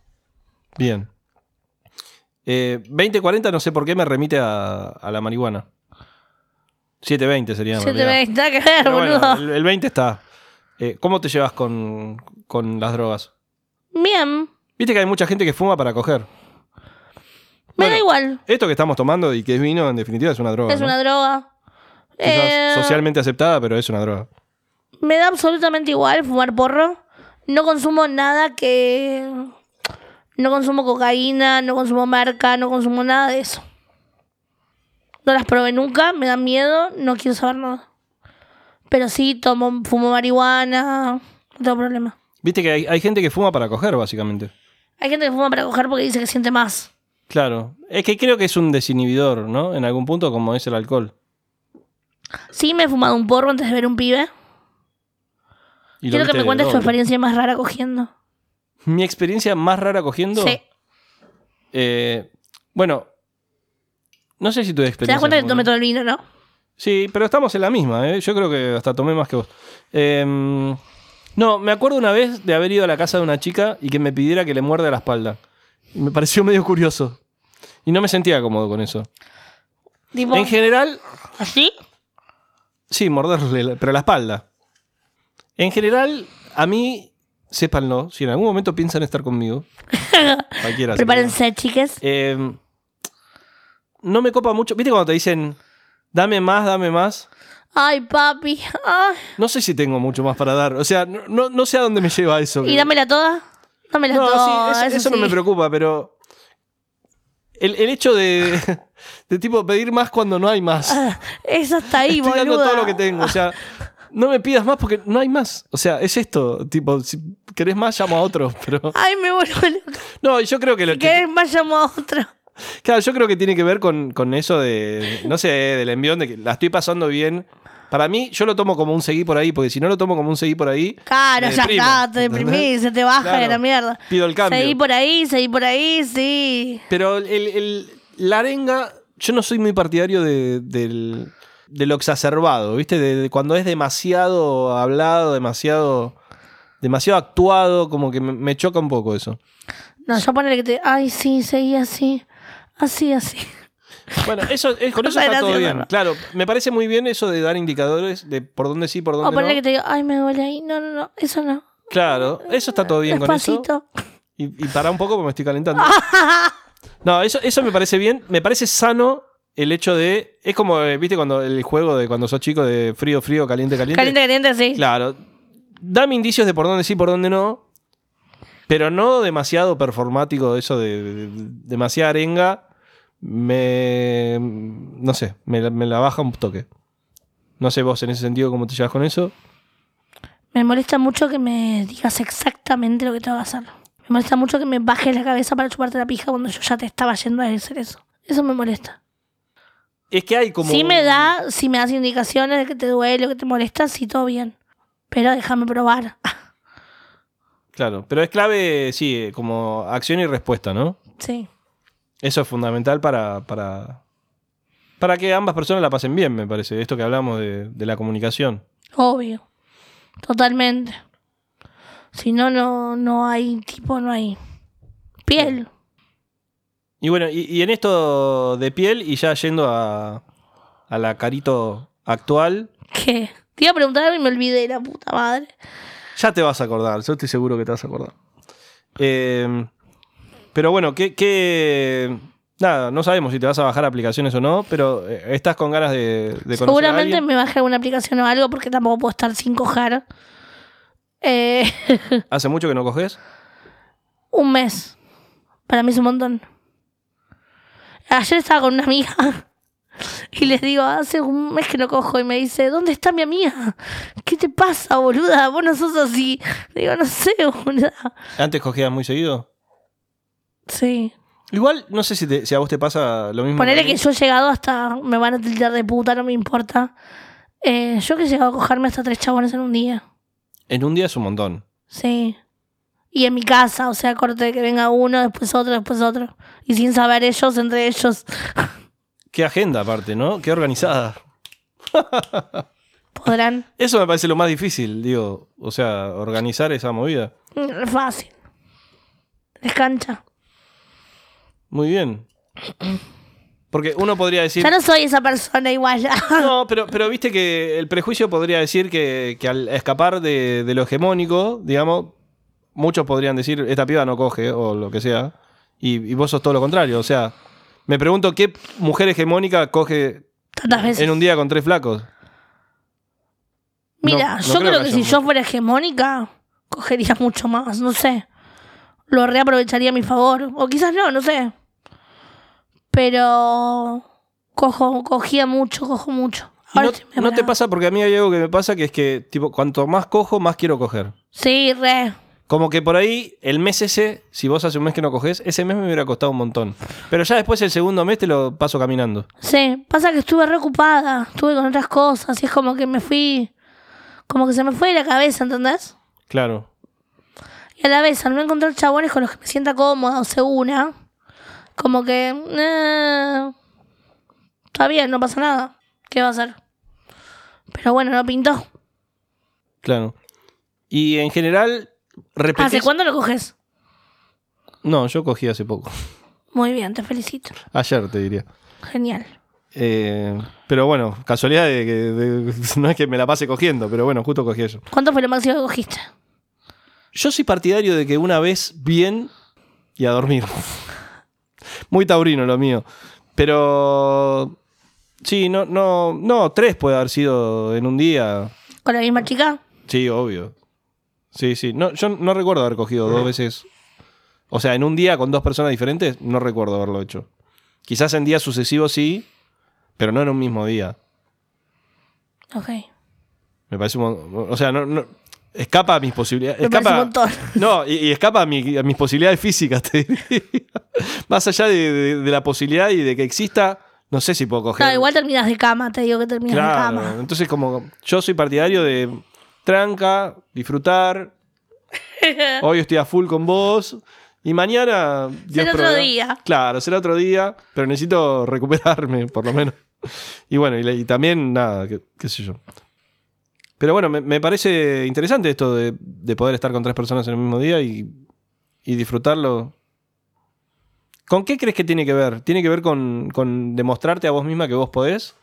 Speaker 2: Bien. Eh, 20 y 40, no sé por qué me remite a, a la marihuana. 7.20 sería. en realidad.
Speaker 3: 720, nada que ver,
Speaker 2: Pero
Speaker 3: boludo.
Speaker 2: bueno, el, el 20 está. Eh, ¿Cómo te llevas con, con las drogas?
Speaker 3: Bien, me
Speaker 2: Viste que hay mucha gente que fuma para coger. Bueno.
Speaker 3: da igual.
Speaker 2: Esto que estamos tomando y que es vino, en definitiva, es una droga.
Speaker 3: es
Speaker 2: ¿no?
Speaker 3: una droga.
Speaker 2: Quizás
Speaker 3: Eh,
Speaker 2: socialmente aceptada, pero es una droga.
Speaker 3: Me da absolutamente igual fumar porro. No consumo nada que. No consumo cocaína, no consumo marca, no consumo nada de eso. No las probé nunca, me da miedo, no quiero saber nada. Pero sí, tomo, fumo marihuana, no tengo problema.
Speaker 2: Viste que hay, hay gente que fuma para coger, básicamente.
Speaker 3: Hay gente que fuma para coger porque dice que siente más.
Speaker 2: Claro. Es que creo que es un desinhibidor, ¿no? En algún punto, como es el alcohol.
Speaker 3: Sí, me he fumado un porro antes de ver un pibe.
Speaker 2: Y lo
Speaker 3: Quiero que
Speaker 2: viste
Speaker 3: me cuentes tu
Speaker 2: doble.
Speaker 3: experiencia más rara cogiendo.
Speaker 2: Mi experiencia más rara cogiendo.
Speaker 3: Sí.
Speaker 2: eh, bueno, no sé si tu
Speaker 3: Te das
Speaker 2: experiencia.
Speaker 3: cuenta que
Speaker 2: fue-
Speaker 3: tomé todo el vino, ¿no?
Speaker 2: Sí, pero estamos en la misma, ¿eh? Yo creo que hasta tomé más que vos. Eh, no, me acuerdo una vez de haber ido a la casa de una chica y que me pidiera que le muerda la espalda. Y me pareció medio curioso. Y no me sentía cómodo con eso.
Speaker 3: Tipo,
Speaker 2: En general,
Speaker 3: ¿así?
Speaker 2: sí, morderle, la- pero la espalda. En general, a mí, sépanlo, si en algún momento piensan estar conmigo, cualquiera. se
Speaker 3: Prepárense, chiques.
Speaker 2: Eh, no me copa mucho. ¿Viste cuando te dicen, dame más, dame más?
Speaker 3: Ay, papi. Ay.
Speaker 2: No sé si tengo mucho más para dar. O sea, no, no, no sé a dónde me lleva eso.
Speaker 3: ¿Y dámela toda? Dámela
Speaker 2: No, sí,
Speaker 3: toda.
Speaker 2: eso, eso no
Speaker 3: sí.
Speaker 2: me preocupa, pero. El, el hecho de, de tipo pedir más cuando no hay más.
Speaker 3: Ah, Eso está ahí,
Speaker 2: Estoy dando
Speaker 3: boluda.
Speaker 2: todo lo que tengo. O sea, no me pidas más porque no hay más. O sea, es esto. Tipo, si querés más, llamo a otro. Pero.
Speaker 3: Ay, me vuelvo loca.
Speaker 2: No, yo creo que lo
Speaker 3: Si
Speaker 2: que-
Speaker 3: querés, vayamos a otro.
Speaker 2: Claro, yo creo que tiene que ver con, con eso de, no sé, del envión, de que la estoy pasando bien. Para mí, yo lo tomo como un seguí por ahí, porque si no lo tomo como un seguí por ahí.
Speaker 3: Claro,
Speaker 2: me
Speaker 3: ya
Speaker 2: deprimo,
Speaker 3: está, te
Speaker 2: ¿entendés?
Speaker 3: deprimís, se te baja de
Speaker 2: Claro,
Speaker 3: la mierda.
Speaker 2: Pido el cambio.
Speaker 3: Seguí por ahí, seguí por ahí, sí.
Speaker 2: Pero el, el- la arenga, yo no soy muy partidario de, del- de lo exacerbado, ¿viste? De, de cuando es demasiado hablado, demasiado, demasiado actuado, como que me, me choca un poco eso.
Speaker 3: No, yo ponele que te. Ay, sí, seguí así. Así, así.
Speaker 2: Bueno, eso, es- con eso
Speaker 3: Cosa
Speaker 2: está todo
Speaker 3: graciosa,
Speaker 2: bien.
Speaker 3: ¿no?
Speaker 2: Claro, me parece muy bien eso de dar indicadores de por dónde sí, por dónde
Speaker 3: O ponele
Speaker 2: no.
Speaker 3: que te digo, ay, me duele ahí. No, no, no, eso no.
Speaker 2: Claro, eso está todo bien con eso.
Speaker 3: Despacito.
Speaker 2: Y, y para un poco porque me estoy calentando. No, eso, eso me parece bien. Me parece sano el hecho de. Es como, eh, viste, cuando el juego de cuando sos chico de frío, frío, caliente, caliente.
Speaker 3: Caliente, caliente, sí.
Speaker 2: Claro. Dame indicios de por dónde sí, por dónde no. Pero no demasiado performático, eso de, de- de- demasiada arenga. Me. No sé, me, la- me la baja un toque. No sé vos en ese sentido cómo te llevas con eso.
Speaker 3: Me molesta mucho que me digas exactamente lo que tengo que hacer. Me molesta mucho que me bajes la cabeza para chuparte la pija cuando yo ya te estaba yendo a hacer eso. Eso me molesta.
Speaker 2: Es que hay como.
Speaker 3: Sí me
Speaker 2: un-
Speaker 3: da, si me das indicaciones de que te duele o que te molesta, sí, todo bien. Pero déjame probar.
Speaker 2: Claro, pero es clave, sí, eh, como acción y respuesta, ¿no?
Speaker 3: Sí.
Speaker 2: Eso es fundamental para, para, para que ambas personas la pasen bien, me parece. Esto que hablamos de, de la comunicación.
Speaker 3: Obvio. Totalmente. Si no, no, no hay tipo, no hay piel.
Speaker 2: Y bueno, y, y en esto de piel, y ya yendo a, a la carito actual,
Speaker 3: ¿Qué? Te iba a preguntar algo y me olvidé, la puta madre.
Speaker 2: ya te vas a acordar, yo estoy seguro que te vas a acordar. Eh, pero bueno, que, que- Nada, no sabemos si te vas a bajar aplicaciones o no, pero eh, estás con ganas de, de conocer a
Speaker 3: Seguramente
Speaker 2: alguien.
Speaker 3: me bajé alguna aplicación o algo porque tampoco puedo estar sin coger. Eh,
Speaker 2: ¿Hace mucho que no coges?
Speaker 3: un mes. Para mí es un montón. Ayer estaba con una amiga y les digo, hace un mes que no cojo y me dice, ¿dónde está mi amiga? ¿Qué te pasa, boluda? Vos no sos así. Digo, no sé, boluda.
Speaker 2: ¿Antes cogías muy seguido?
Speaker 3: Sí.
Speaker 2: Igual, no sé si, te- si a vos te pasa lo mismo.
Speaker 3: Ponele
Speaker 2: mí.
Speaker 3: que yo he llegado hasta, me van a tildar de puta, no me importa. Eh, yo que he llegado a cogerme hasta tres chabones en un día.
Speaker 2: En un día es un montón.
Speaker 3: Sí. Y en mi casa, o sea, corte que venga uno, después otro, después otro. Y sin saber ellos, entre ellos,
Speaker 2: Qué agenda aparte, ¿no? Qué organizada.
Speaker 3: podrán.
Speaker 2: Eso me parece lo más difícil, digo. O sea, organizar esa movida.
Speaker 3: Mm, Fácil. Descancha.
Speaker 2: Muy bien. Porque uno podría decir...
Speaker 3: Ya no soy esa persona igual.
Speaker 2: No, pero, pero viste que el prejuicio podría decir que, que al escapar de, de lo hegemónico, digamos, muchos podrían decir, esta piba no coge o lo que sea, y, y vos sos todo lo contrario. O sea, me pregunto, ¿qué mujer hegemónica coge
Speaker 3: Tantas veces.
Speaker 2: en un día con tres flacos? no-
Speaker 3: Mira,
Speaker 2: no
Speaker 3: yo creo,
Speaker 2: creo
Speaker 3: que,
Speaker 2: que
Speaker 3: si
Speaker 2: haya
Speaker 3: yo fuera hegemónica, cogería mucho más, no sé. Lo reaprovecharía a mi favor. O quizás no, no sé. Pero cojo, cogía mucho, cojo mucho.
Speaker 2: Y
Speaker 3: Ahora
Speaker 2: no,
Speaker 3: estoy medio
Speaker 2: no te
Speaker 3: parada.
Speaker 2: pasa porque a mí hay algo que me pasa que es que, tipo, cuanto más cojo, más quiero coger.
Speaker 3: Sí, re.
Speaker 2: Como que por ahí, el mes ese, si vos hace un mes que no coges, ese mes me hubiera costado un montón. Pero ya después el segundo mes te lo paso caminando.
Speaker 3: Sí, pasa que estuve reocupada, estuve con otras cosas y es como que me fui, como que se me fue de la cabeza, ¿entendés?
Speaker 2: Claro.
Speaker 3: Y a la vez, al no encontrar chabones con los que me sienta cómoda o segura, como que... eh, está bien, no pasa nada. ¿Qué va a hacer? Pero bueno, no pintó.
Speaker 2: Claro. Y en general, repetís...
Speaker 3: Ah, ¿Hace cuándo lo coges?
Speaker 2: No, yo cogí hace poco.
Speaker 3: Muy bien, te felicito.
Speaker 2: Ayer, te diría.
Speaker 3: Genial.
Speaker 2: Eh, pero bueno, casualidad de que de- no es que me la pase cogiendo, pero bueno, justo cogí eso.
Speaker 3: ¿Cuánto fue lo máximo que cogiste?
Speaker 2: Yo soy partidario de que una vez bien y a dormir. Muy taurino lo mío. Pero sí, no, no, no, tres puede haber sido en un día.
Speaker 3: ¿Con la misma chica?
Speaker 2: Sí, obvio. Sí, sí. No, yo no recuerdo haber cogido dos veces. O sea, en un día con dos personas diferentes, no recuerdo haberlo hecho. Quizás en días sucesivos sí, pero no en un mismo día.
Speaker 3: Ok.
Speaker 2: Me parece un mon- O sea, no, no- escapa a mis posibilidades.
Speaker 3: Me
Speaker 2: escapa,
Speaker 3: parece un montón.
Speaker 2: No, y, y escapa a, mi- a mis posibilidades físicas, te diría. Más allá de, de- de la posibilidad y de que exista, no sé si puedo coger.
Speaker 3: No, igual terminas de cama, te digo que terminas de
Speaker 2: Claro,
Speaker 3: cama.
Speaker 2: entonces como yo soy partidario de tranca, disfrutar. Hoy estoy a full con vos. Y mañana. Dios
Speaker 3: Será otro
Speaker 2: proveerá.
Speaker 3: día.
Speaker 2: Claro, será otro día, pero necesito recuperarme, por lo menos. Y bueno, y, la- y también, nada, qué, qué sé yo. Pero bueno, me, me parece interesante esto de, de poder estar con tres personas en el mismo día y, y disfrutarlo. ¿Con qué crees que tiene que ver? ¿Tiene que ver con, con demostrarte a vos misma que vos podés?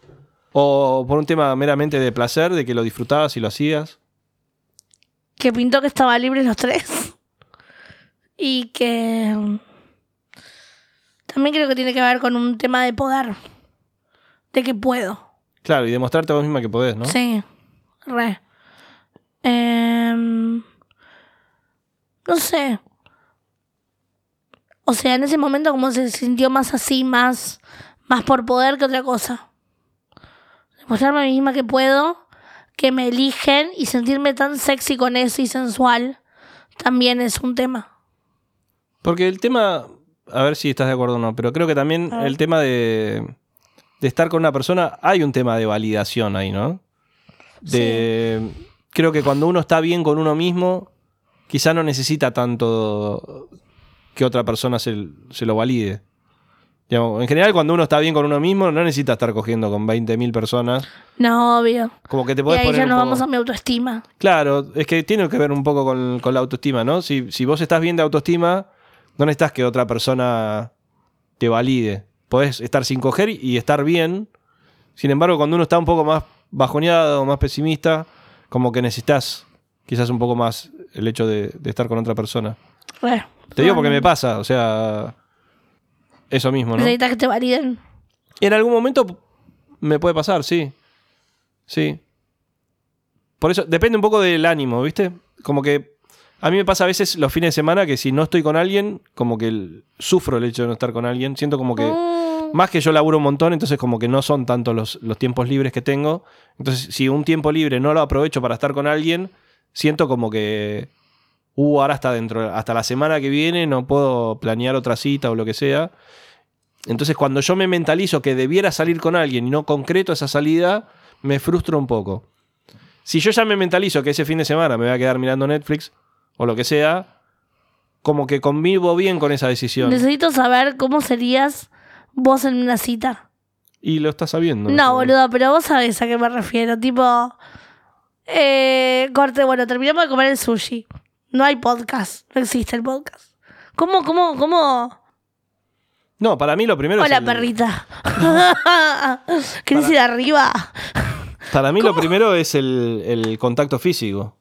Speaker 2: ¿O por un tema meramente de placer, de que lo disfrutabas y lo hacías?
Speaker 3: Que pintó que estaba libre los tres. Y que. mm, También creo que tiene que ver con un tema de poder. De que puedo.
Speaker 2: Claro, y demostrarte a vos misma que podés, ¿no?
Speaker 3: Sí. Re. Em, no sé. O sea, en ese momento como se sintió más así, más, más por poder que otra cosa. Demostrarme a mí misma que puedo, que me eligen y sentirme tan sexy con eso y sensual también es un tema.
Speaker 2: Porque el tema, a ver si estás de acuerdo o no, pero creo que también el tema de, de estar con una persona, hay un tema de validación ahí, ¿no? De, Creo que cuando uno está bien con uno mismo, quizá no necesita tanto que otra persona se, se lo valide. Digamos, en general, cuando uno está bien con uno mismo, no necesita estar cogiendo con 20.000 personas.
Speaker 3: No, obvio.
Speaker 2: Como que te
Speaker 3: Y
Speaker 2: podés
Speaker 3: ahí
Speaker 2: poner
Speaker 3: ya
Speaker 2: un
Speaker 3: nos
Speaker 2: poco-
Speaker 3: vamos a mi autoestima.
Speaker 2: Claro, es que tiene que ver un poco con, con la autoestima, ¿no? Si, si vos estás bien de autoestima, no necesitas que otra persona te valide. Podés estar sin coger y estar bien. Sin embargo, cuando uno está un poco más bajoneado, más pesimista, como que necesitas quizás un poco más el hecho de, de estar con otra persona.
Speaker 3: Re.
Speaker 2: Te digo porque me pasa, o sea, eso mismo, ¿no?
Speaker 3: Necesitas que te validen.
Speaker 2: En algún momento me puede pasar, sí. Sí. Por eso, depende un poco del ánimo, ¿viste? Como que a mí me pasa a veces los fines de semana que si no estoy con alguien, como que el- sufro el hecho de no estar con alguien. Siento como que,
Speaker 3: Mm,
Speaker 2: más que yo laburo un montón, entonces como que no son tantos los, los tiempos libres que tengo. Entonces, si un tiempo libre no lo aprovecho para estar con alguien, siento como que, uh, ahora hasta dentro, hasta la semana que viene no puedo planear otra cita o lo que sea. Entonces, cuando yo me mentalizo que debiera salir con alguien y no concreto esa salida, me frustro un poco. Si yo ya me mentalizo que ese fin de semana me voy a quedar mirando Netflix o lo que sea, como que convivo bien con esa decisión.
Speaker 3: Necesito saber cómo serías vos en una cita.
Speaker 2: Y lo estás sabiendo.
Speaker 3: No, boludo, pero vos sabés a qué me refiero. Tipo, eh, corte, bueno, terminamos de comer el sushi. No hay podcast, no existe el podcast. ¿Cómo, cómo, cómo?
Speaker 2: No, para mí lo primero es
Speaker 3: Hola,
Speaker 2: el-
Speaker 3: perrita. ¿Querés ir arriba?
Speaker 2: Para mí lo primero es el, el contacto físico.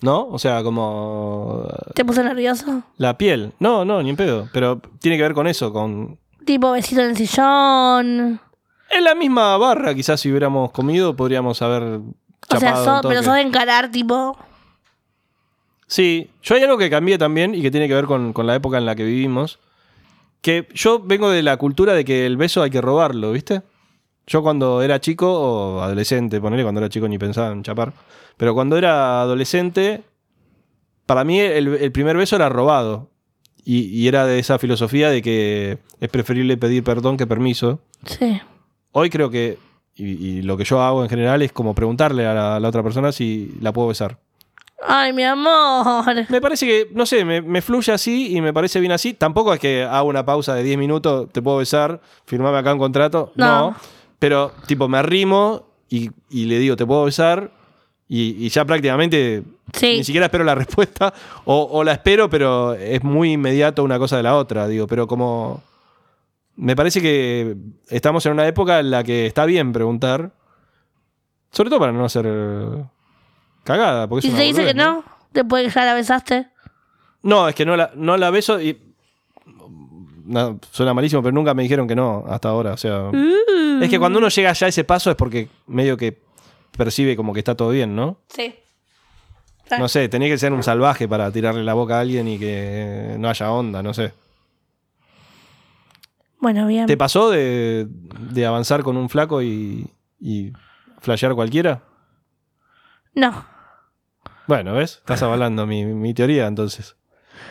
Speaker 2: ¿No? O sea, como eh,
Speaker 3: ¿Te puse nervioso?
Speaker 2: la piel. No, no, ni en pedo. Pero tiene que ver con eso, con...
Speaker 3: Tipo, besito en el sillón.
Speaker 2: En la misma barra, quizás si hubiéramos comido, podríamos haber...
Speaker 3: O sea,
Speaker 2: chapado un
Speaker 3: sos- pero
Speaker 2: toque.
Speaker 3: sos de encarar, tipo.
Speaker 2: Sí, yo hay algo que cambié también y que tiene que ver con, con la época en la que vivimos. Que yo vengo de la cultura de que el beso hay que robarlo, ¿viste? Yo cuando era chico, o adolescente, ponele, cuando era chico ni pensaba en chapar, pero cuando era adolescente, para mí el, el primer beso era robado. Y, y era de esa filosofía de que es preferible pedir perdón que permiso.
Speaker 3: Sí.
Speaker 2: Hoy creo que, y, y lo que yo hago en general es como preguntarle a la, a la otra persona si la puedo besar.
Speaker 3: Ay, mi amor.
Speaker 2: Me parece que, no sé, me, me fluye así y me parece bien así. Tampoco es que hago una pausa de 10 minutos, te puedo besar, firmame acá un contrato. No.
Speaker 3: No.
Speaker 2: Pero, tipo, me arrimo y, y le digo, te puedo besar. Y, y ya prácticamente
Speaker 3: Sí.
Speaker 2: ni siquiera espero la respuesta. O, o la espero, pero es muy inmediato una cosa de la otra. Digo, pero como. Me parece que estamos en una época en la que está bien preguntar. Sobre todo para no hacer cagada. Porque es
Speaker 3: Y si
Speaker 2: una
Speaker 3: te dice
Speaker 2: boludez,
Speaker 3: que no, después que ya la besaste.
Speaker 2: no, es que no la, no la beso y. No, suena malísimo, pero nunca me dijeron que no hasta ahora. O sea. Es que cuando uno llega ya a ese paso es porque medio que percibe como que está todo bien, ¿no?
Speaker 3: Sí. Ah.
Speaker 2: No sé, tenés que ser un salvaje para tirarle la boca a alguien y que no haya onda, no sé.
Speaker 3: Bueno, bien.
Speaker 2: ¿Te pasó de, de avanzar con un flaco y, y flashear cualquiera?
Speaker 3: No.
Speaker 2: Bueno, ¿ves? Estás avalando mi, mi teoría entonces.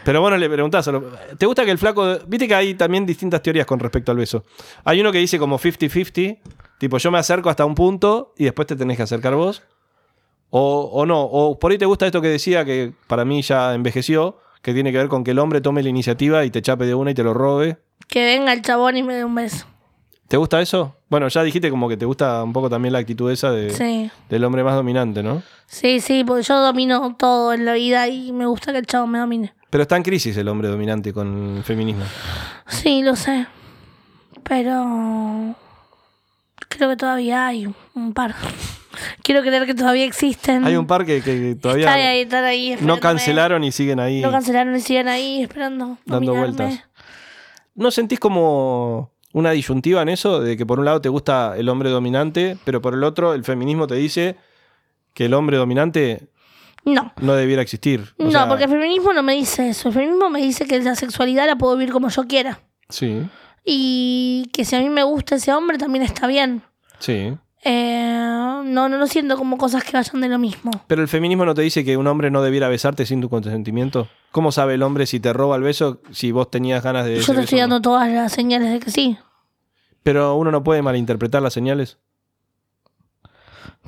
Speaker 2: Pero bueno, le preguntás, a lo- ¿te gusta que el flaco... Viste que hay también distintas teorías con respecto al beso. Hay uno que dice como 50-50, tipo yo me acerco hasta un punto y después te tenés que acercar vos. O, o no, o por ahí te gusta esto que decía que para mí ya envejeció, que tiene que ver con que el hombre tome la iniciativa y te chape de una y te lo robe.
Speaker 3: Que venga el chabón y me dé un beso.
Speaker 2: ¿Te gusta eso? Bueno, ya dijiste como que te gusta un poco también la actitud esa de-
Speaker 3: Sí.
Speaker 2: del hombre más dominante, ¿no?
Speaker 3: Sí, sí, porque yo domino todo en la vida y me gusta que el chabón me domine.
Speaker 2: Pero está en crisis el hombre dominante con el feminismo.
Speaker 3: Sí, lo sé. Pero. Creo que todavía hay un par. Quiero creer que todavía existen.
Speaker 2: Hay un par que, que todavía
Speaker 3: Están Mm. ahí, están ahí.
Speaker 2: no
Speaker 3: esperándome.
Speaker 2: cancelaron y siguen ahí.
Speaker 3: No cancelaron y siguen ahí esperando.
Speaker 2: Dando
Speaker 3: dominarme.
Speaker 2: vueltas. ¿No sentís como una disyuntiva en eso? De que por un lado te gusta el hombre dominante, pero por el otro el feminismo te dice que el hombre dominante
Speaker 3: No.
Speaker 2: no debiera existir. O
Speaker 3: No,
Speaker 2: sea,
Speaker 3: porque el feminismo no me dice eso. El feminismo me dice que la sexualidad la puedo vivir como yo quiera.
Speaker 2: Sí,
Speaker 3: Y que si a mí me gusta ese hombre también está bien.
Speaker 2: sí.
Speaker 3: Eh, no, no lo siento como cosas que vayan de lo mismo.
Speaker 2: Pero el feminismo no te dice que un hombre no debiera besarte sin tu consentimiento. ¿Cómo sabe el hombre si te roba el beso si vos tenías ganas de... ese
Speaker 3: Yo te
Speaker 2: beso
Speaker 3: estoy
Speaker 2: o no?
Speaker 3: dando todas las señales de que sí.
Speaker 2: Pero uno no puede malinterpretar las señales.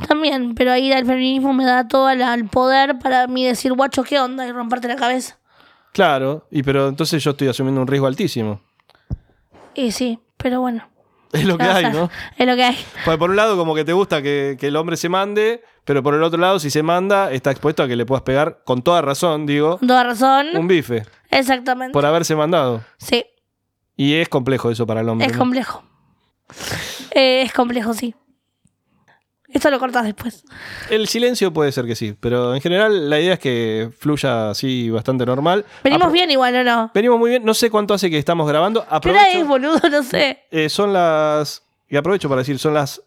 Speaker 3: También, pero ahí el feminismo me da todo la- el poder para mí decir, guacho, ¿qué onda? Y romperte la cabeza.
Speaker 2: Claro, y pero entonces yo estoy asumiendo un riesgo altísimo.
Speaker 3: Y sí, pero bueno.
Speaker 2: Es lo que
Speaker 3: Ya, o
Speaker 2: hay,
Speaker 3: sea,
Speaker 2: ¿no?
Speaker 3: Es lo que hay.
Speaker 2: Porque Pues, por un lado, como que te gusta que, que el hombre se mande, pero por el otro lado, si se manda, está expuesto a que le puedas pegar, con toda razón, digo,
Speaker 3: Con toda razón.
Speaker 2: un bife
Speaker 3: Exactamente.
Speaker 2: por haberse mandado.
Speaker 3: Sí,
Speaker 2: Y es complejo eso para el hombre.
Speaker 3: es
Speaker 2: ¿no?
Speaker 3: complejo. Eh, es complejo, sí. Esto lo cortas después.
Speaker 2: El silencio puede ser que sí, pero en general la idea es que fluya así bastante normal.
Speaker 3: Venimos
Speaker 2: Apro-
Speaker 3: bien igual, ¿o no?
Speaker 2: Venimos muy bien. No sé cuánto hace que estamos grabando.
Speaker 3: ¿Qué hora es,
Speaker 2: Aprovecho.
Speaker 3: boludo? No sé.
Speaker 2: Eh, son las. Y aprovecho para decir, son las.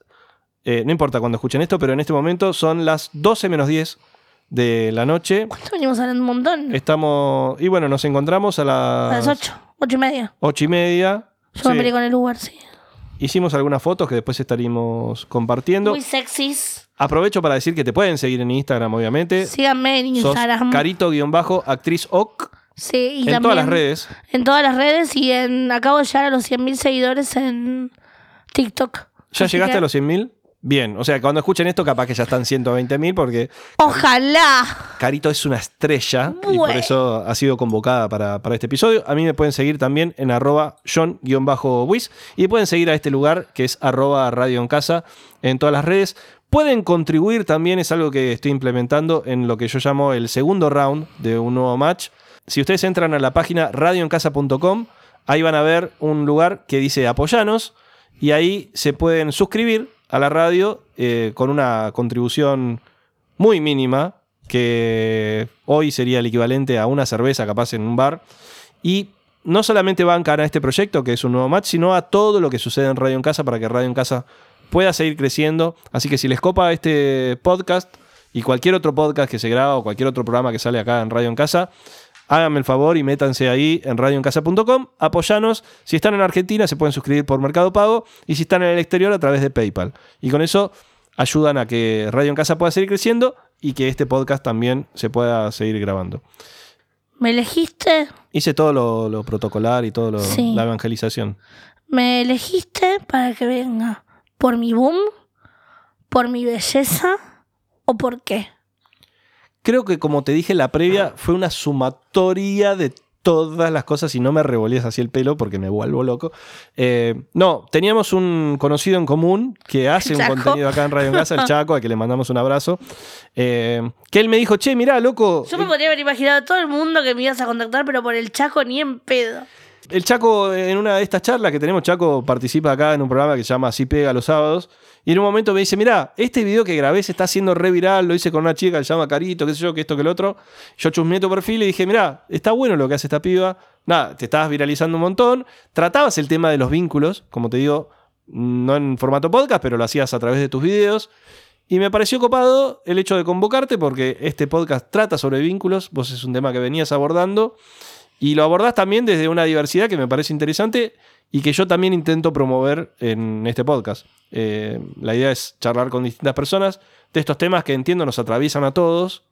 Speaker 2: eh, no importa cuando escuchen esto, pero en este momento son las 12 menos 10 de la noche.
Speaker 3: ¿Cuánto venimos hablando un montón?
Speaker 2: Mm. Estamos. Y bueno, nos encontramos a
Speaker 3: A
Speaker 2: las.
Speaker 3: las 8, 8 y media.
Speaker 2: ocho y media.
Speaker 3: Yo me
Speaker 2: Ah, Sí.
Speaker 3: peleé con el Uber, sí.
Speaker 2: Hicimos algunas fotos que después estaríamos compartiendo.
Speaker 3: Muy sexys.
Speaker 2: Aprovecho para decir que te pueden seguir en Instagram, obviamente.
Speaker 3: Síganme en
Speaker 2: Eh, Sos
Speaker 3: Instagram.
Speaker 2: carito-actriz oc
Speaker 3: Sí, y
Speaker 2: en
Speaker 3: también
Speaker 2: todas las redes.
Speaker 3: En todas las redes y en acabo de llegar a los 100.000 seguidores en TikTok.
Speaker 2: ¿Ya
Speaker 3: Así
Speaker 2: llegaste
Speaker 3: que-
Speaker 2: a los 100.000? Bien, o sea, cuando escuchen esto capaz que ya están 120.000 porque
Speaker 3: Ojalá.
Speaker 2: Carito es una estrella y por
Speaker 3: Bueno.
Speaker 2: eso ha sido convocada para, para este episodio. A mí me pueden seguir también en arroba john-wiz y pueden seguir a este lugar que es arroba radio en casa en todas las redes. Pueden contribuir también, es algo que estoy implementando en lo que yo llamo el segundo round de un nuevo match. Si ustedes entran a la página radioencasa.com, ahí van a ver un lugar que dice apoyanos y ahí se pueden suscribir a la radio eh, con una contribución muy mínima, que hoy sería el equivalente a una cerveza capaz en un bar. Y no solamente bancan a este proyecto, que es un nuevo match, sino a todo lo que sucede en Radio en Casa para que Radio en Casa pueda seguir creciendo. Así que si les copa este podcast y cualquier otro podcast que se graba o cualquier otro programa que sale acá en Radio en Casa, háganme el favor y métanse ahí en radioencasa.com, apoyanos. Si están en Argentina se pueden suscribir por Mercado Pago y si están en el exterior a través de PayPal. Y con eso ayudan a que Radio en Casa pueda seguir creciendo y que este podcast también se pueda seguir grabando.
Speaker 3: ¿Me elegiste?
Speaker 2: Hice todo lo, lo protocolar y todo lo,
Speaker 3: Sí.
Speaker 2: la evangelización.
Speaker 3: Me elegiste para que venga. ¿Por mi boom? ¿Por mi belleza? ¿O por qué?
Speaker 2: Creo que como te dije en la previa, fue una sumatoria de todas las cosas y no me revolías así el pelo porque me vuelvo loco. Eh, no, teníamos un conocido en común que hace un
Speaker 3: Chaco.
Speaker 2: contenido acá en Radio en Casa, el Chaco, a que le mandamos un abrazo, eh, que él me dijo, che, mirá, loco,
Speaker 3: Yo me podría haber imaginado a todo el mundo que me ibas a contactar, pero por el chaco ni en pedo.
Speaker 2: El Chaco, en una de estas charlas que tenemos, Chaco participa acá en un programa que se llama Así Pega los sábados. Y en un momento me dice, mirá, este video que grabé se está haciendo re viral, lo hice con una chica que se llama Carito, qué sé yo, que esto, que el otro. Yo chusmeé tu perfil y dije, mirá, está bueno lo que hace esta piba. Nada, te estabas viralizando un montón. Tratabas el tema de los vínculos, como te digo, no en formato podcast, pero lo hacías a través de tus videos. Y me pareció copado el hecho de convocarte porque este podcast trata sobre vínculos, vos es un tema que venías abordando y lo abordás también desde una diversidad que me parece interesante y que yo también intento promover en este podcast. Eh, la idea es charlar con distintas personas de estos temas que entiendo nos atraviesan a todos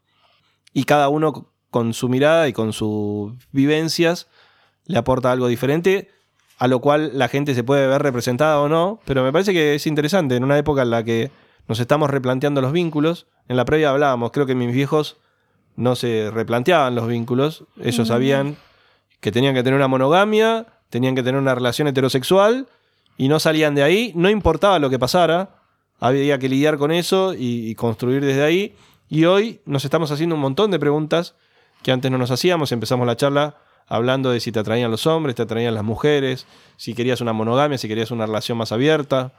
Speaker 2: y cada uno c- con su mirada y con sus vivencias le aporta algo diferente, a lo cual la gente se puede ver representada o no, pero me parece que es interesante en una época en la que nos estamos replanteando los vínculos. En la previa hablábamos, creo que mis viejos no se replanteaban los vínculos, ellos sabían que tenían que tener una monogamia, tenían que tener una relación heterosexual y no salían de ahí, no importaba lo que pasara, había que lidiar con eso y, y construir desde ahí. Y hoy nos estamos haciendo un montón de preguntas que antes no nos hacíamos, empezamos la charla hablando de si te atraían los hombres, te atraían las mujeres, si querías una monogamia, si querías una relación más abierta.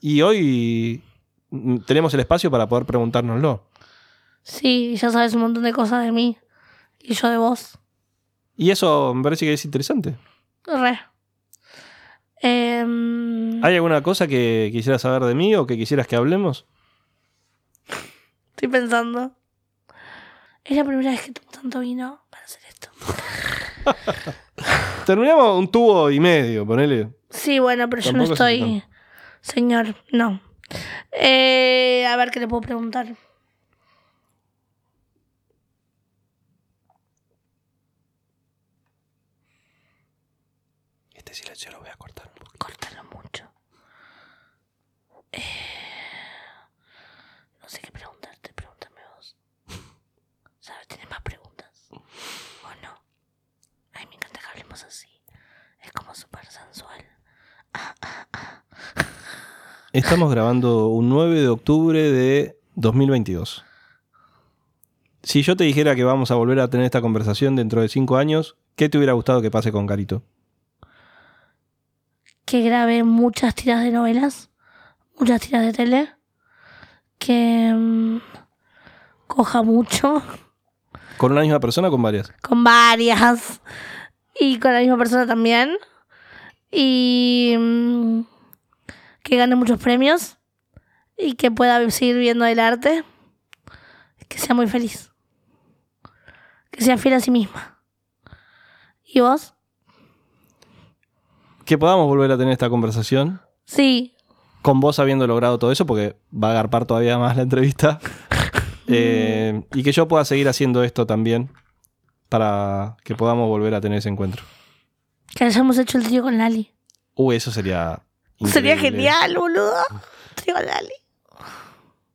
Speaker 2: Y hoy mm, tenemos el espacio para poder preguntárnoslo.
Speaker 3: Sí, ya sabes un montón de cosas de mí. Y yo de vos.
Speaker 2: Y eso me parece que es interesante.
Speaker 3: Re. Em,
Speaker 2: ¿Hay alguna cosa que quisieras saber de mí o que quisieras que hablemos?
Speaker 3: estoy pensando. Es la primera vez que tomo tanto vino para hacer esto.
Speaker 2: Terminamos un tubo y medio, ponele.
Speaker 3: Sí, bueno, pero yo no
Speaker 2: Tampoco es
Speaker 3: estoy. Señor, no. Eh, a ver qué le puedo preguntar.
Speaker 2: Este silencio lo voy a cortar un poquito.
Speaker 3: Córtalo mucho. Eh, no sé qué preguntarte, pregúntame vos. ¿Sabes? ¿Tienes más preguntas? ¿O no? Ay, me encanta que hablemos así. Es como súper sensual.
Speaker 2: Estamos grabando un 9 de octubre de 2022. Si yo te dijera que vamos a volver a tener esta conversación dentro de 5 años, ¿qué te hubiera gustado que pase con Carito?
Speaker 3: que grabé muchas tiras de novelas, muchas tiras de tele, que mm, coja mucho
Speaker 2: ¿Con una misma persona o con varias?
Speaker 3: con varias y con la misma persona también y mm, que gane muchos premios y que pueda seguir viendo el arte, que sea muy feliz, que sea fiel a sí misma. ¿Y vos?
Speaker 2: Que podamos volver a tener esta conversación
Speaker 3: Sí,
Speaker 2: con vos habiendo logrado todo eso, porque va a agarpar todavía más la entrevista. Eh, y que yo pueda seguir haciendo esto también para que podamos volver a tener ese encuentro.
Speaker 3: que hayamos hecho el trío con Lali.
Speaker 2: Uy, eso sería.
Speaker 3: Sería
Speaker 2: increíble.
Speaker 3: genial, boludo. Trío con Lali.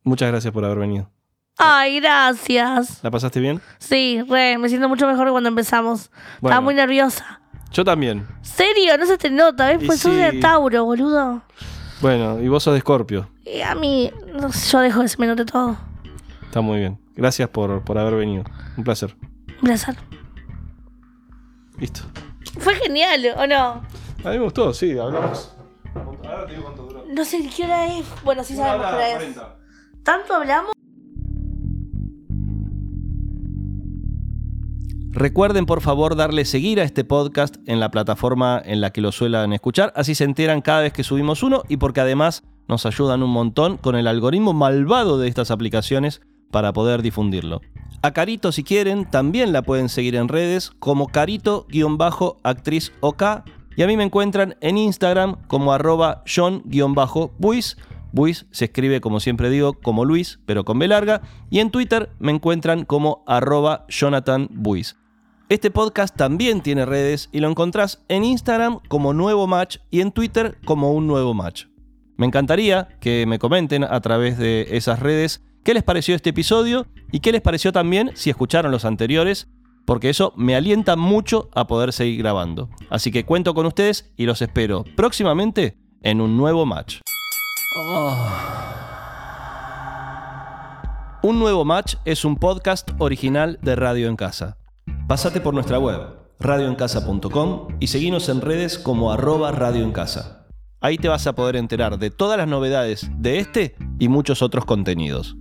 Speaker 2: Muchas gracias por haber venido.
Speaker 3: Ay, gracias.
Speaker 2: ¿La pasaste bien?
Speaker 3: Sí, re, me siento mucho mejor que cuando empezamos.
Speaker 2: Bueno.
Speaker 3: Estaba muy nerviosa.
Speaker 2: Yo también.
Speaker 3: ¿Serio? No se te nota, ¿ves?
Speaker 2: Y
Speaker 3: Pues sos
Speaker 2: sí.
Speaker 3: de Tauro, boludo.
Speaker 2: Bueno, y vos sos de Scorpio.
Speaker 3: Y a mí, no sé, yo dejo que se me note todo.
Speaker 2: Está muy bien. Gracias por, por haber venido. Un placer.
Speaker 3: Un placer.
Speaker 2: Listo.
Speaker 3: Fue genial, ¿o no?
Speaker 2: A mí me gustó, sí, hablamos. Ahora te digo cuánto duró.
Speaker 3: No sé ni qué hora es. Bueno, sí sabemos qué hora es. ¿Tanto hablamos?
Speaker 2: Recuerden por favor darle seguir a este podcast en la plataforma en la que lo suelen escuchar, así se enteran cada vez que subimos uno y porque además nos ayudan un montón con el algoritmo malvado de estas aplicaciones para poder difundirlo. A Carito si quieren también la pueden seguir en redes como carito-actriz OK y a mí me encuentran en Instagram como arroba john-puis
Speaker 1: Buis se escribe, como siempre digo, como Luis, pero con B larga. Y en Twitter me encuentran como arroba Jonathan Buis. Este podcast también tiene redes y lo encontrás en Instagram como Nuevo Match y en Twitter como Un Nuevo Match. Me encantaría que me comenten a través de esas redes qué les pareció este episodio y qué les pareció también si escucharon los anteriores, porque eso me alienta mucho a poder seguir grabando. Así que cuento con ustedes y los espero próximamente en un nuevo match. Un nuevo match es un podcast original de Radio en Casa. Pásate por nuestra web, radioencasa.com y seguinos en redes como arroba Radio en Casa. Ahí te vas a poder enterar de todas las novedades de este y muchos otros contenidos.